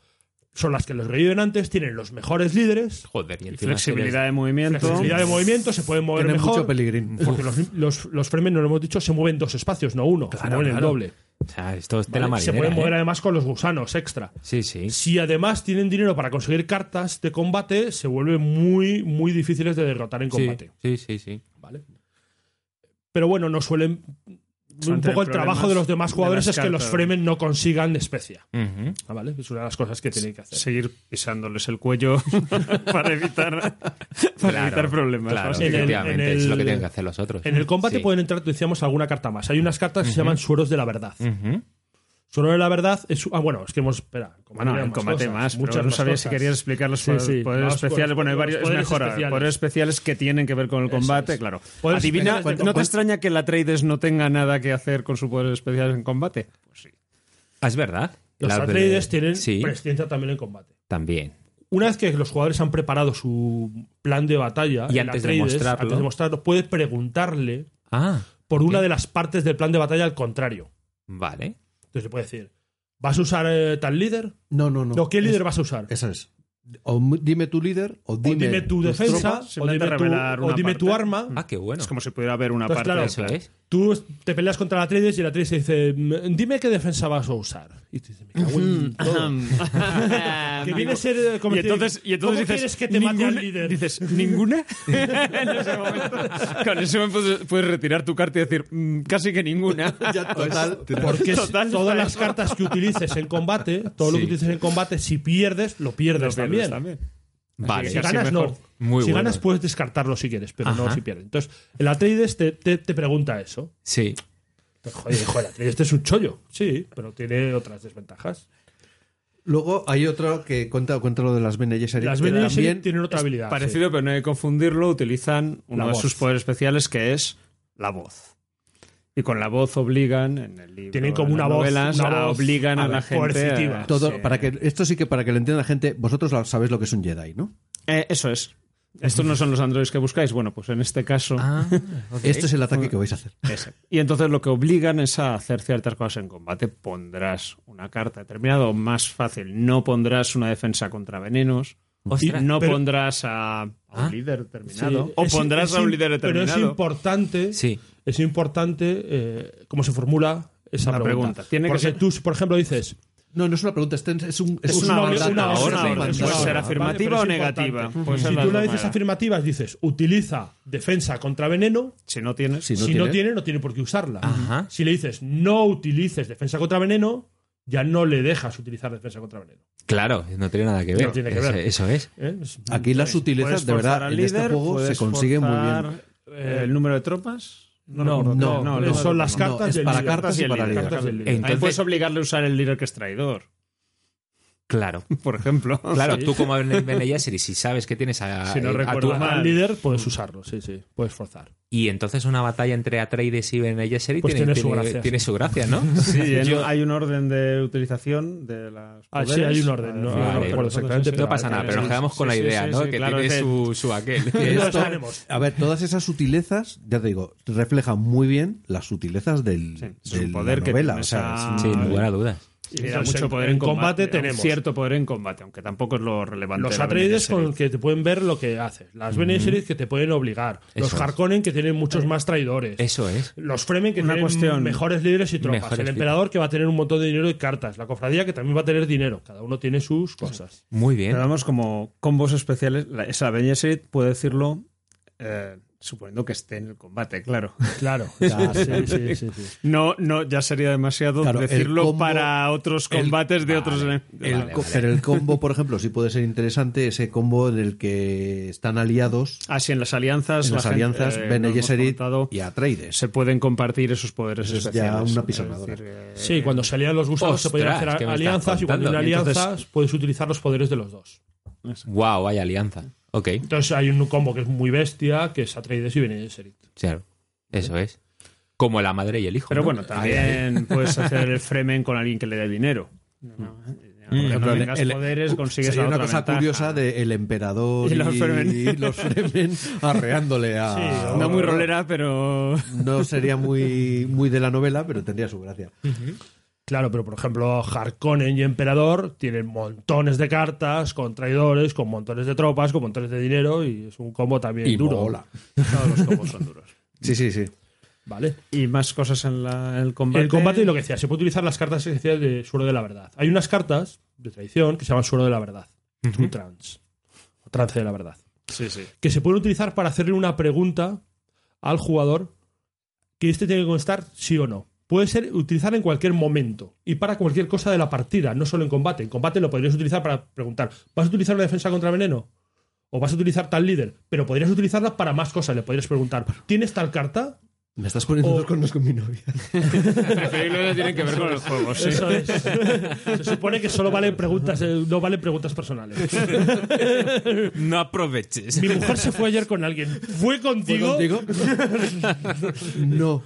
Speaker 4: son las que los reviven antes, tienen los mejores líderes.
Speaker 2: Joder, y
Speaker 4: Y
Speaker 2: encima
Speaker 5: Flexibilidad de movimiento.
Speaker 4: Flexibilidad de movimiento, se pueden mover
Speaker 3: Tienen
Speaker 4: mejor.
Speaker 3: mucho peligrín.
Speaker 4: Porque los, los, los Fremen, no lo hemos dicho, se mueven dos espacios, no uno. se
Speaker 2: Claro,
Speaker 4: mueven
Speaker 2: claro.
Speaker 4: el doble.
Speaker 2: O sea, esto es tela
Speaker 4: ¿vale? Se
Speaker 2: marinera,
Speaker 4: pueden mover
Speaker 2: ¿eh?
Speaker 4: además con los gusanos extra.
Speaker 2: Sí, sí.
Speaker 4: Si además tienen dinero para conseguir cartas de combate, se vuelven muy, muy difíciles de derrotar en
Speaker 2: Sí,
Speaker 4: combate.
Speaker 2: Sí, sí, sí.
Speaker 4: ¿vale? Pero bueno, no suelen. Un
Speaker 5: Suelen tener
Speaker 4: poco el trabajo
Speaker 5: problemas
Speaker 4: de los demás
Speaker 5: de
Speaker 4: jugadores
Speaker 5: las
Speaker 4: es que los
Speaker 5: cartas.
Speaker 4: Fremen no consigan especia.
Speaker 2: Ujú.
Speaker 4: Ah, ¿Vale? Es una de las cosas que tienen que hacer.
Speaker 5: Seguir pisándoles el cuello para evitar, para
Speaker 2: Claro,
Speaker 5: evitar problemas.
Speaker 2: Claro,
Speaker 5: básicamente.
Speaker 2: efectivamente,
Speaker 4: en el-
Speaker 2: es lo que tienen que hacer los otros.
Speaker 4: En el combate
Speaker 2: Sí.
Speaker 4: pueden entrar, decíamos, alguna carta más. Hay unas cartas que se llaman sueros de la verdad.
Speaker 2: Ujú.
Speaker 4: Suero de la verdad es. Ah, bueno, es que hemos. Espera,
Speaker 5: Bueno,
Speaker 4: había
Speaker 5: el combate
Speaker 4: cosas,
Speaker 5: más,
Speaker 4: muchas
Speaker 5: pero no
Speaker 4: más
Speaker 5: sabía si
Speaker 4: cosas.
Speaker 5: querías explicar los
Speaker 4: Sí,
Speaker 5: poderes,
Speaker 4: sí.
Speaker 5: poderes
Speaker 4: Vamos con
Speaker 5: especiales.
Speaker 4: los-
Speaker 5: Bueno, hay
Speaker 4: los
Speaker 5: varios, es
Speaker 4: poderes
Speaker 5: mejor.
Speaker 4: especiales.
Speaker 5: Poderes especiales que tienen que ver con el combate,
Speaker 4: es.
Speaker 5: claro.
Speaker 4: Poderes
Speaker 5: Adivina,
Speaker 4: especiales de
Speaker 5: ¿no te
Speaker 4: combate.
Speaker 5: extraña que el Atreides no tenga nada que hacer con sus poderes especiales en combate?
Speaker 2: Ah, Es verdad.
Speaker 4: Los
Speaker 2: La-
Speaker 4: Atreides tienen
Speaker 2: Sí,
Speaker 4: presencia también en combate.
Speaker 2: también.
Speaker 4: Una vez que los jugadores han preparado su plan de batalla,
Speaker 2: Y
Speaker 4: el
Speaker 2: antes de
Speaker 4: Atreides,
Speaker 2: mostrarlo-
Speaker 4: antes de mostrarlo, puede preguntarle
Speaker 2: Ah,
Speaker 4: por una
Speaker 2: Ok.
Speaker 4: de las partes del plan de batalla al contrario.
Speaker 2: vale.
Speaker 4: Entonces le puede decir, ¿vas a usar eh, tal líder?
Speaker 3: No, no, no.
Speaker 4: No, ¿qué
Speaker 3: Es-
Speaker 4: líder vas a usar?
Speaker 3: Esa es. O m- dime tu líder o
Speaker 4: O
Speaker 3: dime,
Speaker 4: dime tu
Speaker 3: tus
Speaker 4: defensa,
Speaker 3: tropas.
Speaker 5: se
Speaker 4: o
Speaker 5: le han de
Speaker 4: dime, tu,
Speaker 5: revelar
Speaker 4: o
Speaker 5: una
Speaker 4: dime tu
Speaker 5: parte.
Speaker 4: arma.
Speaker 2: Ah, qué bueno.
Speaker 5: Es como si pudiera haber una
Speaker 4: Entonces,
Speaker 5: parte.
Speaker 4: claro,
Speaker 2: Eso es.
Speaker 4: Tú te peleas contra la Atreides y la Atreides te dice, "Mm, dime qué defensa vas a usar. Y tú dices, me cago en todo. Que viene a ser eh, como
Speaker 5: y
Speaker 4: decir,
Speaker 5: entonces, y entonces
Speaker 4: ¿cómo
Speaker 5: dices,
Speaker 4: quieres que te mate al
Speaker 5: "Ninguna",
Speaker 4: líder?
Speaker 5: Dices, ¿ninguna? en ese momento. Con ese momento puedes- puedes retirar tu carta y decir, "Mm, casi que ninguna.
Speaker 3: Ya, total.
Speaker 4: Porque es-
Speaker 5: Total,
Speaker 4: todas
Speaker 5: total.
Speaker 4: las cartas que utilices en combate, todo lo
Speaker 2: Sí.
Speaker 4: que utilices en combate, si pierdes, lo pierdes,
Speaker 5: Lo pierdes
Speaker 4: también.
Speaker 5: también.
Speaker 2: Vale.
Speaker 4: Si
Speaker 5: Casi
Speaker 4: ganas,
Speaker 5: mejor.
Speaker 4: no.
Speaker 2: Muy
Speaker 4: si
Speaker 2: bueno.
Speaker 4: ganas, puedes descartarlo si quieres, pero no
Speaker 2: Ajá.
Speaker 4: si pierdes. Entonces, el Atreides te, te- te pregunta eso.
Speaker 2: Sí.
Speaker 4: Entonces, joder, joder, el Atreides es un chollo. Sí, pero tiene otras desventajas.
Speaker 3: Luego hay otro que cuenta, cuenta lo de las Bene Gesserit,
Speaker 4: Las
Speaker 3: que
Speaker 4: Bene Gesserit
Speaker 3: también-
Speaker 4: tienen otra habilidad.
Speaker 5: Parecido, pero no hay que confundirlo, utilizan uno
Speaker 4: Ah, La
Speaker 5: de
Speaker 4: voz.
Speaker 5: sus poderes especiales que es la voz. Y con la voz obligan en el libro.
Speaker 4: Tienen como
Speaker 5: en las
Speaker 4: una voz-
Speaker 5: novelas,
Speaker 4: una
Speaker 5: a-
Speaker 4: voz,
Speaker 5: obligan a,
Speaker 4: a
Speaker 5: la
Speaker 4: ver,
Speaker 5: gente.
Speaker 4: coercitiva.
Speaker 3: todo,
Speaker 4: Sí.
Speaker 3: para que esto sí que para que lo entienda la gente, vosotros lo- sabéis lo que es un Jedi, ¿no?
Speaker 5: Eh, eso es. Estos no son los androides que buscáis. Bueno, pues en este caso.
Speaker 2: Ah, ok.
Speaker 3: Este es el ataque que vais a hacer.
Speaker 5: Ese. Y entonces lo que obligan es a hacer ciertas cosas en combate. Pondrás una carta determinada o más fácil. No pondrás una defensa contra venenos.
Speaker 2: Ostras.
Speaker 5: y no
Speaker 4: Pero-
Speaker 5: pondrás a, a un
Speaker 2: Ah.
Speaker 5: líder determinado.
Speaker 4: Sí,
Speaker 5: o
Speaker 4: es-
Speaker 5: pondrás
Speaker 4: es
Speaker 5: a un
Speaker 4: im-
Speaker 5: líder determinado.
Speaker 4: Pero es importante,
Speaker 2: Sí.
Speaker 4: es importante eh, cómo se formula esa
Speaker 5: La pregunta.
Speaker 4: pregunta.
Speaker 5: Tiene que
Speaker 4: Porque
Speaker 5: ser-
Speaker 4: tú, por ejemplo, dices,
Speaker 3: No, no es una pregunta, este es un
Speaker 5: Es
Speaker 3: un
Speaker 5: una
Speaker 3: mandato,
Speaker 5: orden, una
Speaker 3: es
Speaker 5: orden,
Speaker 3: un
Speaker 5: una orden.
Speaker 3: mandato.
Speaker 5: Puede ser
Speaker 4: Vale,
Speaker 5: afirmativa
Speaker 4: pero
Speaker 5: o
Speaker 4: Pues es
Speaker 5: negativa.
Speaker 4: importante.
Speaker 5: Puede ser
Speaker 4: si
Speaker 5: las
Speaker 4: tú
Speaker 5: dos
Speaker 4: la dices
Speaker 5: maneras.
Speaker 4: afirmativas, dices utiliza defensa contra veneno.
Speaker 5: Si no tienes.
Speaker 3: Si no
Speaker 4: si
Speaker 3: tiene-
Speaker 4: no tiene, no tiene por qué usarla.
Speaker 2: Ajá.
Speaker 4: Si le dices no utilices defensa contra veneno, ya no le dejas utilizar defensa contra veneno.
Speaker 2: Claro, no tiene nada que ver.
Speaker 4: No tiene que
Speaker 2: Eso-
Speaker 4: ver.
Speaker 2: Eso, es.
Speaker 4: ¿Eh? Es-
Speaker 3: Aquí
Speaker 5: Puedes
Speaker 3: las sutilezas de
Speaker 5: forzar
Speaker 3: verdad
Speaker 5: al
Speaker 3: en este
Speaker 5: líder,
Speaker 3: juego se
Speaker 5: puedes
Speaker 3: consigue muy bien.
Speaker 5: forzar, eh, ¿El número de tropas? recuerdo.
Speaker 3: no, no, no,
Speaker 4: son las
Speaker 3: no,
Speaker 4: cartas
Speaker 3: es
Speaker 4: del
Speaker 3: para
Speaker 4: líder.
Speaker 3: cartas y
Speaker 5: el
Speaker 3: para
Speaker 5: líder.
Speaker 3: líder.
Speaker 4: Cartas del líder.
Speaker 5: Ahí
Speaker 2: Entonces-
Speaker 5: puedes obligarle a usar el líder que es traidor,
Speaker 2: Claro.
Speaker 5: por ejemplo.
Speaker 2: Claro, tú como Bene Bene Gesserit, si sabes que tienes a,
Speaker 5: Si no
Speaker 2: a tu-
Speaker 5: recuerdo mal.
Speaker 4: Al líder puedes usarlo, sí, sí, puedes forzar.
Speaker 2: Y entonces una batalla entre Atreides y Bene Gesserit
Speaker 4: Pues
Speaker 2: tiene,
Speaker 4: tiene su
Speaker 2: tiene-
Speaker 4: gracia.
Speaker 2: tiene su gracia, ¿no?
Speaker 5: Sí, en-
Speaker 2: Yo-
Speaker 5: hay un orden de utilización de las.
Speaker 4: Ah, sí,
Speaker 5: poderes.
Speaker 4: hay un orden, no-
Speaker 5: Ah,
Speaker 4: no
Speaker 5: vale,
Speaker 4: recuerdo
Speaker 5: vale,
Speaker 4: exactamente,
Speaker 5: sí, sí,
Speaker 2: no pasa
Speaker 5: sí,
Speaker 2: nada,
Speaker 5: sí,
Speaker 2: pero nos
Speaker 5: sí,
Speaker 2: quedamos
Speaker 5: sí,
Speaker 2: con la
Speaker 5: sí,
Speaker 2: idea,
Speaker 5: sí,
Speaker 2: ¿no?
Speaker 5: sí,
Speaker 2: que
Speaker 5: claro,
Speaker 2: tiene
Speaker 5: es-
Speaker 2: su, su aquel.
Speaker 3: Que
Speaker 4: No lo
Speaker 3: esto-
Speaker 4: sabremos.
Speaker 3: a ver, todas esas sutilezas, ya te digo, reflejan muy bien las sutilezas del,
Speaker 5: Sí, es
Speaker 3: del-
Speaker 5: un poder
Speaker 3: la
Speaker 5: que
Speaker 3: novela.
Speaker 5: tiene
Speaker 3: o sea,
Speaker 5: esa-
Speaker 3: es-
Speaker 2: Sin lugar a dudas.
Speaker 5: Y le da
Speaker 4: Entonces,
Speaker 5: mucho
Speaker 4: en-
Speaker 5: poder
Speaker 4: en
Speaker 5: en
Speaker 4: combate
Speaker 5: combate.
Speaker 4: tenemos.
Speaker 5: cierto poder en combate, aunque tampoco es lo relevante. de
Speaker 4: Los
Speaker 5: la
Speaker 4: Atreides
Speaker 5: miniserie.
Speaker 4: con que te pueden ver lo que haces. Las Bene Gesserit que te pueden obligar.
Speaker 2: Eso
Speaker 4: Los
Speaker 2: es.
Speaker 4: Harkonnen que tienen muchos más traidores.
Speaker 2: Eso es.
Speaker 4: Los Fremen que
Speaker 5: Una
Speaker 4: tienen
Speaker 5: cuestión-
Speaker 4: mejores líderes y tropas.
Speaker 2: Mejores
Speaker 4: el emperador que va a tener un montón de dinero y cartas. La cofradía que también va a tener dinero. Cada uno tiene sus cosas.
Speaker 2: Muy
Speaker 5: Pero
Speaker 2: bien.
Speaker 5: vamos como combos especiales. la- Esa Benyesit puede decirlo. eh, Suponiendo que esté en el combate, claro.
Speaker 4: Claro.
Speaker 5: Ya,
Speaker 4: sí, sí, sí, sí.
Speaker 5: No, no, ya sería demasiado
Speaker 3: Claro, el
Speaker 5: decirlo
Speaker 3: combo-
Speaker 5: para otros
Speaker 3: el-
Speaker 5: combates de
Speaker 3: Vale,
Speaker 5: otros. Ah,
Speaker 3: el co- Pero el combo, por ejemplo, sí puede ser interesante ese combo en el que están aliados
Speaker 5: Así en las alianzas,
Speaker 3: en las
Speaker 5: la gente-
Speaker 3: alianzas
Speaker 5: eh,
Speaker 3: Bene
Speaker 5: nos hemos
Speaker 3: Gesserit
Speaker 5: contado,
Speaker 3: y Atreides.
Speaker 5: se pueden compartir esos poderes
Speaker 3: Es ya
Speaker 5: especiales.
Speaker 3: una
Speaker 5: Es
Speaker 3: pisonadora.
Speaker 5: decir, eh,
Speaker 4: Sí, cuando salían los gusanos se podían
Speaker 2: Ostras,
Speaker 4: hacer
Speaker 2: ¿qué me
Speaker 4: alianzas
Speaker 2: estás
Speaker 4: y cuando hay
Speaker 2: contando?
Speaker 4: alianzas
Speaker 2: Entonces-
Speaker 4: puedes utilizar los poderes de los dos.
Speaker 2: Wow, hay alianza. Ok,
Speaker 4: Entonces hay un combo que es muy bestia, que es Atreides y Bene Gesserit.
Speaker 2: claro. Eso es. Como la madre y el hijo.
Speaker 5: Pero
Speaker 2: ¿no?
Speaker 5: bueno,
Speaker 2: Ahí, ahí.
Speaker 5: también puedes hacer el fremen con alguien que le dé dinero. No,
Speaker 3: Por
Speaker 5: porque no
Speaker 3: ejemplo, el-
Speaker 5: tengas
Speaker 3: el-
Speaker 5: poderes,
Speaker 3: uh,
Speaker 5: consigues
Speaker 3: sería
Speaker 5: la
Speaker 3: una
Speaker 5: otra
Speaker 3: cosa
Speaker 5: ventaja.
Speaker 3: curiosa de el emperador
Speaker 5: Y
Speaker 3: y,
Speaker 5: los Fremen.
Speaker 3: los Fremen arreándole a
Speaker 5: Sí, no muy rolera, pero.
Speaker 3: No sería muy muy de la novela, pero tendría su gracia.
Speaker 4: Claro, pero por ejemplo, Harkonnen y Emperador tienen montones de cartas con traidores, con montones de tropas, con montones de dinero y es un combo también
Speaker 3: Y
Speaker 4: duro.
Speaker 3: mola.
Speaker 4: Todos los combos son duros.
Speaker 3: Sí, sí, sí.
Speaker 4: Vale.
Speaker 5: Y más cosas en, la- en el combate.
Speaker 4: El combate y lo que decía, se puede utilizar las cartas que decía de Suero de la Verdad. Hay unas cartas de traición que se llaman Suero de la Verdad. Un trance. O trance de la verdad.
Speaker 5: Sí, sí.
Speaker 4: que se pueden utilizar para hacerle una pregunta al jugador que este tiene que contestar sí o no. Puede ser utilizar en cualquier momento y para cualquier cosa de la partida, no solo en combate. En combate lo podrías utilizar para preguntar, ¿vas a utilizar una defensa contra veneno? ¿O vas a utilizar tal líder? Pero podrías utilizarla para más cosas. Le podrías preguntar, ¿tienes tal carta?
Speaker 3: Me estás poniendo
Speaker 4: O-
Speaker 5: Oh.
Speaker 3: dos cornos con mi novia.
Speaker 5: Preferible tienen que ver con los juegos, sí.
Speaker 4: Eso es. Se supone que solo valen preguntas, eh, no valen preguntas personales.
Speaker 2: No aproveches.
Speaker 4: Mi mujer se fue ayer con alguien. ¿Fue contigo?
Speaker 3: ¿Digo? No.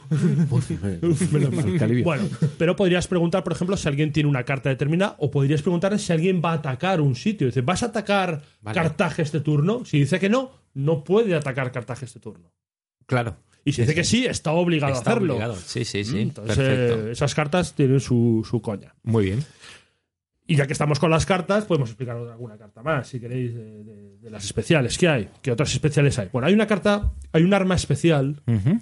Speaker 3: Menos mal, qué alivio.
Speaker 4: Bueno, pero podrías preguntar, por ejemplo, si alguien tiene una carta determinada, o podrías preguntar si alguien va a atacar un sitio. Dice, ¿vas a atacar
Speaker 2: Vale.
Speaker 4: Cartaje este turno? Si dice que no, no puede atacar Cartaje este turno.
Speaker 2: Claro.
Speaker 4: Y si dice que sí, está obligado
Speaker 2: Está
Speaker 4: a hacerlo.
Speaker 2: obligado. Sí, sí,
Speaker 5: Mm,
Speaker 2: sí.
Speaker 4: Entonces,
Speaker 2: Perfecto.
Speaker 4: eh, esas cartas tienen su, su coña.
Speaker 2: Muy bien.
Speaker 4: Y ya que estamos con las cartas, podemos explicar otra- alguna carta más, si queréis, de, de- de las especiales. ¿Qué hay? ¿Qué otras especiales hay? Bueno, hay una carta, hay un arma especial
Speaker 2: Ujú.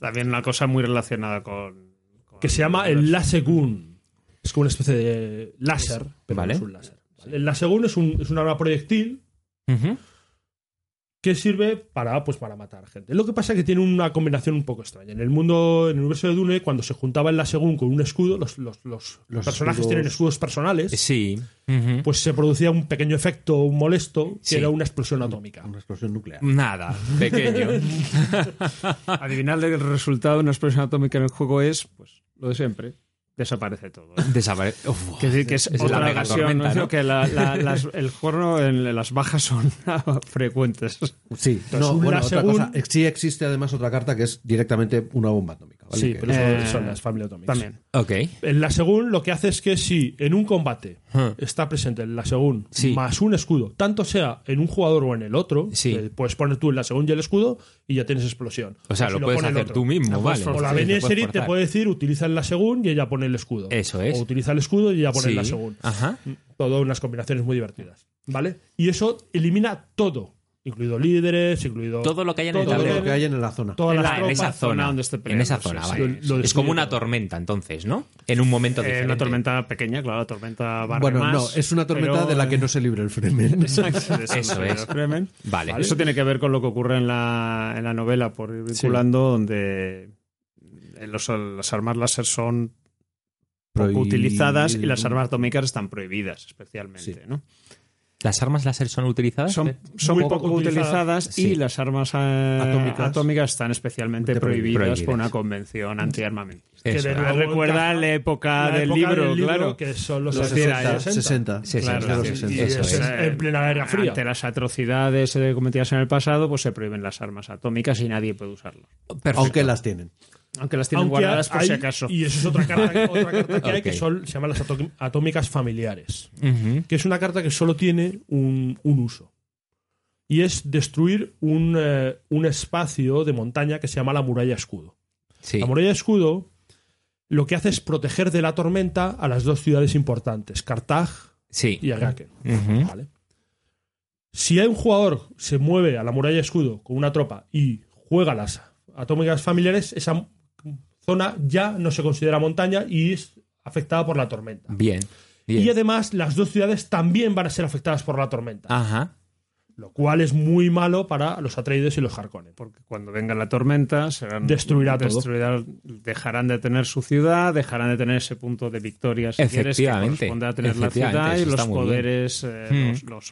Speaker 5: También una cosa muy relacionada con. con-
Speaker 4: que se llama el Lasegun. Es como una especie de láser, pero
Speaker 2: Vale.
Speaker 4: no es un láser. ¿vale? El Lasegun es un, es un arma proyectil
Speaker 2: Ujú.
Speaker 4: que sirve para, pues, para matar gente. Lo que pasa es que tiene una combinación un poco extraña. En el mundo, en el universo de Dune, cuando se juntaba el Lasegun con un escudo, los, los- los
Speaker 3: Los
Speaker 4: personajes
Speaker 3: escudos-
Speaker 4: tienen escudos personales,
Speaker 2: Sí. Ujú.
Speaker 4: pues se producía un pequeño efecto, un molesto, que
Speaker 2: Sí.
Speaker 4: era una explosión atómica.
Speaker 3: Una explosión nuclear.
Speaker 2: Nada. Pequeño.
Speaker 5: Adivinar el resultado de una explosión atómica en el juego es, pues, lo de siempre. Desaparece todo. ¿eh?
Speaker 2: Desaparece. Uf.
Speaker 5: Que decir que es,
Speaker 2: Es la
Speaker 5: otra
Speaker 2: mega
Speaker 5: ocasión,
Speaker 2: tormenta,
Speaker 5: ¿no?
Speaker 2: ¿no?
Speaker 5: que la- la- las- el horno en las bajas son frecuentes.
Speaker 3: Sí,
Speaker 4: Entonces,
Speaker 3: no,
Speaker 4: un
Speaker 3: bueno,
Speaker 4: Lasegun-
Speaker 3: otra cosa. Sí existe además otra carta que es directamente una bomba atómica. ¿vale?
Speaker 4: Sí,
Speaker 3: Que-
Speaker 4: pero son,
Speaker 5: Eh,
Speaker 4: son las Family Atomics.
Speaker 5: También.
Speaker 2: Ok.
Speaker 4: El Lasegun lo que hace es que si en un combate
Speaker 2: Huh.
Speaker 4: está presente el Lasegun
Speaker 2: Sí.
Speaker 4: más un escudo, tanto sea en un jugador o en el otro,
Speaker 2: Sí.
Speaker 4: eh, puedes poner tú el Lasegun y el escudo y ya tienes explosión.
Speaker 2: O sea, lo,
Speaker 4: si
Speaker 2: puedes
Speaker 4: pone el
Speaker 2: hacer
Speaker 4: otro.
Speaker 2: tú mismo,
Speaker 5: Lo puedes
Speaker 2: vale.
Speaker 4: O la
Speaker 2: Sí, lo
Speaker 4: Bene
Speaker 2: puedes
Speaker 4: Gesserit te
Speaker 2: forzar.
Speaker 4: puede decir utiliza el Lasegun y ella pone el escudo.
Speaker 2: Eso es.
Speaker 4: O utiliza el escudo y ella pone
Speaker 2: Sí.
Speaker 4: el Lasegun.
Speaker 2: Ajá.
Speaker 4: Todas unas combinaciones muy divertidas. ¿Vale? Y eso elimina todo, incluido líderes, incluido.
Speaker 2: Todo lo que haya en el
Speaker 4: todo
Speaker 3: Todo
Speaker 2: tablero.
Speaker 3: lo que hay en la zona.
Speaker 4: todas
Speaker 5: En
Speaker 4: las
Speaker 5: la-
Speaker 2: En
Speaker 4: tropas, este
Speaker 2: esa zona.
Speaker 5: donde esté
Speaker 2: en
Speaker 5: peleando,
Speaker 2: esa
Speaker 5: sí,
Speaker 2: zona,
Speaker 5: sí.
Speaker 2: vale.
Speaker 4: Lo- lo
Speaker 2: es como una
Speaker 4: define todo.
Speaker 2: tormenta, entonces, ¿no? En un momento
Speaker 5: Eh,
Speaker 2: diferente.
Speaker 5: una tormenta pequeña, claro, la tormenta barre
Speaker 3: Bueno,
Speaker 5: más,
Speaker 3: no, es una tormenta
Speaker 5: pero-
Speaker 3: de la que no se libre el Fremen.
Speaker 5: Exacto, de esa
Speaker 2: Eso
Speaker 5: manera,
Speaker 2: es.
Speaker 5: Fremen.
Speaker 2: Vale.
Speaker 5: Eso tiene que ver con lo que ocurre en la, en la novela, por ir vinculando, donde eh, los- las armas láser son poco
Speaker 3: Prohi-
Speaker 5: utilizadas y las armas atómicas están prohibidas, especialmente.
Speaker 3: Sí.
Speaker 5: ¿no?
Speaker 2: ¿Las armas láser son utilizadas?
Speaker 5: Son, son
Speaker 4: Muy
Speaker 5: poco,
Speaker 4: poco
Speaker 5: eh, utilizadas
Speaker 2: Sí.
Speaker 5: y las armas eh,
Speaker 3: Atómicas.
Speaker 5: atómicas. están especialmente
Speaker 3: De prohibidas.
Speaker 5: prohibidas, por
Speaker 2: Prohibidas.
Speaker 5: una convención antiarmamentista.
Speaker 4: que
Speaker 2: Eso,
Speaker 4: de
Speaker 2: ah,
Speaker 4: nuevo
Speaker 5: Recuerda
Speaker 4: encaja
Speaker 5: la época,
Speaker 4: la
Speaker 5: del,
Speaker 4: época
Speaker 5: libro, claro.
Speaker 4: que son los,
Speaker 3: Los
Speaker 4: 60,
Speaker 3: 60, 60.
Speaker 2: Sí, sí,
Speaker 5: Claro,
Speaker 3: Los
Speaker 4: y- y
Speaker 3: 60.
Speaker 4: es
Speaker 2: Eso es.
Speaker 4: en plena Guerra Fría.
Speaker 5: Ante las atrocidades eh, cometidas en el pasado, pues se prohíben las armas atómicas y nadie puede usarlas.
Speaker 2: Oh, Perfecto.
Speaker 3: Aunque las tienen.
Speaker 5: Aunque las tienen
Speaker 4: Aunque
Speaker 5: guardadas por
Speaker 4: hay-
Speaker 5: si acaso.
Speaker 4: Y eso es otra carta, otra carta que hay que
Speaker 2: Ok.
Speaker 4: son, se llaman las ató- atómicas familiares.
Speaker 2: Ujú.
Speaker 4: Que es una carta que solo tiene un, un uso. Y es destruir un, eh, un espacio de montaña que se llama la muralla escudo.
Speaker 2: Sí.
Speaker 4: La muralla escudo lo que hace es proteger de la tormenta a las dos ciudades importantes, Cartag
Speaker 2: Sí.
Speaker 4: y Agaken.
Speaker 2: Ujú.
Speaker 4: ¿vale? Si hay un jugador se mueve a la muralla escudo con una tropa y juega las atómicas familiares, esa zona ya no se considera montaña y es afectada por la tormenta.
Speaker 2: Bien.
Speaker 4: Y
Speaker 2: Bien.
Speaker 4: además las dos ciudades también van a ser afectadas por la tormenta.
Speaker 2: Ajá.
Speaker 4: Lo cual es muy malo para los Atreides y los Harkonnen.
Speaker 5: Porque cuando venga la tormenta, serán,
Speaker 4: Destruirá todo.
Speaker 5: destruirá- dejarán de tener su ciudad, dejarán de tener ese punto de victoria, si quieres, que
Speaker 2: Efectivamente.
Speaker 5: corresponde a tener la
Speaker 2: Efectivamente,
Speaker 5: ciudad y
Speaker 2: eso
Speaker 5: los
Speaker 2: está muy bien.
Speaker 5: poderes, eh,
Speaker 2: Hmm.
Speaker 5: los, los
Speaker 4: Entonces,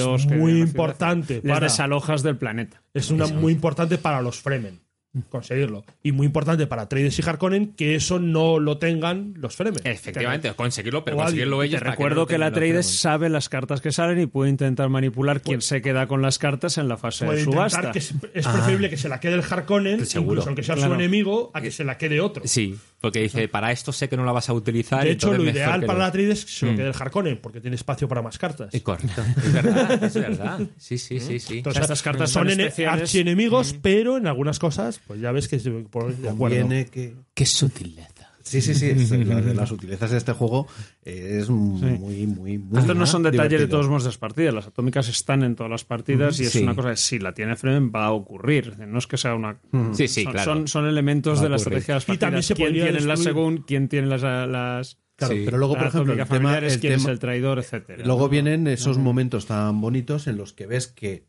Speaker 5: ornitópteros
Speaker 4: es
Speaker 5: que tienen
Speaker 4: muy
Speaker 5: la ciudad.
Speaker 4: importante
Speaker 5: Les
Speaker 4: para-
Speaker 5: desalojas del planeta.
Speaker 4: Es una, muy importante para los Fremen conseguirlo. Y muy importante para Atreides y Harkonnen que eso no lo tengan los Fremen.
Speaker 2: Efectivamente, conseguirlo, pero
Speaker 4: Igual,
Speaker 2: conseguirlo
Speaker 4: te
Speaker 2: ellos.
Speaker 5: Te
Speaker 2: para
Speaker 5: recuerdo
Speaker 2: no
Speaker 5: que, la
Speaker 2: tengan los
Speaker 5: Atreides
Speaker 2: Fremen.
Speaker 5: sabe las cartas que salen y puede intentar manipular quién se queda con las cartas en la fase
Speaker 4: Puede
Speaker 5: de
Speaker 4: intentar
Speaker 5: subasta.
Speaker 4: que es, es preferible que se la quede el Harkonnen,
Speaker 2: Ah. Pues Seguro.
Speaker 4: incluso aunque sea
Speaker 2: Claro.
Speaker 4: su enemigo, a que se la quede otro.
Speaker 2: Sí, porque dice, para esto sé que no la vas a utilizar.
Speaker 4: De hecho,
Speaker 2: entonces
Speaker 4: lo
Speaker 2: mejor
Speaker 4: ideal
Speaker 2: que
Speaker 4: para
Speaker 2: no.
Speaker 4: la Atreides es que se lo
Speaker 2: Mm.
Speaker 4: quede el Harkonnen, porque tiene espacio para más cartas.
Speaker 2: Eh, Correcto, es verdad, es verdad. Sí, sí, sí, sí.
Speaker 4: Entonces,
Speaker 5: estas cartas
Speaker 4: son
Speaker 5: tan
Speaker 4: ene-
Speaker 5: especiales.
Speaker 4: archienemigos,
Speaker 2: Mm.
Speaker 4: pero en algunas cosas, pues ya ves que se ponen de acuerdo.
Speaker 3: Conviene que...
Speaker 2: Qué sutileza.
Speaker 3: Sí, sí, sí. es- la- de las sutilezas de este juego es muy, muy, muy.
Speaker 5: Estos no son detalles de
Speaker 3: divertido.
Speaker 5: todos modos de las partidas. Las atómicas están en todas las partidas
Speaker 3: Ujú,
Speaker 5: y es
Speaker 3: sí.
Speaker 5: una cosa que si la tiene Fremen va a ocurrir. No es que sea una.
Speaker 3: Mm.
Speaker 2: Sí, sí,
Speaker 5: son,
Speaker 2: claro.
Speaker 5: son, son elementos
Speaker 2: Va a
Speaker 5: de la
Speaker 2: ocurrir.
Speaker 5: estrategia de las
Speaker 4: Y también
Speaker 5: partidas.
Speaker 4: se
Speaker 5: ¿Quién
Speaker 4: podría
Speaker 5: tiene las
Speaker 4: destruir-
Speaker 5: según? ¿Quién tiene las. las
Speaker 3: Claro,
Speaker 2: Sí.
Speaker 3: pero luego, por
Speaker 5: la
Speaker 3: ejemplo,
Speaker 5: atómica
Speaker 3: el tema,
Speaker 5: familiar es
Speaker 3: el
Speaker 5: quién es
Speaker 3: tema-
Speaker 5: el traidor, etcétera.
Speaker 3: Luego vienen esos momentos tan bonitos en los que ves que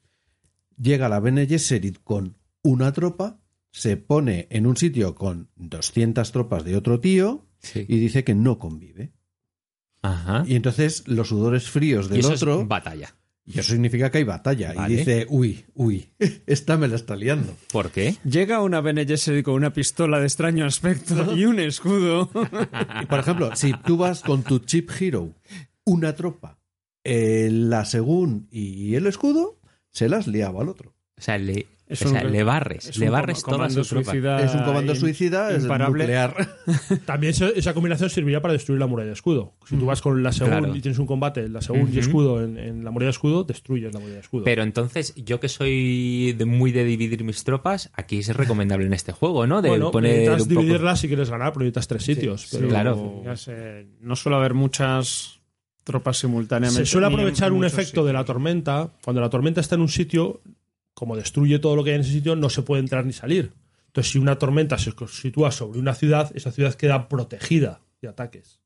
Speaker 3: llega la Bene Gesserit con una tropa, se pone en un sitio con 200 tropas de otro tío
Speaker 2: Sí.
Speaker 3: y dice que no convive.
Speaker 2: Ajá.
Speaker 3: Y entonces los sudores fríos
Speaker 2: Ah. Y
Speaker 3: del
Speaker 2: eso
Speaker 3: otro.
Speaker 2: es batalla.
Speaker 3: y eso significa que hay batalla.
Speaker 2: Vale.
Speaker 3: Y dice, uy, uy, esta me la está liando.
Speaker 2: ¿Por qué?
Speaker 5: Llega una Bene Gesserit con una pistola de extraño aspecto y un escudo.
Speaker 3: Y, por ejemplo, si tú vas con tu Chip Hero, una tropa, eh, la Según y el escudo, se las liaba al otro.
Speaker 2: O sea, le,
Speaker 5: Es
Speaker 2: o sea,
Speaker 5: un-
Speaker 2: le barres,
Speaker 5: es
Speaker 2: le
Speaker 5: un
Speaker 2: barres
Speaker 5: com-
Speaker 2: toda su
Speaker 5: comando
Speaker 2: tropa.
Speaker 5: suicida
Speaker 3: es un comando
Speaker 5: im-
Speaker 3: suicida, es
Speaker 5: imparable.
Speaker 3: nuclear.
Speaker 4: También se- esa combinación servirá para destruir la muralla de escudo. Si tú vas con la Seúl
Speaker 2: Mm. Claro.
Speaker 4: y tienes un combate, la Seúl y
Speaker 2: Ujú.
Speaker 4: escudo en, en la muralla de escudo, destruyes la muralla de escudo.
Speaker 2: Pero entonces, yo que soy de- muy de dividir mis tropas, aquí es recomendable en este juego, ¿no? De
Speaker 4: bueno,
Speaker 2: poner un
Speaker 4: necesitas
Speaker 2: poco-
Speaker 4: dividirla si quieres ganar, pero necesitas tres sitios.
Speaker 5: Sí,
Speaker 4: pero-
Speaker 2: claro.
Speaker 5: Ya sé, no suele haber muchas tropas simultáneamente.
Speaker 4: Se suele
Speaker 5: ni en
Speaker 4: aprovechar un
Speaker 5: muchos
Speaker 4: efecto de la tormenta. Cuando la tormenta está en un sitio, como destruye todo lo que hay en ese sitio, no se puede entrar ni salir. Entonces, si una tormenta se sitúa sobre una ciudad, esa ciudad queda protegida de ataques.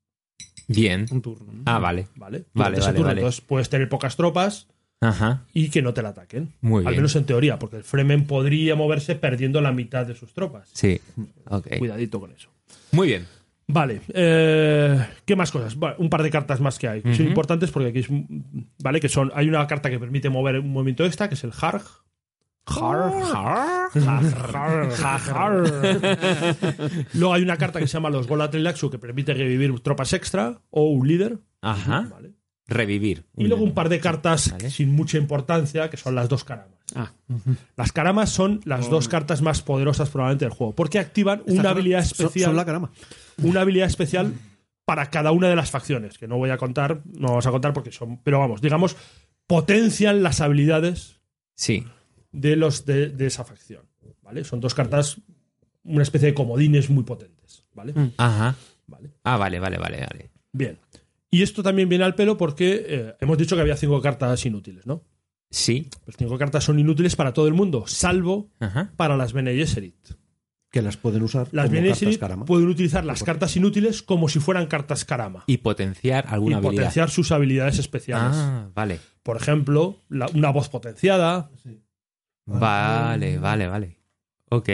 Speaker 2: Bien.
Speaker 5: Un turno. ¿no?
Speaker 2: Ah, vale.
Speaker 4: ¿Vale?
Speaker 2: Vale,
Speaker 4: Durante ese
Speaker 2: vale,
Speaker 4: turno.
Speaker 2: vale.
Speaker 4: Entonces, puedes tener pocas tropas
Speaker 2: Ajá.
Speaker 4: y que no te la ataquen.
Speaker 2: Muy
Speaker 4: Al
Speaker 2: bien.
Speaker 4: menos en teoría, porque el Fremen podría moverse perdiendo la mitad de sus tropas.
Speaker 2: Sí. Ok.
Speaker 4: Cuidadito con eso.
Speaker 2: Muy bien.
Speaker 4: Vale, eh, ¿qué más cosas? Va, un par de cartas más que hay, que son
Speaker 2: Ujú.
Speaker 4: importantes porque aquí es, un- vale, que son, hay una carta que permite mover un movimiento extra, que es el Harg. Ah. Luego hay una carta que se llama los Golatrilaxu que permite revivir tropas extra o un líder.
Speaker 2: Ajá.
Speaker 4: Vale.
Speaker 2: Revivir.
Speaker 4: Y luego un par de cartas
Speaker 2: Ah. Vale.
Speaker 4: sin mucha importancia, que son las dos caramas.
Speaker 5: Ah.
Speaker 4: Las caramas son las dos cartas más poderosas probablemente del juego, porque activan una habilidad
Speaker 3: Son-
Speaker 4: especial
Speaker 3: Son la carama.
Speaker 4: una habilidad especial para cada una de las facciones, que no voy a contar, no vamos a contar porque son, pero vamos, digamos, potencian las habilidades
Speaker 2: Sí.
Speaker 4: de los de, de esa facción, ¿vale? Son dos cartas, una especie de comodines muy potentes, ¿vale?
Speaker 2: Mm. Ajá.
Speaker 4: Vale.
Speaker 2: Ah, vale, vale, vale, vale.
Speaker 4: Bien. Y esto también viene al pelo porque eh, hemos dicho que había cinco cartas inútiles, ¿no?
Speaker 2: Sí.
Speaker 4: Las cinco cartas son inútiles para todo el mundo, salvo
Speaker 2: Ajá.
Speaker 4: para las Bene Gesserit.
Speaker 3: Que las pueden usar
Speaker 4: Las
Speaker 3: como
Speaker 4: Bene
Speaker 3: cartas
Speaker 4: Gesserit
Speaker 3: carama.
Speaker 4: pueden utilizar las cartas inútiles como si fueran cartas karama y,
Speaker 2: Y potenciar alguna habilidad.
Speaker 4: potenciar sus habilidades especiales.
Speaker 2: Ah, vale.
Speaker 4: por ejemplo, la- una voz potenciada.
Speaker 2: Vale, vale, vale. Ok.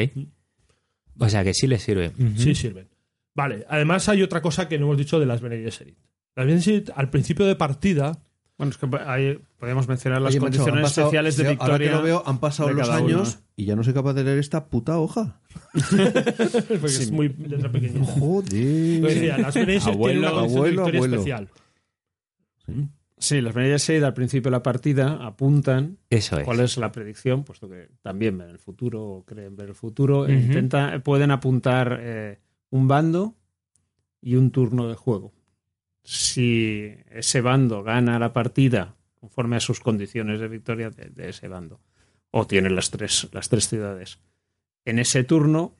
Speaker 2: O sea que sí le sirve. Ujú.
Speaker 4: Sí, sirven. Vale, además hay otra cosa que no hemos dicho de las Bene Gesserit. Las Bene Gesserit, al principio de partida,
Speaker 5: Bueno, es que ahí podemos mencionar las
Speaker 3: Oye, macho,
Speaker 5: condiciones
Speaker 3: han pasado-
Speaker 5: especiales de
Speaker 3: o sea,
Speaker 5: victoria.
Speaker 3: Ahora que lo veo, han pasado
Speaker 5: de
Speaker 3: los
Speaker 5: cada uno.
Speaker 3: años y ya no soy capaz de leer esta puta hoja.
Speaker 4: porque es muy letra pequeñita. Pues
Speaker 3: Joder.
Speaker 4: mira, las Bene Gesserit tienen una
Speaker 3: Abuelo,
Speaker 4: condición de
Speaker 3: abuelo,
Speaker 4: victoria
Speaker 3: abuelo.
Speaker 4: especial.
Speaker 5: Sí, las medidas SAID al principio de la partida apuntan
Speaker 2: Eso es.
Speaker 5: cuál es la predicción, puesto que también ven el futuro o creen ver el futuro.
Speaker 2: Ujú.
Speaker 5: Intenta, pueden apuntar eh, un bando y un turno de juego. Si ese bando gana la partida conforme a sus condiciones de victoria de, de ese bando, o tiene las tres, las tres ciudades, en ese turno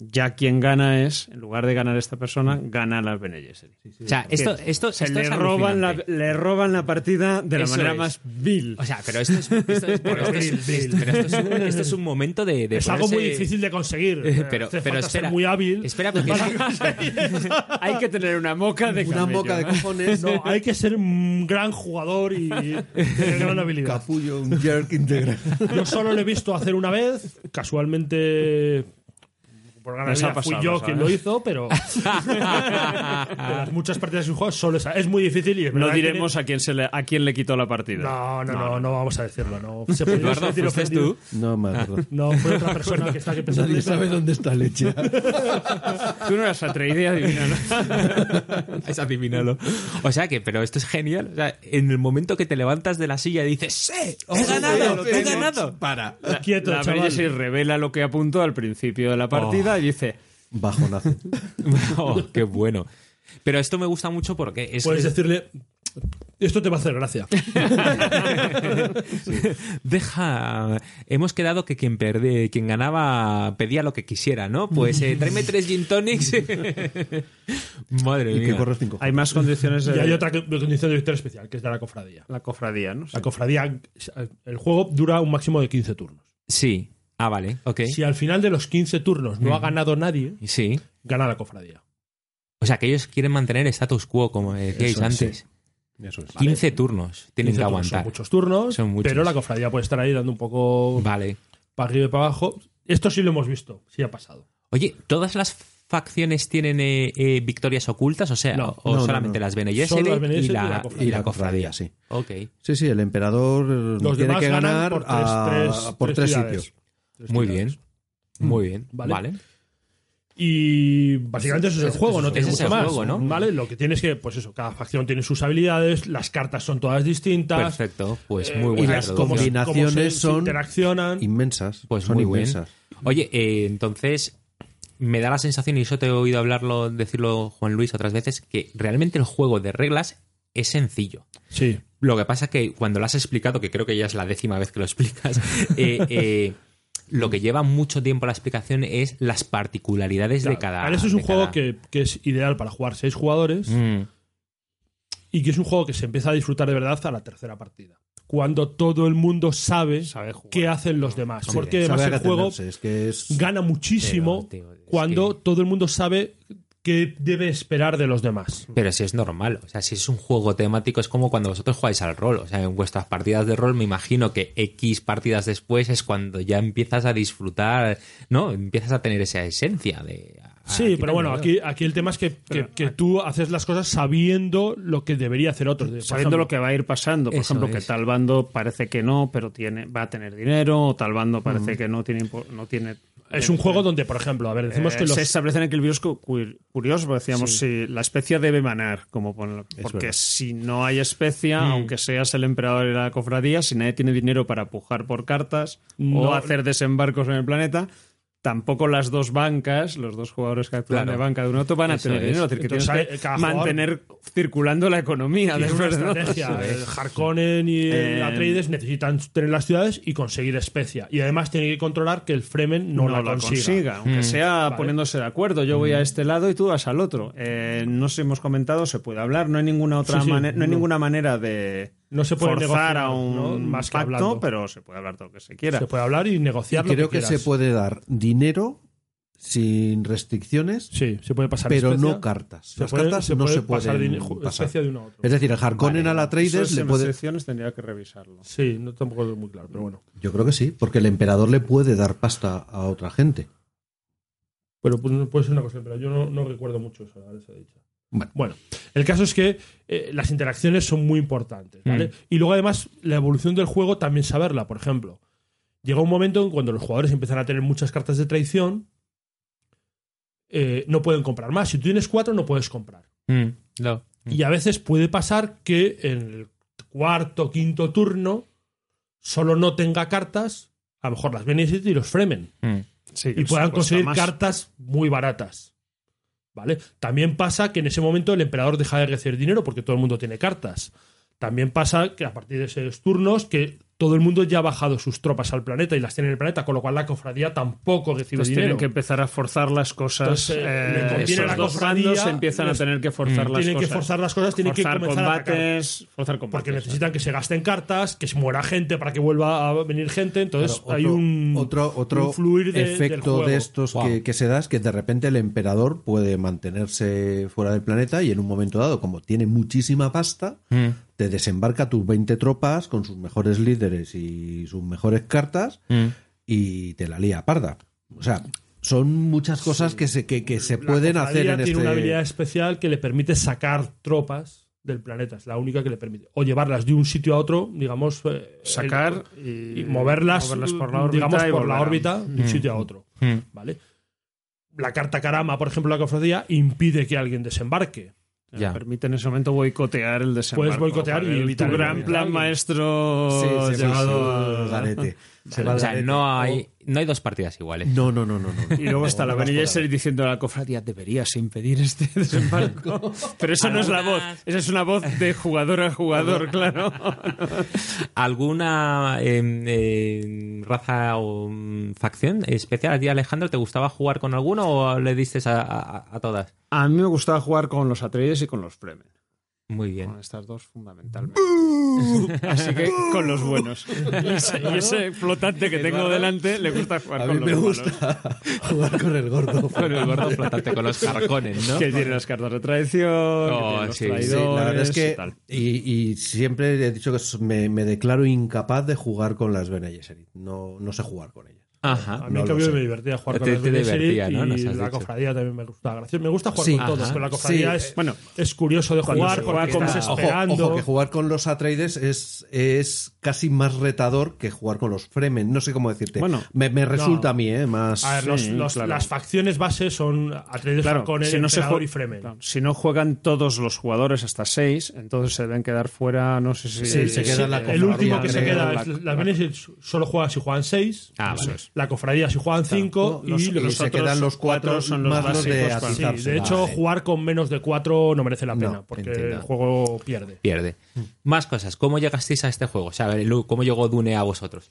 Speaker 5: ya quien gana es, en lugar de ganar esta persona, gana las Bene Gesserit.
Speaker 2: O sea, esto- esto-
Speaker 5: se
Speaker 2: esto
Speaker 5: le
Speaker 2: es
Speaker 5: roban la,
Speaker 2: alucinante.
Speaker 5: le roban la partida de la
Speaker 2: Eso
Speaker 5: manera
Speaker 2: es.
Speaker 5: más vil.
Speaker 2: O sea, pero esto es, esto es- pero esto es- pero esto es un, esto es un momento de, de
Speaker 4: es algo muy
Speaker 2: ponerse-
Speaker 4: difícil de conseguir.
Speaker 2: Eh,
Speaker 4: Eh,
Speaker 2: pero-
Speaker 4: hace
Speaker 2: pero
Speaker 4: falta ser
Speaker 2: espera.
Speaker 4: muy hábil.
Speaker 2: Espera, porque es que-
Speaker 5: Hay que tener una moca de
Speaker 3: Una moca de cojones.
Speaker 4: No, hay que ser un gran jugador y tener gran habilidad.
Speaker 3: Capullo, un jerk integral.
Speaker 4: Yo solo lo he visto hacer una vez, casualmente. Por ganar
Speaker 5: Nos ha
Speaker 4: vida fui
Speaker 5: pasado,
Speaker 4: yo
Speaker 5: nos ha-
Speaker 4: quien lo hizo, pero. de las muchas partidas que he jugado, solo esa. Es muy difícil y es
Speaker 5: No
Speaker 4: verdad que-
Speaker 5: diremos a quién, se le, a quién le quitó la partida.
Speaker 4: No, no, no, no, vamos a decirlo. No. Se podría
Speaker 2: Eduardo,
Speaker 4: sentir
Speaker 2: ¿fuiste
Speaker 4: ofendido.
Speaker 2: tú?
Speaker 3: No me acuerdo.
Speaker 4: No, fue otra persona que está aquí pensando.
Speaker 3: Nadie sabe dónde está leche.
Speaker 5: Tú no eras atreído
Speaker 2: Es adivinarlo. O sea que, pero esto es genial. O sea, en el momento que te levantas de la silla y dices, ¡Sí! ¡He ganado! ¡He ganado!
Speaker 3: Para.
Speaker 4: Quieto,
Speaker 5: la
Speaker 4: chaval. Oh.
Speaker 5: Bridges revela lo que apuntó al principio de la partida y dice
Speaker 3: Bajonazo.
Speaker 2: Oh, ¡Qué bueno! Pero esto me gusta mucho porque es.
Speaker 4: Puedes
Speaker 2: es-
Speaker 4: decirle. Esto te va a hacer gracia.
Speaker 2: Deja. Hemos quedado que quien perde, quien ganaba pedía lo que quisiera, ¿no? Pues eh, tráeme tres gin tonics. Madre
Speaker 3: Y que
Speaker 2: mía.
Speaker 3: corres cinco.
Speaker 5: hay más condiciones
Speaker 4: Y
Speaker 5: de
Speaker 4: hay otra que- condición de victoria especial, que es de la cofradía.
Speaker 5: la cofradía, ¿no?
Speaker 4: La cofradía, el juego dura un máximo de 15 turnos.
Speaker 2: Sí. Ah, vale. Ok.
Speaker 4: Si al final de los 15 turnos no
Speaker 2: Mm.
Speaker 4: ha ganado nadie,
Speaker 2: Sí.
Speaker 4: gana la cofradía.
Speaker 2: O sea, que ellos quieren mantener el status quo, como decíais
Speaker 4: Eso es,
Speaker 2: antes.
Speaker 3: Eso es.
Speaker 2: 15 turnos tienen
Speaker 4: 15
Speaker 2: que
Speaker 4: turnos
Speaker 2: aguantar.
Speaker 4: Son muchos turnos,
Speaker 2: Son muchos.
Speaker 4: pero la cofradía puede estar ahí dando un poco
Speaker 2: Vale.
Speaker 4: para arriba y para abajo. Esto sí lo hemos visto, sí ha pasado.
Speaker 2: Oye, ¿todas las facciones tienen eh, eh, victorias ocultas? O sea,
Speaker 4: No,
Speaker 2: o
Speaker 3: no, no,
Speaker 2: solamente
Speaker 3: no.
Speaker 2: las Bene Gesserit
Speaker 4: Solo las Bene
Speaker 2: y
Speaker 4: Gesserit
Speaker 2: la,
Speaker 4: y la
Speaker 2: y la cofradía.
Speaker 3: sí.
Speaker 2: Ok.
Speaker 3: Sí, sí, el emperador eh,
Speaker 4: Los
Speaker 3: tiene
Speaker 4: demás
Speaker 3: que
Speaker 4: ganan
Speaker 3: ganar
Speaker 4: por tres,
Speaker 3: a-
Speaker 4: tres-
Speaker 3: por tres
Speaker 4: ciudades.
Speaker 3: sitios.
Speaker 4: Tres
Speaker 2: Muy
Speaker 4: ciudades.
Speaker 2: bien. Muy bien. Vale.
Speaker 4: Mm, Vale. Y básicamente eso es el juego, no
Speaker 2: ese
Speaker 4: tiene
Speaker 2: es
Speaker 4: mucho
Speaker 2: el
Speaker 4: más.
Speaker 2: juego, ¿no?
Speaker 4: ¿Vale? Lo que tienes que, pues eso, cada facción tiene sus habilidades, las cartas son todas distintas.
Speaker 2: Perfecto. Pues
Speaker 4: eh,
Speaker 2: muy
Speaker 4: y
Speaker 2: buena
Speaker 4: las
Speaker 2: introducción.
Speaker 4: cómo se- cómo se-
Speaker 3: Combinaciones
Speaker 4: se
Speaker 3: son-
Speaker 4: interaccionan.
Speaker 3: Inmensas.
Speaker 2: Pues
Speaker 3: son
Speaker 2: muy bien.
Speaker 3: inmensas.
Speaker 2: Oye, eh, entonces me da la sensación, y eso te he oído hablarlo, decirlo Juan Luis otras veces, que realmente el juego de reglas es sencillo.
Speaker 4: Sí.
Speaker 2: Lo que pasa que cuando lo has explicado, que creo que ya es la décima vez que lo explicas, eh, eh, lo que lleva mucho tiempo la explicación es las particularidades de
Speaker 4: Claro.
Speaker 2: cada.
Speaker 4: Ahora, eso es un
Speaker 2: de
Speaker 4: juego
Speaker 2: cada-
Speaker 4: que, que es ideal para jugar seis jugadores
Speaker 2: Mm,
Speaker 4: y que es un juego que se empieza a disfrutar de verdad a la tercera partida. Cuando todo el mundo sabe,
Speaker 5: Sabe jugar.
Speaker 4: qué hacen los demás.
Speaker 2: Sí,
Speaker 4: Porque
Speaker 3: Sabe
Speaker 4: además el
Speaker 3: acatenerse,
Speaker 4: juego
Speaker 3: Es que es...
Speaker 4: gana muchísimo
Speaker 2: Pero, tío, es
Speaker 4: cuando
Speaker 2: que-
Speaker 4: todo el mundo sabe qué debe esperar de los demás.
Speaker 2: Pero si es normal, o sea, si es un juego temático, es como cuando vosotros jugáis al rol. O sea, en vuestras partidas de rol, me imagino que X partidas después es cuando ya empiezas a disfrutar, ¿no? Empiezas a tener esa esencia de. ah,
Speaker 4: Sí, pero
Speaker 2: tengo
Speaker 4: bueno,
Speaker 2: yo.
Speaker 4: aquí, aquí el tema es que, que- que tú haces las cosas sabiendo lo que debería hacer otro. Por
Speaker 5: sabiendo
Speaker 4: ejemplo,
Speaker 5: lo que va a ir pasando. Por
Speaker 2: Eso
Speaker 5: ejemplo, que
Speaker 2: es.
Speaker 5: tal bando parece que no, pero tiene, va a tener dinero, o tal bando parece que no tiene, impo- no tiene.
Speaker 4: Es un juego donde, por ejemplo, a ver, decimos
Speaker 5: Eh,
Speaker 4: que los...
Speaker 5: Se establece en equilibrios cu- cuir- curiosos, decíamos, si la especia debe manar, como pone- porque
Speaker 3: verdad.
Speaker 5: si no hay especia,
Speaker 4: Mm.
Speaker 5: aunque seas el emperador y la cofradía, si nadie tiene dinero para pujar por cartas
Speaker 4: No.
Speaker 5: o hacer desembarcos en el planeta, tampoco las dos bancas, los dos jugadores que actúan
Speaker 2: Claro.
Speaker 5: de banca de un otro van a
Speaker 2: Eso
Speaker 5: tener
Speaker 2: es.
Speaker 5: dinero. Es decir, que
Speaker 4: Entonces,
Speaker 5: tienes
Speaker 4: hay-
Speaker 5: que
Speaker 4: cada jugador-
Speaker 5: mantener circulando la economía.
Speaker 4: tiene una
Speaker 5: después, ¿no?
Speaker 4: estrategia. ¿eh? El Harkonnen y el
Speaker 5: Eh,
Speaker 4: Atreides necesitan tener las ciudades y conseguir especia. Y además tienen que controlar que el Fremen no, la, consiga.
Speaker 5: aunque
Speaker 2: Mm.
Speaker 5: sea
Speaker 4: Vale.
Speaker 5: poniéndose de acuerdo. Yo voy a este lado y tú vas al otro. Eh, no sé, hemos comentado, se puede hablar. No hay ninguna otra
Speaker 4: Sí, sí,
Speaker 5: mane- no hay
Speaker 4: no.
Speaker 5: ninguna manera de
Speaker 4: No se puede
Speaker 5: forzar
Speaker 4: negociar,
Speaker 5: a un
Speaker 4: ¿no? Más que
Speaker 5: pacto,
Speaker 4: hablando.
Speaker 5: pero se puede hablar todo lo que se quiera.
Speaker 4: Se puede hablar y
Speaker 3: Y
Speaker 4: negociar. lo
Speaker 3: creo que, se
Speaker 4: quieras.
Speaker 3: puede dar dinero sin restricciones,
Speaker 4: Sí, se puede pasar
Speaker 3: pero
Speaker 4: especia.
Speaker 3: no cartas.
Speaker 4: Se
Speaker 3: Las
Speaker 4: puede-
Speaker 3: cartas
Speaker 4: se
Speaker 3: no
Speaker 4: puede
Speaker 3: se pueden
Speaker 4: pasar din- ju-
Speaker 3: pasar.
Speaker 4: especia de uno a otro.
Speaker 3: Es decir, el Harkonnen a la
Speaker 5: Eso
Speaker 3: Traders
Speaker 5: es
Speaker 3: le
Speaker 5: en
Speaker 3: puede...
Speaker 5: excepciones, tendría que revisarlo.
Speaker 4: Sí, no, tampoco es muy claro, pero bueno.
Speaker 3: Yo creo que sí, porque el emperador le puede dar pasta a otra gente.
Speaker 4: Pero pu- puede ser una cosa, pero yo no, no recuerdo mucho eso, ahora se ha dicho.
Speaker 3: Bueno.
Speaker 4: el caso es que eh, las interacciones son muy importantes, ¿vale?
Speaker 2: Mm.
Speaker 4: Y luego además la evolución del juego también saberla, por ejemplo. Llega un momento en cuando los jugadores empiezan a tener muchas cartas de traición, eh, no pueden comprar más. Si tú tienes cuatro, no puedes comprar.
Speaker 2: Mm, no.
Speaker 4: Y a veces puede pasar que en el cuarto, quinto turno solo no tenga cartas, a lo mejor las Bene Gesserit y los Fremen
Speaker 2: Mm.
Speaker 5: Sí, que
Speaker 4: y
Speaker 5: eso
Speaker 4: puedan
Speaker 5: cuesta
Speaker 4: conseguir
Speaker 5: más.
Speaker 4: cartas muy baratas. ¿Vale? También pasa que en ese momento el emperador deja de recibir dinero porque todo el mundo tiene cartas. También pasa que a partir de esos turnos que todo el mundo ya ha bajado sus tropas al planeta y las tiene en el planeta, con lo cual la cofradía tampoco recibe
Speaker 5: Entonces
Speaker 4: dinero.
Speaker 5: pues tienen que empezar a forzar las cosas.
Speaker 4: Entonces, eh, le
Speaker 5: eh,
Speaker 4: conviene
Speaker 5: esos
Speaker 4: a la
Speaker 5: dos
Speaker 4: cofradía,
Speaker 5: bandos empiezan a
Speaker 4: les-
Speaker 5: tener que forzar
Speaker 4: Mm.
Speaker 5: las
Speaker 4: Tienen que
Speaker 5: cosas.
Speaker 4: forzar las cosas, tienen que
Speaker 5: Forzar
Speaker 4: comenzar a atacar.
Speaker 5: combates, forzar combates. eh.
Speaker 4: Porque necesitan que se gasten cartas, que se muera gente para que vuelva a venir gente. Entonces
Speaker 3: Claro,
Speaker 4: hay
Speaker 3: otro-
Speaker 4: un,
Speaker 3: otro, otro
Speaker 4: un fluir de- del
Speaker 3: efecto
Speaker 4: juego.
Speaker 3: de estos que, que se da es que de repente el emperador puede mantenerse fuera del planeta y en un momento dado, como tiene muchísima pasta,
Speaker 2: Mm.
Speaker 3: te desembarca tus 20 tropas con sus mejores líderes y sus mejores cartas
Speaker 2: Mm.
Speaker 3: y te la lía parda. O sea, son muchas cosas que se, que, que se
Speaker 4: La
Speaker 3: pueden
Speaker 4: cofradía
Speaker 3: hacer en
Speaker 4: tiene
Speaker 3: este...
Speaker 4: una habilidad especial que le permite sacar tropas del planeta. Es la única que le permite. O llevarlas de un sitio a otro, digamos. eh,
Speaker 5: Sacar
Speaker 4: el-
Speaker 5: y-
Speaker 4: y, moverlas,
Speaker 5: moverlas por la
Speaker 4: digamos,
Speaker 5: órbita y
Speaker 4: por la
Speaker 5: volverán.
Speaker 4: órbita de
Speaker 5: Mm.
Speaker 4: un sitio a otro.
Speaker 2: Mm.
Speaker 4: ¿Vale? La carta Karama, por ejemplo, la cofradía, impide que alguien desembarque.
Speaker 2: Ya.
Speaker 5: Permite en ese momento boicotear el desembarco.
Speaker 4: Puedes boicotear y
Speaker 5: Vale,
Speaker 4: evitar
Speaker 5: Tu
Speaker 4: el
Speaker 5: gran
Speaker 4: boicote.
Speaker 5: plan maestro
Speaker 3: Sí, se va
Speaker 5: llegado
Speaker 3: al garete. Se va
Speaker 2: O
Speaker 3: al
Speaker 2: sea,
Speaker 3: garete.
Speaker 2: no hay, no hay dos partidas iguales.
Speaker 3: No, no, no, no. no.
Speaker 5: Y luego está la
Speaker 3: No, no, no,
Speaker 5: Ben
Speaker 3: no, no.
Speaker 5: Gesserit diciendo a la cofradía, deberías impedir este desembarco. Pero esa no es la voz, esa es una voz de jugador a jugador, claro.
Speaker 2: ¿Alguna eh, eh, raza o mm, facción especial? ¿A ti, Alejandro, te gustaba jugar con alguno o le diste a, a- a todas?
Speaker 5: A mí me gustaba jugar con los Atreides y con los Fremen.
Speaker 2: Muy bien.
Speaker 5: Con estas dos fundamentalmente. Así que con los buenos. Y ese, y ese flotante que tengo delante le gusta jugar
Speaker 3: A
Speaker 5: con
Speaker 3: mí
Speaker 5: los
Speaker 3: me
Speaker 5: malos.
Speaker 3: gusta jugar con el gordo.
Speaker 5: Con el gordo
Speaker 2: flotante, con los jarcones, ¿no?
Speaker 5: Que tiene las cartas de traición, que
Speaker 2: Oh,
Speaker 5: tiene los
Speaker 2: sí.
Speaker 3: Sí, la verdad
Speaker 5: traidores
Speaker 3: es
Speaker 5: y
Speaker 3: que
Speaker 5: tal.
Speaker 3: y, y siempre he dicho que s- me, me declaro incapaz de jugar con las Bene Gesserit. No, no sé jugar con ellas.
Speaker 2: Ajá.
Speaker 4: A mí
Speaker 3: No
Speaker 4: en
Speaker 3: lo
Speaker 4: cambio
Speaker 3: sé.
Speaker 4: me divertía jugar con
Speaker 2: Te-
Speaker 4: las
Speaker 2: te
Speaker 4: Bene Gesserit
Speaker 2: divertía, ¿no? Nos
Speaker 4: y
Speaker 2: has
Speaker 4: la
Speaker 2: dicho.
Speaker 4: cofradía también me gusta. Gracias. Me gusta jugar
Speaker 3: Sí.
Speaker 4: con todos,
Speaker 2: Ajá.
Speaker 4: pero la cofradía
Speaker 3: Sí,
Speaker 4: es,
Speaker 3: eh,
Speaker 5: Bueno,
Speaker 4: es curioso de
Speaker 5: cuando
Speaker 4: jugar
Speaker 5: se
Speaker 4: porque
Speaker 5: juega con-
Speaker 4: estás
Speaker 5: Ojo,
Speaker 3: Ojo,
Speaker 4: esperando.
Speaker 3: ojo, que jugar con los Atreides es, es casi más retador que jugar con los Fremen. No sé cómo decirte.
Speaker 5: Bueno,
Speaker 3: me, me resulta
Speaker 4: no.
Speaker 3: a mí, ¿eh? Más.
Speaker 4: A ver,
Speaker 5: Sí,
Speaker 4: los- los-
Speaker 5: claro.
Speaker 4: las facciones base son Atreides,
Speaker 5: Claro,
Speaker 4: Falcones,
Speaker 5: si no se
Speaker 4: Emperador
Speaker 5: jue-
Speaker 4: y Fremen.
Speaker 5: claro, si no juegan todos los jugadores hasta seis, entonces se deben quedar fuera, no sé si...
Speaker 3: Sí, se queda la
Speaker 4: el
Speaker 3: cofradía,
Speaker 4: último que se
Speaker 3: creo,
Speaker 4: queda
Speaker 5: la-
Speaker 4: es las Bene Gesserit solo juega si juegan 6
Speaker 2: Ah, vale.
Speaker 4: la cofradía si juegan 5
Speaker 3: No, los-
Speaker 4: y los,
Speaker 3: y se quedan los cuatro,
Speaker 5: cuatro son los
Speaker 3: más los de
Speaker 5: básicos para-
Speaker 4: Sí,
Speaker 3: atizarse.
Speaker 4: de hecho
Speaker 3: Vale.
Speaker 4: jugar con menos de 4 no merece la pena
Speaker 3: No,
Speaker 4: porque
Speaker 3: entiendo.
Speaker 4: el juego pierde
Speaker 2: Pierde. Más cosas. ¿Cómo llegasteis a este juego? O sea, a ver, Lu, ¿cómo llegó Dune a vosotros?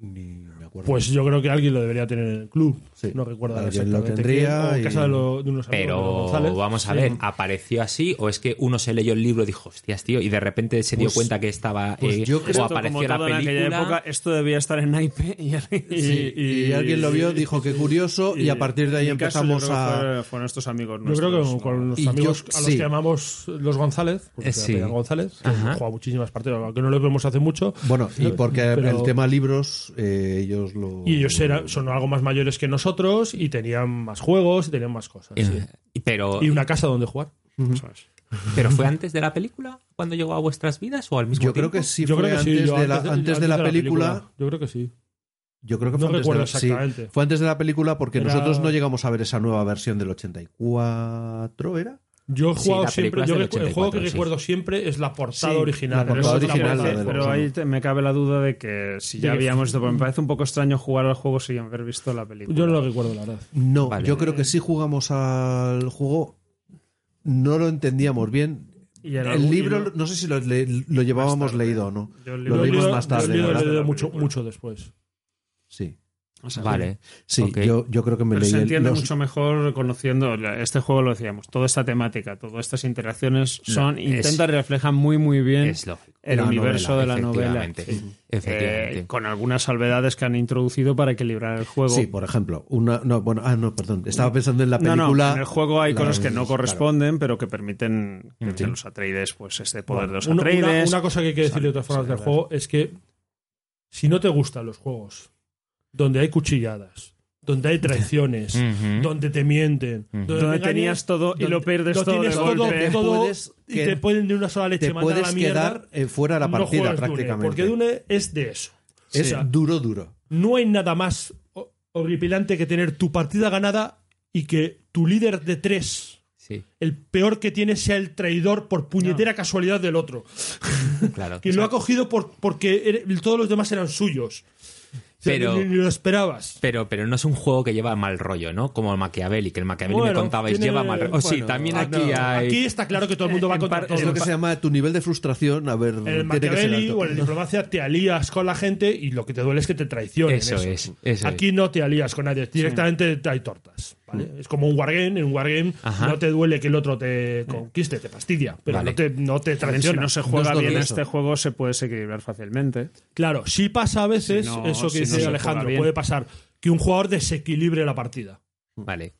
Speaker 3: Ni me acuerdo.
Speaker 4: pues yo creo que alguien lo debería tener en el club
Speaker 3: Sí.
Speaker 4: no recuerdo
Speaker 3: Alguien lo
Speaker 4: exactamente
Speaker 3: tendría
Speaker 4: quién, o
Speaker 3: y-
Speaker 4: casa de, lo- de unos amigos de los
Speaker 2: Pero
Speaker 4: González.
Speaker 2: vamos a
Speaker 4: Sí.
Speaker 2: ver, ¿apareció así o es que uno se leyó el libro y dijo, hostias, tío, y de repente se dio
Speaker 3: Pues-
Speaker 2: cuenta que estaba
Speaker 3: pues
Speaker 2: eh,
Speaker 3: yo
Speaker 2: o
Speaker 3: creo-
Speaker 2: apareció
Speaker 5: como
Speaker 2: la
Speaker 5: todo en aquella
Speaker 2: película?
Speaker 5: época, esto debía estar en naipe y, y-
Speaker 3: Sí, y,
Speaker 5: y-
Speaker 3: alguien lo vio, dijo que curioso, y, a partir de ahí
Speaker 5: en mi caso, yo
Speaker 3: empezamos
Speaker 5: creo que
Speaker 3: a.
Speaker 5: Fue, fueron estos amigos
Speaker 4: yo creo
Speaker 5: nuestros. ¿no?
Speaker 4: que con, con los
Speaker 3: Y yo-
Speaker 4: amigos a los
Speaker 3: sí.
Speaker 4: que llamamos los González, porque
Speaker 2: Eh,
Speaker 4: se
Speaker 2: sí.
Speaker 4: apellidan González, que
Speaker 2: Ajá.
Speaker 4: juega muchísimas partidas, aunque no los vemos hace mucho.
Speaker 3: Bueno, y porque
Speaker 4: Pero-
Speaker 3: el tema libros, eh, ellos lo.
Speaker 4: Y ellos eran, son algo más mayores que nosotros y tenían más juegos y tenían más cosas.
Speaker 2: Eh,
Speaker 4: sí.
Speaker 2: Pero,
Speaker 4: Y una casa donde jugar.
Speaker 2: ¿Pero fue antes de la película cuando llegó a vuestras vidas o al mismo
Speaker 3: Yo
Speaker 2: Pues tiempo?
Speaker 3: creo que sí,
Speaker 4: yo
Speaker 3: fue
Speaker 4: creo que sí.
Speaker 3: antes,
Speaker 4: yo
Speaker 3: de la, antes de la película
Speaker 4: Yo creo que sí.
Speaker 3: Yo creo que fue
Speaker 4: No
Speaker 3: antes
Speaker 4: recuerdo
Speaker 3: de la, sí,
Speaker 4: exactamente.
Speaker 3: fue antes de la película porque
Speaker 4: Era-
Speaker 3: nosotros no llegamos a ver esa nueva versión del 84, ¿era?
Speaker 4: Yo he
Speaker 2: Sí,
Speaker 4: jugado
Speaker 2: la película
Speaker 4: siempre.
Speaker 2: es
Speaker 4: yo
Speaker 2: del
Speaker 4: recu- el juego que
Speaker 2: 84, sí.
Speaker 4: recuerdo siempre es la portada
Speaker 5: Sí,
Speaker 4: original.
Speaker 3: la
Speaker 5: Pero,
Speaker 4: Nosotros
Speaker 3: portada
Speaker 5: eso-
Speaker 3: original de
Speaker 4: portada
Speaker 3: la
Speaker 5: pero
Speaker 3: bolsa.
Speaker 5: ahí te- me cabe la duda de que si ya
Speaker 4: De que-
Speaker 5: habíamos esto, porque me parece un poco extraño jugar al juego sin haber visto la película.
Speaker 4: Yo no lo recuerdo, la verdad.
Speaker 3: No,
Speaker 2: Vale.
Speaker 3: yo creo que sí jugamos al juego. No lo entendíamos bien.
Speaker 5: Y en algún-
Speaker 3: El libro,
Speaker 5: y no-
Speaker 3: no sé si lo, le- lo llevábamos
Speaker 5: tarde.
Speaker 3: leído o no.
Speaker 5: yo el
Speaker 3: lo
Speaker 5: libro-
Speaker 4: Yo
Speaker 3: leímos
Speaker 4: leo-
Speaker 3: más
Speaker 4: yo
Speaker 3: tarde,
Speaker 4: leo-
Speaker 3: ¿verdad?
Speaker 4: leo mucho, mucho después.
Speaker 3: Sí,
Speaker 5: O sea,
Speaker 2: Vale.
Speaker 3: sí
Speaker 2: Ok.
Speaker 3: yo, yo creo que me
Speaker 5: Pero
Speaker 3: leí
Speaker 5: se
Speaker 3: el-
Speaker 5: entiende
Speaker 3: los-
Speaker 5: mucho mejor conociendo la- este juego lo decíamos toda esta temática todas estas interacciones son
Speaker 2: es-
Speaker 5: intenta reflejan muy muy bien eh,
Speaker 2: Es lógico.
Speaker 5: el
Speaker 3: la
Speaker 5: universo de la novela
Speaker 2: efectivamente,
Speaker 5: Sí.
Speaker 2: Efectivamente.
Speaker 5: Eh, con algunas salvedades que han introducido para equilibrar el juego
Speaker 3: Sí, por ejemplo, una no, bueno, ah no, perdón, estaba pensando en la
Speaker 5: No,
Speaker 3: película.
Speaker 5: no, en el juego hay
Speaker 3: la-
Speaker 5: cosas que no
Speaker 3: claro.
Speaker 5: corresponden, pero que permiten que
Speaker 2: Sí.
Speaker 5: los Atreides, pues este poder de los
Speaker 4: Una-
Speaker 5: Atreides.
Speaker 4: Una, una cosa que hay que decir de todas formas
Speaker 5: sí,
Speaker 4: del
Speaker 5: verdad.
Speaker 4: juego es que si no te gustan los juegos donde hay cuchilladas, donde hay traiciones,
Speaker 2: Ujú.
Speaker 4: donde te mienten,
Speaker 2: Ujú.
Speaker 4: donde,
Speaker 5: Mm. donde
Speaker 4: te
Speaker 5: tenías
Speaker 4: engañan,
Speaker 5: todo y
Speaker 4: donde-
Speaker 5: lo pierdes
Speaker 4: lo
Speaker 5: todo de
Speaker 4: tienes
Speaker 5: golpe.
Speaker 4: todo,
Speaker 3: Puedes
Speaker 4: y
Speaker 3: que-
Speaker 4: te pueden de una sola leche
Speaker 3: Te
Speaker 4: mandar a
Speaker 3: puedes
Speaker 4: la mierda.
Speaker 3: quedar eh, fuera de la
Speaker 4: no
Speaker 3: partida
Speaker 4: juegas Dune,
Speaker 3: prácticamente.
Speaker 4: porque Dune es de eso. O
Speaker 3: es
Speaker 4: sea,
Speaker 3: duro, duro.
Speaker 4: no hay nada más ho- horripilante que tener tu partida ganada y que tu líder de tres,
Speaker 2: Sí,
Speaker 4: el peor que tienes, sea el traidor por puñetera casualidad del otro.
Speaker 2: claro.
Speaker 4: Que lo ha cogido por, porque er- todos los demás eran suyos.
Speaker 2: Pero,
Speaker 4: Ni- ni lo esperabas.
Speaker 2: Pero, pero no es un juego que lleva mal rollo, ¿no? Como el Machiavelli, que el Machiavelli me
Speaker 4: Bueno,
Speaker 2: contabais
Speaker 4: tiene-
Speaker 2: lleva mal rollo. Oh, sí,
Speaker 4: bueno,
Speaker 2: también
Speaker 4: ah,
Speaker 2: aquí
Speaker 4: no.
Speaker 2: hay.
Speaker 4: Aquí está claro que todo el mundo va a contar
Speaker 3: Es
Speaker 4: todo.
Speaker 3: lo que se llama tu nivel de frustración. A ver,
Speaker 4: En el
Speaker 3: tiene que ser
Speaker 4: Machiavelli
Speaker 3: alto.
Speaker 4: o en la diplomacia te alías con la gente y lo que te duele es que te traicionen.
Speaker 2: Eso es, eso
Speaker 4: Aquí no te alías con nadie, directamente hay tortas. ¿vale? Es como un wargame, en un wargame
Speaker 2: Ajá.
Speaker 4: no te duele que el otro te conquiste, te fastidia, pero
Speaker 2: Vale.
Speaker 4: no te, no te
Speaker 5: También si
Speaker 4: traiciona.
Speaker 5: no se juega bien
Speaker 4: doloroso.
Speaker 5: este juego, se puede desequilibrar fácilmente.
Speaker 4: Claro, sí pasa a veces
Speaker 5: Si no-
Speaker 4: eso que
Speaker 5: si no
Speaker 4: dice
Speaker 5: se juega
Speaker 4: Alejandro,
Speaker 5: bien.
Speaker 4: puede pasar que un jugador desequilibre la partida.
Speaker 2: Vale.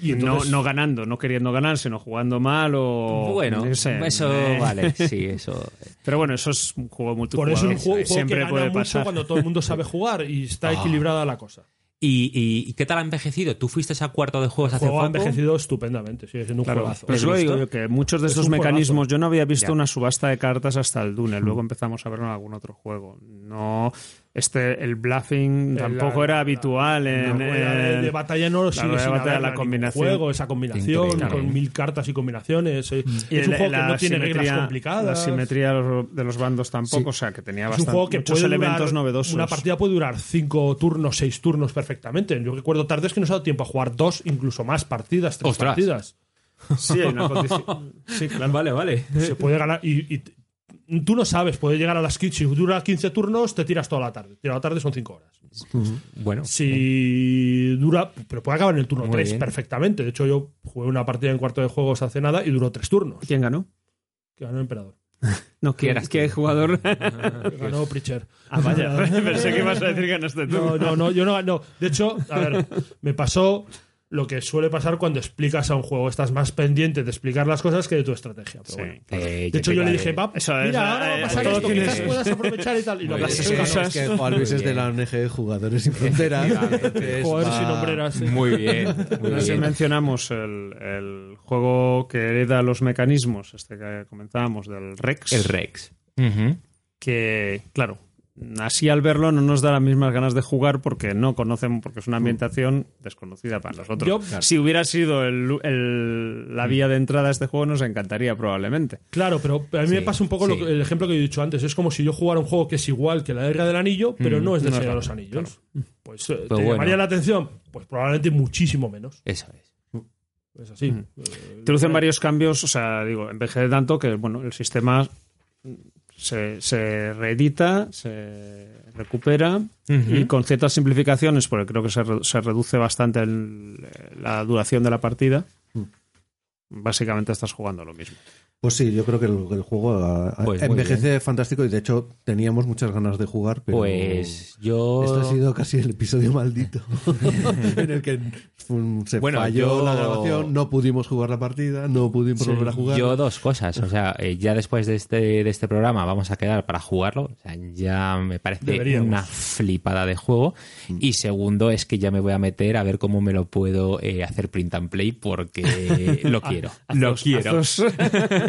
Speaker 4: Y entonces-
Speaker 5: no, no ganando, no queriendo ganar, sino jugando mal o.
Speaker 2: Bueno,
Speaker 5: yo sé. eh,
Speaker 2: eso vale, sí, eso.
Speaker 5: Pero bueno, eso es un juego
Speaker 4: Por
Speaker 5: multijugador.
Speaker 4: eso es un juego, juego
Speaker 5: Siempre
Speaker 4: que gana
Speaker 5: puede
Speaker 4: mucho
Speaker 5: pasar.
Speaker 4: cuando todo el mundo sabe jugar y está
Speaker 2: Ah.
Speaker 4: equilibrada la cosa.
Speaker 2: ¿Y, y, y qué tal ha envejecido? ¿Tú fuiste a cuarto de juegos
Speaker 4: El
Speaker 2: hace
Speaker 4: juego
Speaker 2: poco?
Speaker 4: ha envejecido estupendamente, sigue siendo un
Speaker 5: Claro,
Speaker 4: juegazo.
Speaker 5: pues lo digo yo, que muchos de
Speaker 4: Es
Speaker 5: esos
Speaker 4: un juegazo.
Speaker 5: mecanismos, yo no había visto
Speaker 2: Ya.
Speaker 5: una subasta de cartas hasta el Dune, luego empezamos a verlo en algún otro juego. No, este, el bluffing
Speaker 4: El-
Speaker 5: tampoco era habitual en,
Speaker 4: La rueda de,
Speaker 5: en-
Speaker 4: de batalla no
Speaker 5: eh, la
Speaker 4: sigue
Speaker 5: rueda de
Speaker 4: sin
Speaker 5: batalla,
Speaker 4: haberla
Speaker 5: la
Speaker 4: en ningún
Speaker 5: combinación.
Speaker 4: juego, esa combinación
Speaker 2: Increíble.
Speaker 4: con mil cartas y combinaciones. eh.
Speaker 5: Mm. Y
Speaker 4: es un
Speaker 5: el-
Speaker 4: juego que
Speaker 5: la
Speaker 4: no tiene reglas
Speaker 5: simetría- La
Speaker 4: complicadas.
Speaker 5: simetría de los, de los bandos tampoco,
Speaker 4: Sí.
Speaker 5: o sea, que tenía
Speaker 4: Es un
Speaker 5: bastante,
Speaker 4: juego que
Speaker 5: muchos
Speaker 4: puede durar-
Speaker 5: elementos novedosos.
Speaker 4: Una partida puede durar cinco turnos, seis turnos perfectamente. Yo recuerdo tardes que nos ha dado tiempo a jugar dos, incluso más partidas, tres
Speaker 2: Ostras.
Speaker 4: partidas.
Speaker 5: Sí, hay una condición- sí, claro.
Speaker 2: Vale, vale.
Speaker 4: Se puede ganar. Y, y tú no sabes, puede llegar a las 15. Si dura 15 turnos, te tiras toda la tarde. Tira la tarde son cinco horas.
Speaker 2: Bueno,
Speaker 4: Si dura, pero puede acabar en el turno
Speaker 2: Muy
Speaker 4: 3
Speaker 2: bien.
Speaker 4: perfectamente. De hecho, yo jugué una partida en cuarto de juegos hace nada y duró tres turnos.
Speaker 5: ¿Quién ganó?
Speaker 4: Que ganó el emperador.
Speaker 5: No, ¿qué,
Speaker 2: Quieras
Speaker 5: qué jugador?
Speaker 4: Ganó Pritcher.
Speaker 5: ah, vaya, pensé que ibas a decir ganaste tú.
Speaker 4: No, no, no, yo no, no. De hecho, a ver, me pasó lo que suele pasar cuando explicas a un juego. Estás más pendiente de explicar las cosas que de tu estrategia. Pero bueno.
Speaker 2: eh,
Speaker 4: De hecho,
Speaker 2: te
Speaker 4: yo le
Speaker 2: daré-
Speaker 4: dije, pap,
Speaker 5: Eso es,
Speaker 4: mira, ahora va a
Speaker 5: eh,
Speaker 4: pasar
Speaker 5: todo
Speaker 4: esto,
Speaker 5: tiene-
Speaker 4: quizás puedas aprovechar y tal. Y lo
Speaker 2: Muy
Speaker 4: que
Speaker 3: Es
Speaker 2: bien.
Speaker 3: que-
Speaker 4: haces es
Speaker 3: Pues es que Juan
Speaker 2: Muy
Speaker 3: Luis es de
Speaker 2: bien.
Speaker 3: la ONG Jugadores sin Fronteras. entonces
Speaker 4: Jugadores
Speaker 3: va-
Speaker 4: sin hombreras. sí.
Speaker 2: Muy bien, muy
Speaker 5: No sé si
Speaker 2: bien.
Speaker 5: mencionamos el, el juego que hereda los mecanismos, este que comentábamos, del Rex.
Speaker 2: El Rex. Ujú.
Speaker 5: Que, claro, así al verlo no nos da las mismas ganas de jugar porque no conocen, porque es una ambientación desconocida para nosotros.
Speaker 4: Yo-
Speaker 5: Mm. Si hubiera sido el- el- la vía de entrada a este juego, nos encantaría probablemente.
Speaker 4: Claro, pero a mí me
Speaker 2: Sí,
Speaker 4: pasa un poco lo
Speaker 2: sí.
Speaker 4: que- el ejemplo que yo he dicho antes. Es como si yo jugara un juego que es igual que la guerra del anillo, pero
Speaker 2: Mm,
Speaker 4: no es del
Speaker 5: no es
Speaker 4: Señor de
Speaker 5: raro,
Speaker 4: los Anillos. Pues eh, te
Speaker 2: Pero bueno.
Speaker 4: llamaría la atención, pues probablemente muchísimo menos.
Speaker 2: Eso es.
Speaker 4: Es así.
Speaker 5: Mm.
Speaker 4: Eh,
Speaker 5: Introducen varios cambios, o sea, digo, envejece tanto que, bueno, el sistema se, se reedita, se recupera y con ciertas simplificaciones, porque creo que se, re- se reduce bastante el- la duración de la partida.
Speaker 4: Mm.
Speaker 5: Básicamente estás jugando lo mismo.
Speaker 3: Pues sí, yo creo que el, el juego ah, ah,
Speaker 2: Pues muy
Speaker 3: envejece fantástico y de hecho teníamos muchas ganas de jugar, pero.
Speaker 2: Pues yo.
Speaker 3: Este ha sido casi el episodio maldito en el que fue un- se
Speaker 2: Bueno,
Speaker 3: falló
Speaker 2: yo-
Speaker 3: la grabación, no pudimos jugar la partida, no pudimos volver a jugar.
Speaker 2: Yo dos cosas, o sea, eh, ya después de este, de este programa vamos a quedar para jugarlo, o sea, ya me parece
Speaker 4: Deberíamos.
Speaker 2: una flipada de juego y segundo es que ya me voy a meter a ver cómo me lo puedo eh, hacer print and play porque lo quiero, lo quiero,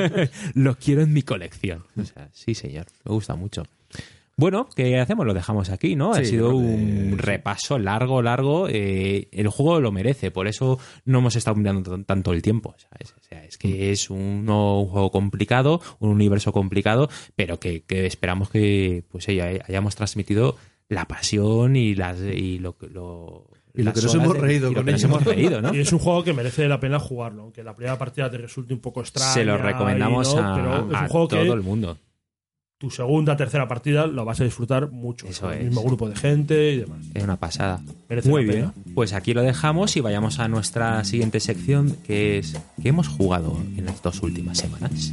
Speaker 2: lo quiero en mi colección, o sea, sí señor, me gusta mucho. Bueno, ¿qué hacemos? Lo dejamos aquí, ¿no? ha
Speaker 3: Sí,
Speaker 2: sido
Speaker 3: yo creo que-
Speaker 2: un repaso largo, largo. eh, el juego lo merece, por eso no hemos estado mirando tan- tanto el tiempo. ¿sabes? O sea, es que
Speaker 3: Mm.
Speaker 2: es un, un juego complicado, un universo complicado, pero que, que esperamos que pues ella hayamos transmitido la pasión y las y lo, lo-
Speaker 3: Y lo
Speaker 2: las
Speaker 3: que nos
Speaker 2: horas
Speaker 3: hemos reído
Speaker 2: y lo
Speaker 3: con
Speaker 2: que nos
Speaker 3: ello.
Speaker 2: hemos reído, ¿no?
Speaker 4: Y es un juego que merece la pena jugarlo, aunque la primera partida te resulte un poco extraña.
Speaker 2: Se lo recomendamos
Speaker 4: y no,
Speaker 2: a,
Speaker 4: pero es
Speaker 2: a
Speaker 4: un juego
Speaker 2: todo
Speaker 4: que
Speaker 2: el mundo.
Speaker 4: tu segunda, tercera partida lo vas a disfrutar mucho.
Speaker 2: Eso
Speaker 4: el
Speaker 2: es.
Speaker 4: mismo grupo de gente y demás.
Speaker 2: Es una pasada.
Speaker 4: Merece
Speaker 2: Muy
Speaker 4: la
Speaker 2: bien. Pues aquí lo dejamos y vayamos a nuestra siguiente sección, que es ¿Qué hemos jugado en las dos últimas semanas?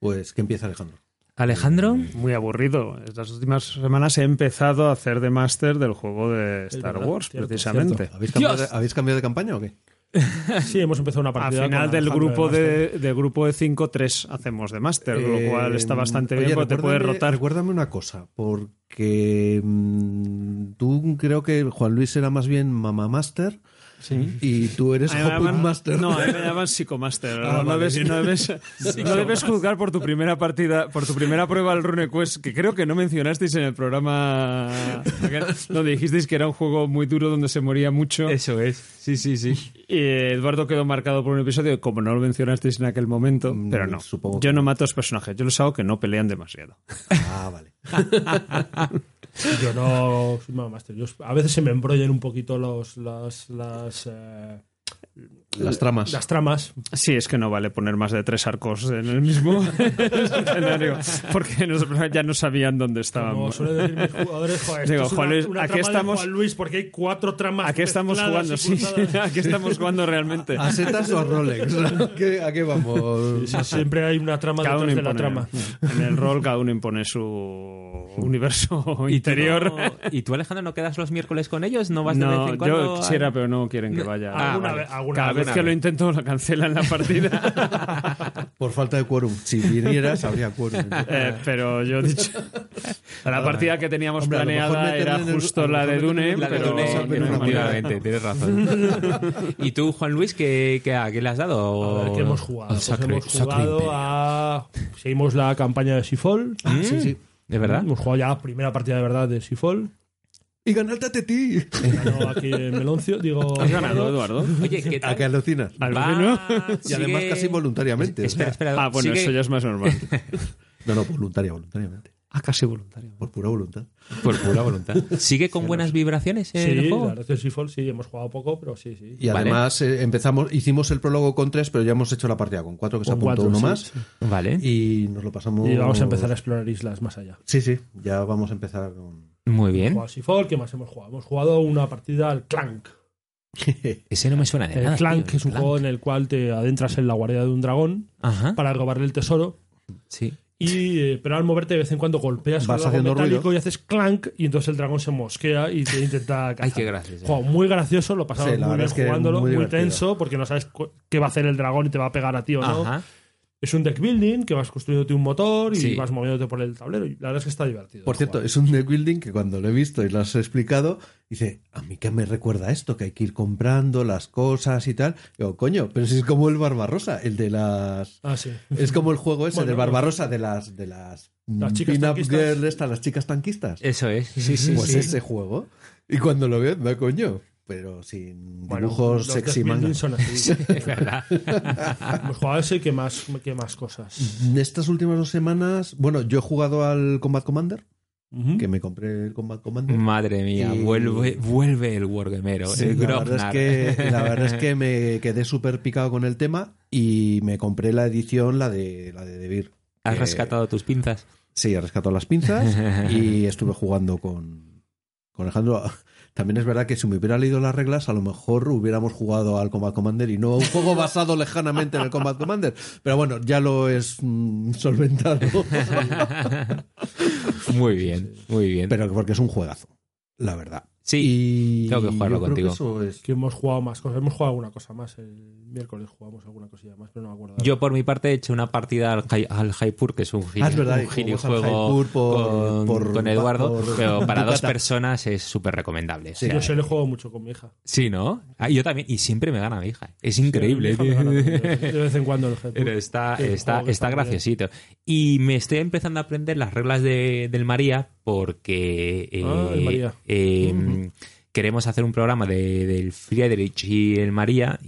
Speaker 3: Pues que empieza Alejandro.
Speaker 2: Alejandro,
Speaker 5: Muy aburrido. Estas últimas semanas he empezado a hacer de máster del juego de Star
Speaker 4: verdad,
Speaker 5: Wars,
Speaker 4: cierto,
Speaker 5: precisamente.
Speaker 3: ¿Habéis cambiado,
Speaker 2: Dios.
Speaker 3: ¿Habéis cambiado de campaña o qué?
Speaker 4: Sí, hemos empezado una
Speaker 5: Al
Speaker 4: partida.
Speaker 5: final
Speaker 4: con
Speaker 5: del
Speaker 4: Alejandro
Speaker 5: grupo
Speaker 4: Master.
Speaker 5: de, del grupo de 5, 3 hacemos de máster, lo cual
Speaker 3: Eh,
Speaker 5: está bastante
Speaker 3: oye,
Speaker 5: bien porque te puedes
Speaker 3: recuérdame-
Speaker 5: rotar.
Speaker 3: Recuérdame una cosa, porque que mm, tú creo que Juan Luis era más bien Mama Master
Speaker 13: Sí.
Speaker 3: y tú eres
Speaker 13: A mí me
Speaker 3: Hopping
Speaker 13: llaman-
Speaker 3: Master.
Speaker 13: No, a mí me llaman psicomaster.
Speaker 3: Ah,
Speaker 13: no,
Speaker 3: vale,
Speaker 13: debes,
Speaker 3: bien.
Speaker 13: no debes- no debes juzgar por tu primera partida, por tu primera prueba al RuneQuest, que creo que no mencionasteis en el programa aquel, donde dijisteis que era un juego muy duro donde se moría mucho.
Speaker 2: Eso es.
Speaker 13: Sí, sí, sí. Y eh, Eduardo quedó marcado por un episodio, que como no lo mencionasteis en aquel momento, pero no.
Speaker 3: supongo
Speaker 13: yo no mato a los personajes, yo los hago que no pelean demasiado.
Speaker 3: Ah, vale.
Speaker 4: Yo no soy Mama Master. Yo, a veces se me embrollan un poquito los, las, las, eh,
Speaker 3: Las tramas.
Speaker 4: Las tramas.
Speaker 13: Sí, es que no vale poner más de tres arcos en el mismo escenario, porque nos- ya no sabían dónde
Speaker 4: Como
Speaker 13: estábamos.
Speaker 4: suele decir mis jugadores, joder, esto
Speaker 13: Ah, Digo,
Speaker 4: es
Speaker 13: Juan
Speaker 4: una-
Speaker 13: Luis,
Speaker 4: una
Speaker 13: aquí
Speaker 4: trama de
Speaker 13: estamos-
Speaker 4: Juan Luis, porque hay cuatro tramas.
Speaker 13: ¿A qué estamos
Speaker 4: mezcladas
Speaker 13: jugando?
Speaker 4: y
Speaker 13: Sí,
Speaker 4: cruzadas.
Speaker 13: ¿a qué estamos jugando realmente?
Speaker 3: ¿A setas o a Rolex? ¿A qué, a qué vamos?
Speaker 4: Sí, sí, siempre hay una trama
Speaker 13: Cada uno
Speaker 4: detrás de la
Speaker 13: impone.
Speaker 4: trama.
Speaker 13: En el rol cada uno impone su universo
Speaker 2: ¿Y tú,
Speaker 13: interior.
Speaker 2: no- ¿Y tú, Alejandro, no quedas los miércoles con ellos? ¿No vas de vez
Speaker 13: No,
Speaker 2: en cuando?
Speaker 13: yo
Speaker 2: a-
Speaker 13: quisiera, pero no quieren que
Speaker 2: No,
Speaker 13: vaya. Ah,
Speaker 2: alguna vez-
Speaker 13: Cada
Speaker 2: alguna
Speaker 13: vez
Speaker 2: vez.
Speaker 13: que lo intento lo cancelan la partida.
Speaker 3: Por falta de quórum. Si vinieras, habría quórum.
Speaker 13: Eh, pero yo he dicho. La partida que teníamos
Speaker 3: Hombre, a lo mejor
Speaker 13: planeada
Speaker 3: meterle
Speaker 13: era
Speaker 3: en el-
Speaker 13: justo
Speaker 3: a lo
Speaker 13: la
Speaker 3: mejor
Speaker 13: de Dune,
Speaker 3: meterle
Speaker 2: La de
Speaker 13: pero
Speaker 2: Dune,
Speaker 13: no hay manera.
Speaker 2: efectivamente, tienes razón. ¿Y tú, Juan Luis, qué, qué, a qué le has dado?
Speaker 4: A ver, ¿qué hemos jugado?
Speaker 2: Al
Speaker 4: Pues
Speaker 2: Sacre-
Speaker 4: hemos
Speaker 2: Sacre
Speaker 4: jugado
Speaker 2: Imperio.
Speaker 4: a... Seguimos la campaña de Sifol.
Speaker 2: Mm,
Speaker 3: Ah,
Speaker 5: ¿eh?
Speaker 3: sí, sí.
Speaker 2: ¿Es verdad?
Speaker 4: Hemos jugado ya primera partida de verdad de Sifol.
Speaker 3: Y ganáltate a ti.
Speaker 4: Ganó aquí en Meloncio. Digo,
Speaker 13: ¿Has ganado, Eduardo?
Speaker 2: Oye, ¿qué
Speaker 3: A
Speaker 2: tal?
Speaker 3: que alucinas.
Speaker 2: Va,
Speaker 3: Y además
Speaker 2: sigue-
Speaker 3: casi voluntariamente.
Speaker 2: Espera,
Speaker 3: o sea,
Speaker 2: espera.
Speaker 13: Ah, bueno,
Speaker 2: sigue-
Speaker 13: eso ya es más normal.
Speaker 3: No, no, voluntaria, voluntariamente.
Speaker 13: Ah, casi voluntario.
Speaker 3: Por pura voluntad.
Speaker 2: Por pura voluntad. ¿Sigue con buenas vibraciones
Speaker 4: Sí,
Speaker 2: el
Speaker 4: la
Speaker 2: juego?
Speaker 4: verdad es que Sifol sí, hemos jugado poco, pero sí, sí.
Speaker 3: Y
Speaker 2: Vale.
Speaker 3: además eh, empezamos, hicimos el prólogo con tres, pero ya hemos hecho la partida con cuatro, que se
Speaker 4: Con
Speaker 3: apuntó
Speaker 4: cuatro,
Speaker 3: uno
Speaker 4: sí,
Speaker 3: más.
Speaker 4: sí.
Speaker 2: Vale.
Speaker 3: Y nos lo pasamos.
Speaker 4: Y vamos a empezar a explorar islas más allá.
Speaker 3: Sí, sí, ya vamos a empezar con.
Speaker 2: Muy
Speaker 4: Hemos
Speaker 2: bien.
Speaker 4: jugado a Sifol, ¿qué más hemos jugado? Hemos jugado una partida al Clank.
Speaker 2: Ese no me suena de
Speaker 4: El
Speaker 2: nada.
Speaker 4: Clank
Speaker 2: tío,
Speaker 4: es un
Speaker 2: Clank.
Speaker 4: juego en el cual te adentras en la guardia de un dragón
Speaker 2: Ajá.
Speaker 4: para robarle el tesoro.
Speaker 2: Sí.
Speaker 4: Y, eh, pero al moverte de vez en cuando
Speaker 3: Vas
Speaker 4: golpeas con algo
Speaker 3: haciendo
Speaker 4: metálico
Speaker 3: ruido.
Speaker 4: y haces clank y entonces el dragón se mosquea y te intenta cazar.
Speaker 2: Ay, qué gracioso.
Speaker 4: Juego muy gracioso, lo pasamos
Speaker 3: Sí, la
Speaker 4: muy
Speaker 3: verdad
Speaker 4: bien
Speaker 3: es que
Speaker 4: jugándolo,
Speaker 3: muy
Speaker 4: muy,
Speaker 3: divertido.
Speaker 4: tenso porque no sabes cu- qué va a hacer el dragón y te va a pegar a ti o no.
Speaker 2: Ajá.
Speaker 4: Es un deck building que vas construyéndote un motor y
Speaker 2: Sí.
Speaker 4: vas moviéndote por el tablero. y La verdad es que está divertido.
Speaker 3: Por cierto,
Speaker 4: jugar.
Speaker 3: es un deck building que cuando lo he visto y lo has explicado, dice, a mí que me recuerda esto, que hay que ir comprando las cosas y tal. Digo, coño, pero si es como el Barbarosa, el de las...
Speaker 4: Ah, sí.
Speaker 3: Es como el juego ese
Speaker 4: Bueno,
Speaker 3: del Barbarosa de las... De las
Speaker 4: Las chicas
Speaker 3: pin-up
Speaker 4: tanquistas.
Speaker 3: girl estas, las chicas tanquistas.
Speaker 2: Eso es. Sí, sí,
Speaker 3: pues
Speaker 2: sí.
Speaker 3: ese juego. Y cuando lo veo, no, coño. Pero sin
Speaker 4: Bueno,
Speaker 3: dibujos
Speaker 4: los
Speaker 3: sexy
Speaker 4: deck
Speaker 3: manga.
Speaker 4: building son así.
Speaker 2: Es verdad.
Speaker 4: Hemos jugado ese y qué más, qué más cosas.
Speaker 3: De Estas últimas dos semanas, bueno, yo he jugado al Combat Commander,
Speaker 4: Ujú.
Speaker 3: que me compré el Combat Commander.
Speaker 2: Madre mía,
Speaker 3: Y-
Speaker 2: vuelve, vuelve el wargamero.
Speaker 3: Sí,
Speaker 2: Mm, el
Speaker 3: la, verdad
Speaker 2: Grobnar. ¿eh?
Speaker 3: es que, la verdad es que me quedé súper picado con el tema y me compré la edición, la de la de Debir.
Speaker 2: Has
Speaker 3: que-
Speaker 2: rescatado tus pinzas.
Speaker 3: Sí, he rescatado las pinzas y estuve jugando con, con Alejandro. También es verdad que si me hubiera leído las reglas, a lo mejor hubiéramos jugado al Combat Commander y no a un juego basado lejanamente en el Combat Commander. Pero bueno, ya lo es mm, solventado.
Speaker 2: muy bien, muy bien.
Speaker 3: Pero porque es un juegazo, la verdad.
Speaker 2: sí,
Speaker 3: Y
Speaker 2: tengo que jugarlo
Speaker 3: yo creo que
Speaker 2: contigo.
Speaker 3: eso es.
Speaker 4: Que hemos jugado más cosas. Hemos jugado alguna cosa más. El miércoles jugamos alguna cosilla más, pero no me acuerdo.
Speaker 2: yo por mi parte he hecho una partida al, Hi- al Jaipur, que es un, gili,
Speaker 3: Ah, es verdad,
Speaker 2: un
Speaker 3: que jugamos
Speaker 2: gilijuego
Speaker 3: al Jaipur por-
Speaker 2: con,
Speaker 3: por-
Speaker 2: con Eduardo,
Speaker 3: por-
Speaker 2: pero para dos
Speaker 3: Yucatán.
Speaker 2: personas es súper recomendable. o
Speaker 3: Sí,
Speaker 2: sea,
Speaker 4: Yo se lo he jugado mucho con mi hija.
Speaker 2: sí, ¿no? Ah, yo también, y siempre me gana mi hija. ¿eh? Es increíble.
Speaker 4: Mi hija me
Speaker 2: tío.
Speaker 4: gana también, De vez en cuando el jefe.
Speaker 2: Pero está,
Speaker 4: Sí,
Speaker 2: está,
Speaker 4: juego que
Speaker 2: está
Speaker 4: está muy
Speaker 2: graciosito. Y me estoy empezando a aprender las reglas de- del María porque eh,
Speaker 4: Ah, el María.
Speaker 2: eh, queremos hacer un programa de- del Friedrich y el María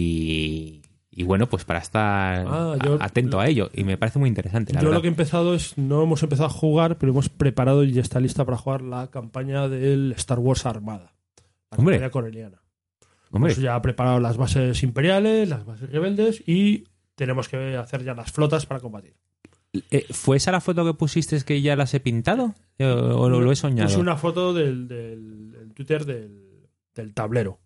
Speaker 2: y, y bueno, pues para estar
Speaker 4: Ah, yo-
Speaker 2: a- atento a ello. Y me parece muy interesante, la
Speaker 4: Yo
Speaker 2: verdad.
Speaker 4: lo que he empezado es, no hemos empezado a jugar, pero hemos preparado y ya está lista para jugar la campaña del Star Wars Armada. La
Speaker 2: Hombre.
Speaker 4: campaña coreliana.
Speaker 2: Hombre,
Speaker 4: Eso ya ha preparado las bases imperiales, las bases rebeldes y tenemos que hacer ya las flotas para combatir. pues
Speaker 2: eh, ¿fue esa la foto que pusiste es que ya las he pintado? Eh, ¿O lo, lo he soñado?
Speaker 4: Es Pues una foto del, del- del Twitter del, del tablero,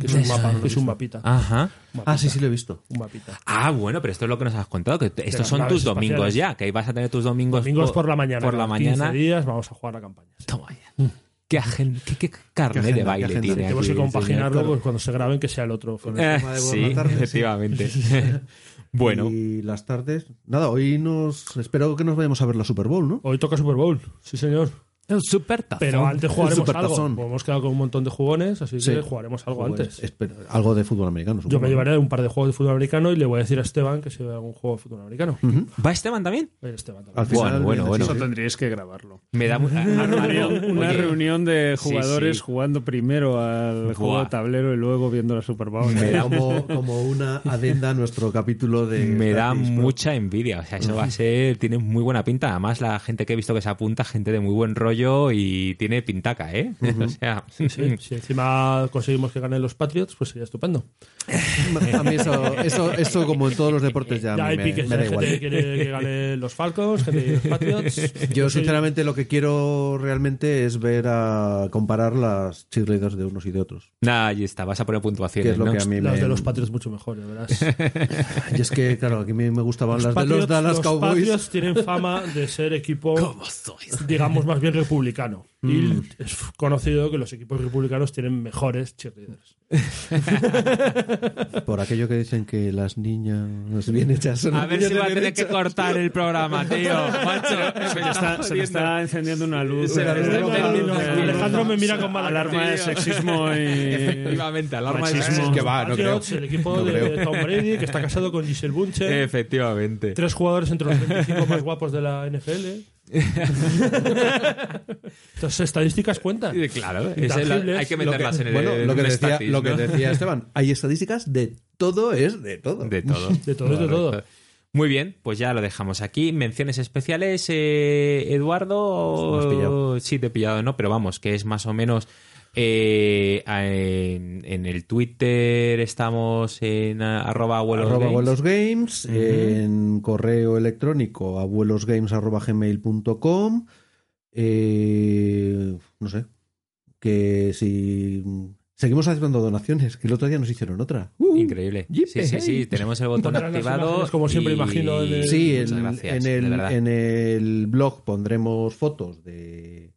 Speaker 4: que es
Speaker 2: Ah,
Speaker 4: un
Speaker 2: eso
Speaker 4: mapa,
Speaker 2: no lo he
Speaker 4: que es un mapita.
Speaker 2: Ajá.
Speaker 4: un
Speaker 3: Ah, sí,
Speaker 4: mapita,
Speaker 3: sí, lo he visto.
Speaker 4: Un mapita.
Speaker 2: Ah, bueno, pero esto es lo que nos has contado, que t- estos
Speaker 4: las
Speaker 2: son
Speaker 4: naves
Speaker 2: tus domingos
Speaker 4: espaciales.
Speaker 2: ya, que ahí vas a tener tus
Speaker 3: Pues
Speaker 2: domingos,
Speaker 4: Domingos
Speaker 2: po-
Speaker 4: por la mañana.
Speaker 2: por la
Speaker 4: cada
Speaker 2: mañana.
Speaker 4: 15 días vamos a jugar la campaña. sí.
Speaker 2: Toma ya. Mm. Qué, agen- qué- qué carne
Speaker 3: Qué agenda,
Speaker 2: de baile
Speaker 3: qué agenda.
Speaker 2: tiene.
Speaker 4: Tenemos
Speaker 2: aquí
Speaker 4: que
Speaker 2: el señor.
Speaker 4: compaginarlo pues, cuando se graben que sea el otro. fin.
Speaker 3: el tema de
Speaker 2: Eh,
Speaker 3: por
Speaker 2: sí,
Speaker 3: la tarde, sí.
Speaker 2: efectivamente. bueno,
Speaker 3: Y las tardes. Nada, hoy nos. Espero que nos vayamos a ver la Super Bowl, ¿no?
Speaker 4: Hoy toca Super Bowl, sí señor.
Speaker 2: El super tazón.
Speaker 4: Pero antes jugaremos
Speaker 3: El
Speaker 4: algo.
Speaker 3: supertazón.
Speaker 4: Hemos quedado con un montón de jugones, así que
Speaker 3: Sí.
Speaker 4: jugaremos algo
Speaker 3: Jugones.
Speaker 4: antes.
Speaker 3: Espera, algo de fútbol americano,
Speaker 4: Yo
Speaker 3: supongo.
Speaker 4: me llevaré un par de juegos de fútbol americano y le voy a decir a Esteban que se vea algún juego de fútbol americano.
Speaker 2: ¿Va Esteban también?
Speaker 4: Esteban también.
Speaker 3: Al final,
Speaker 2: bueno, bueno,
Speaker 13: Eso
Speaker 2: bueno.
Speaker 13: tendríais que grabarlo.
Speaker 2: Me da mu- Ah,
Speaker 13: una
Speaker 2: Armando,
Speaker 13: reunión, una
Speaker 2: oye,
Speaker 13: reunión de
Speaker 2: sí,
Speaker 13: jugadores
Speaker 2: sí.
Speaker 13: jugando primero al juego
Speaker 2: Buah.
Speaker 13: de tablero y luego viendo la Super Bowl.
Speaker 3: Me da como, como una adenda a nuestro capítulo de.
Speaker 2: Me da
Speaker 3: gratis, pero-
Speaker 2: mucha envidia. O sea, eso va a ser. Tiene muy buena pinta. Además, la gente que he visto que se apunta, gente de muy buen rollo y tiene pintaca, ¿eh? O sea,
Speaker 3: Ah,
Speaker 4: Sí, si encima conseguimos que ganen los Patriots, pues sería estupendo.
Speaker 3: A mí eso, eso, eso, como en todos los deportes, ya, a
Speaker 4: Ya
Speaker 3: mí
Speaker 4: hay
Speaker 3: me,
Speaker 4: piques,
Speaker 3: me
Speaker 4: ya
Speaker 3: da
Speaker 4: hay gente que
Speaker 3: igual.
Speaker 4: quiere que gane los Falcons, gente que los Patriots.
Speaker 3: Yo,
Speaker 4: soy-
Speaker 3: sinceramente, lo que quiero realmente es ver a comparar las cheerleaders de unos y de otros.
Speaker 2: nada, ahí está. Vas a poner puntuaciones.
Speaker 3: Que es lo
Speaker 2: ¿no?
Speaker 3: que a mí
Speaker 4: Las
Speaker 3: me.
Speaker 4: de los Patriots mucho mejor, ya verás.
Speaker 3: Y es que, claro, aquí me, me gustaban las de los Dallas
Speaker 4: los
Speaker 3: Cowboys.
Speaker 4: Patriots tienen fama de ser equipo, digamos, más bien republicano.
Speaker 3: Mm.
Speaker 4: Y es conocido que los equipos republicanos tienen mejores cheerleaders.
Speaker 3: Por aquello que dicen que las niñas bien hechas son.
Speaker 2: A
Speaker 3: las
Speaker 2: ver
Speaker 3: niñas
Speaker 2: si
Speaker 3: de
Speaker 2: va a tener
Speaker 3: derecha.
Speaker 2: que cortar el programa, tío. Macho, me
Speaker 13: Se le está, se le
Speaker 2: está jodiendo.
Speaker 13: está encendiendo una luz.
Speaker 2: Se le está
Speaker 13: Eh,
Speaker 2: encendiendo una luz.
Speaker 4: Alejandro me mira con mala cara.
Speaker 13: Alarma de sexismo y.
Speaker 2: Efectivamente, alarma de
Speaker 13: machismo.
Speaker 2: sexismo.
Speaker 13: Es que
Speaker 2: va,
Speaker 4: Patriots, el equipo
Speaker 2: No
Speaker 4: de
Speaker 2: creo. Eh,
Speaker 4: Tom Brady, que está casado con Giselle Bunche.
Speaker 2: Efectivamente.
Speaker 4: Tres jugadores entre los 25 más guapos de la NFL. Estas estadísticas cuentan.
Speaker 2: Y Claro, esa es la-
Speaker 4: Intangibles.
Speaker 2: hay que
Speaker 3: Lo que,
Speaker 2: meterlas en el.
Speaker 3: bueno, lo que,
Speaker 2: en el
Speaker 3: decía,
Speaker 2: statis,
Speaker 3: lo que
Speaker 2: ¿no?
Speaker 3: decía Esteban, hay estadísticas de todo, es de todo.
Speaker 2: De todo.
Speaker 4: De todo, de todo.
Speaker 2: Correcto. Muy bien, pues ya lo dejamos aquí. Menciones especiales, eh, Eduardo.
Speaker 3: Nos has pillado.
Speaker 2: Sí, te he pillado, ¿no? Pero vamos, que es más o menos. eh, en, en el Twitter estamos en ah, arroba abuelos
Speaker 3: Arroba
Speaker 2: games.
Speaker 3: abuelos games, en correo electrónico abuelosgames.gmail.com. Eh, no sé. Que si. Seguimos aceptando donaciones, que el otro día nos hicieron otra. ¡Uh!
Speaker 2: Increíble. Sí, sí, sí. Tenemos el botón
Speaker 4: Pondrán las
Speaker 2: activado.
Speaker 4: imágenes, como siempre
Speaker 2: y-
Speaker 4: imagino, en el-
Speaker 3: Sí,
Speaker 2: Muchas
Speaker 3: en-
Speaker 2: gracias,
Speaker 3: en,
Speaker 2: de
Speaker 3: el,
Speaker 2: verdad.
Speaker 3: en el blog pondremos fotos de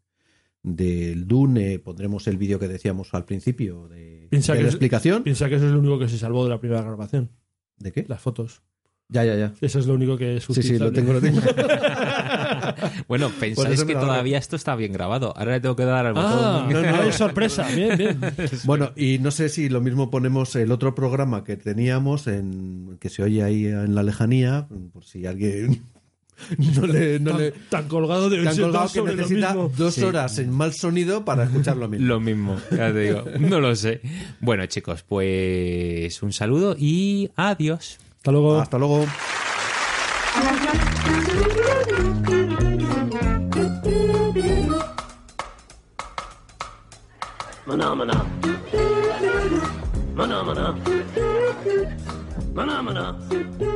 Speaker 3: del Dune, pondremos el vídeo que decíamos al principio de,
Speaker 4: Piensa
Speaker 3: de
Speaker 4: que
Speaker 3: la
Speaker 4: es-
Speaker 3: explicación.
Speaker 4: Piensa que eso es lo único que se salvó de la primera grabación.
Speaker 3: ¿De qué?
Speaker 4: Las fotos.
Speaker 3: Ya, ya, ya.
Speaker 4: Eso es lo único que es
Speaker 3: Sí, sí, lo
Speaker 4: utilizable.
Speaker 3: tengo, lo tengo.
Speaker 2: Bueno, pensáis
Speaker 3: eso me
Speaker 2: que
Speaker 3: lo hago.
Speaker 2: todavía esto está bien grabado. Ahora le tengo que dar al
Speaker 4: Ah,
Speaker 2: botón.
Speaker 4: no, no, es sorpresa. Bien, bien.
Speaker 3: Bueno, y no sé si lo mismo ponemos el otro programa que teníamos en que se oye ahí en la lejanía, por si alguien no le, no
Speaker 4: tan,
Speaker 3: le
Speaker 4: tan colgado de
Speaker 3: te han colgado
Speaker 4: dos
Speaker 3: que
Speaker 4: sobre lo
Speaker 3: necesita
Speaker 4: mismo.
Speaker 3: dos horas en mal sonido para escuchar lo mismo.
Speaker 2: Lo mismo, ya te digo. No lo sé. Bueno, chicos, pues un saludo y adiós.
Speaker 4: Hasta luego.
Speaker 3: Hasta luego.
Speaker 14: Maná, maná. Maná, maná. Maná, maná.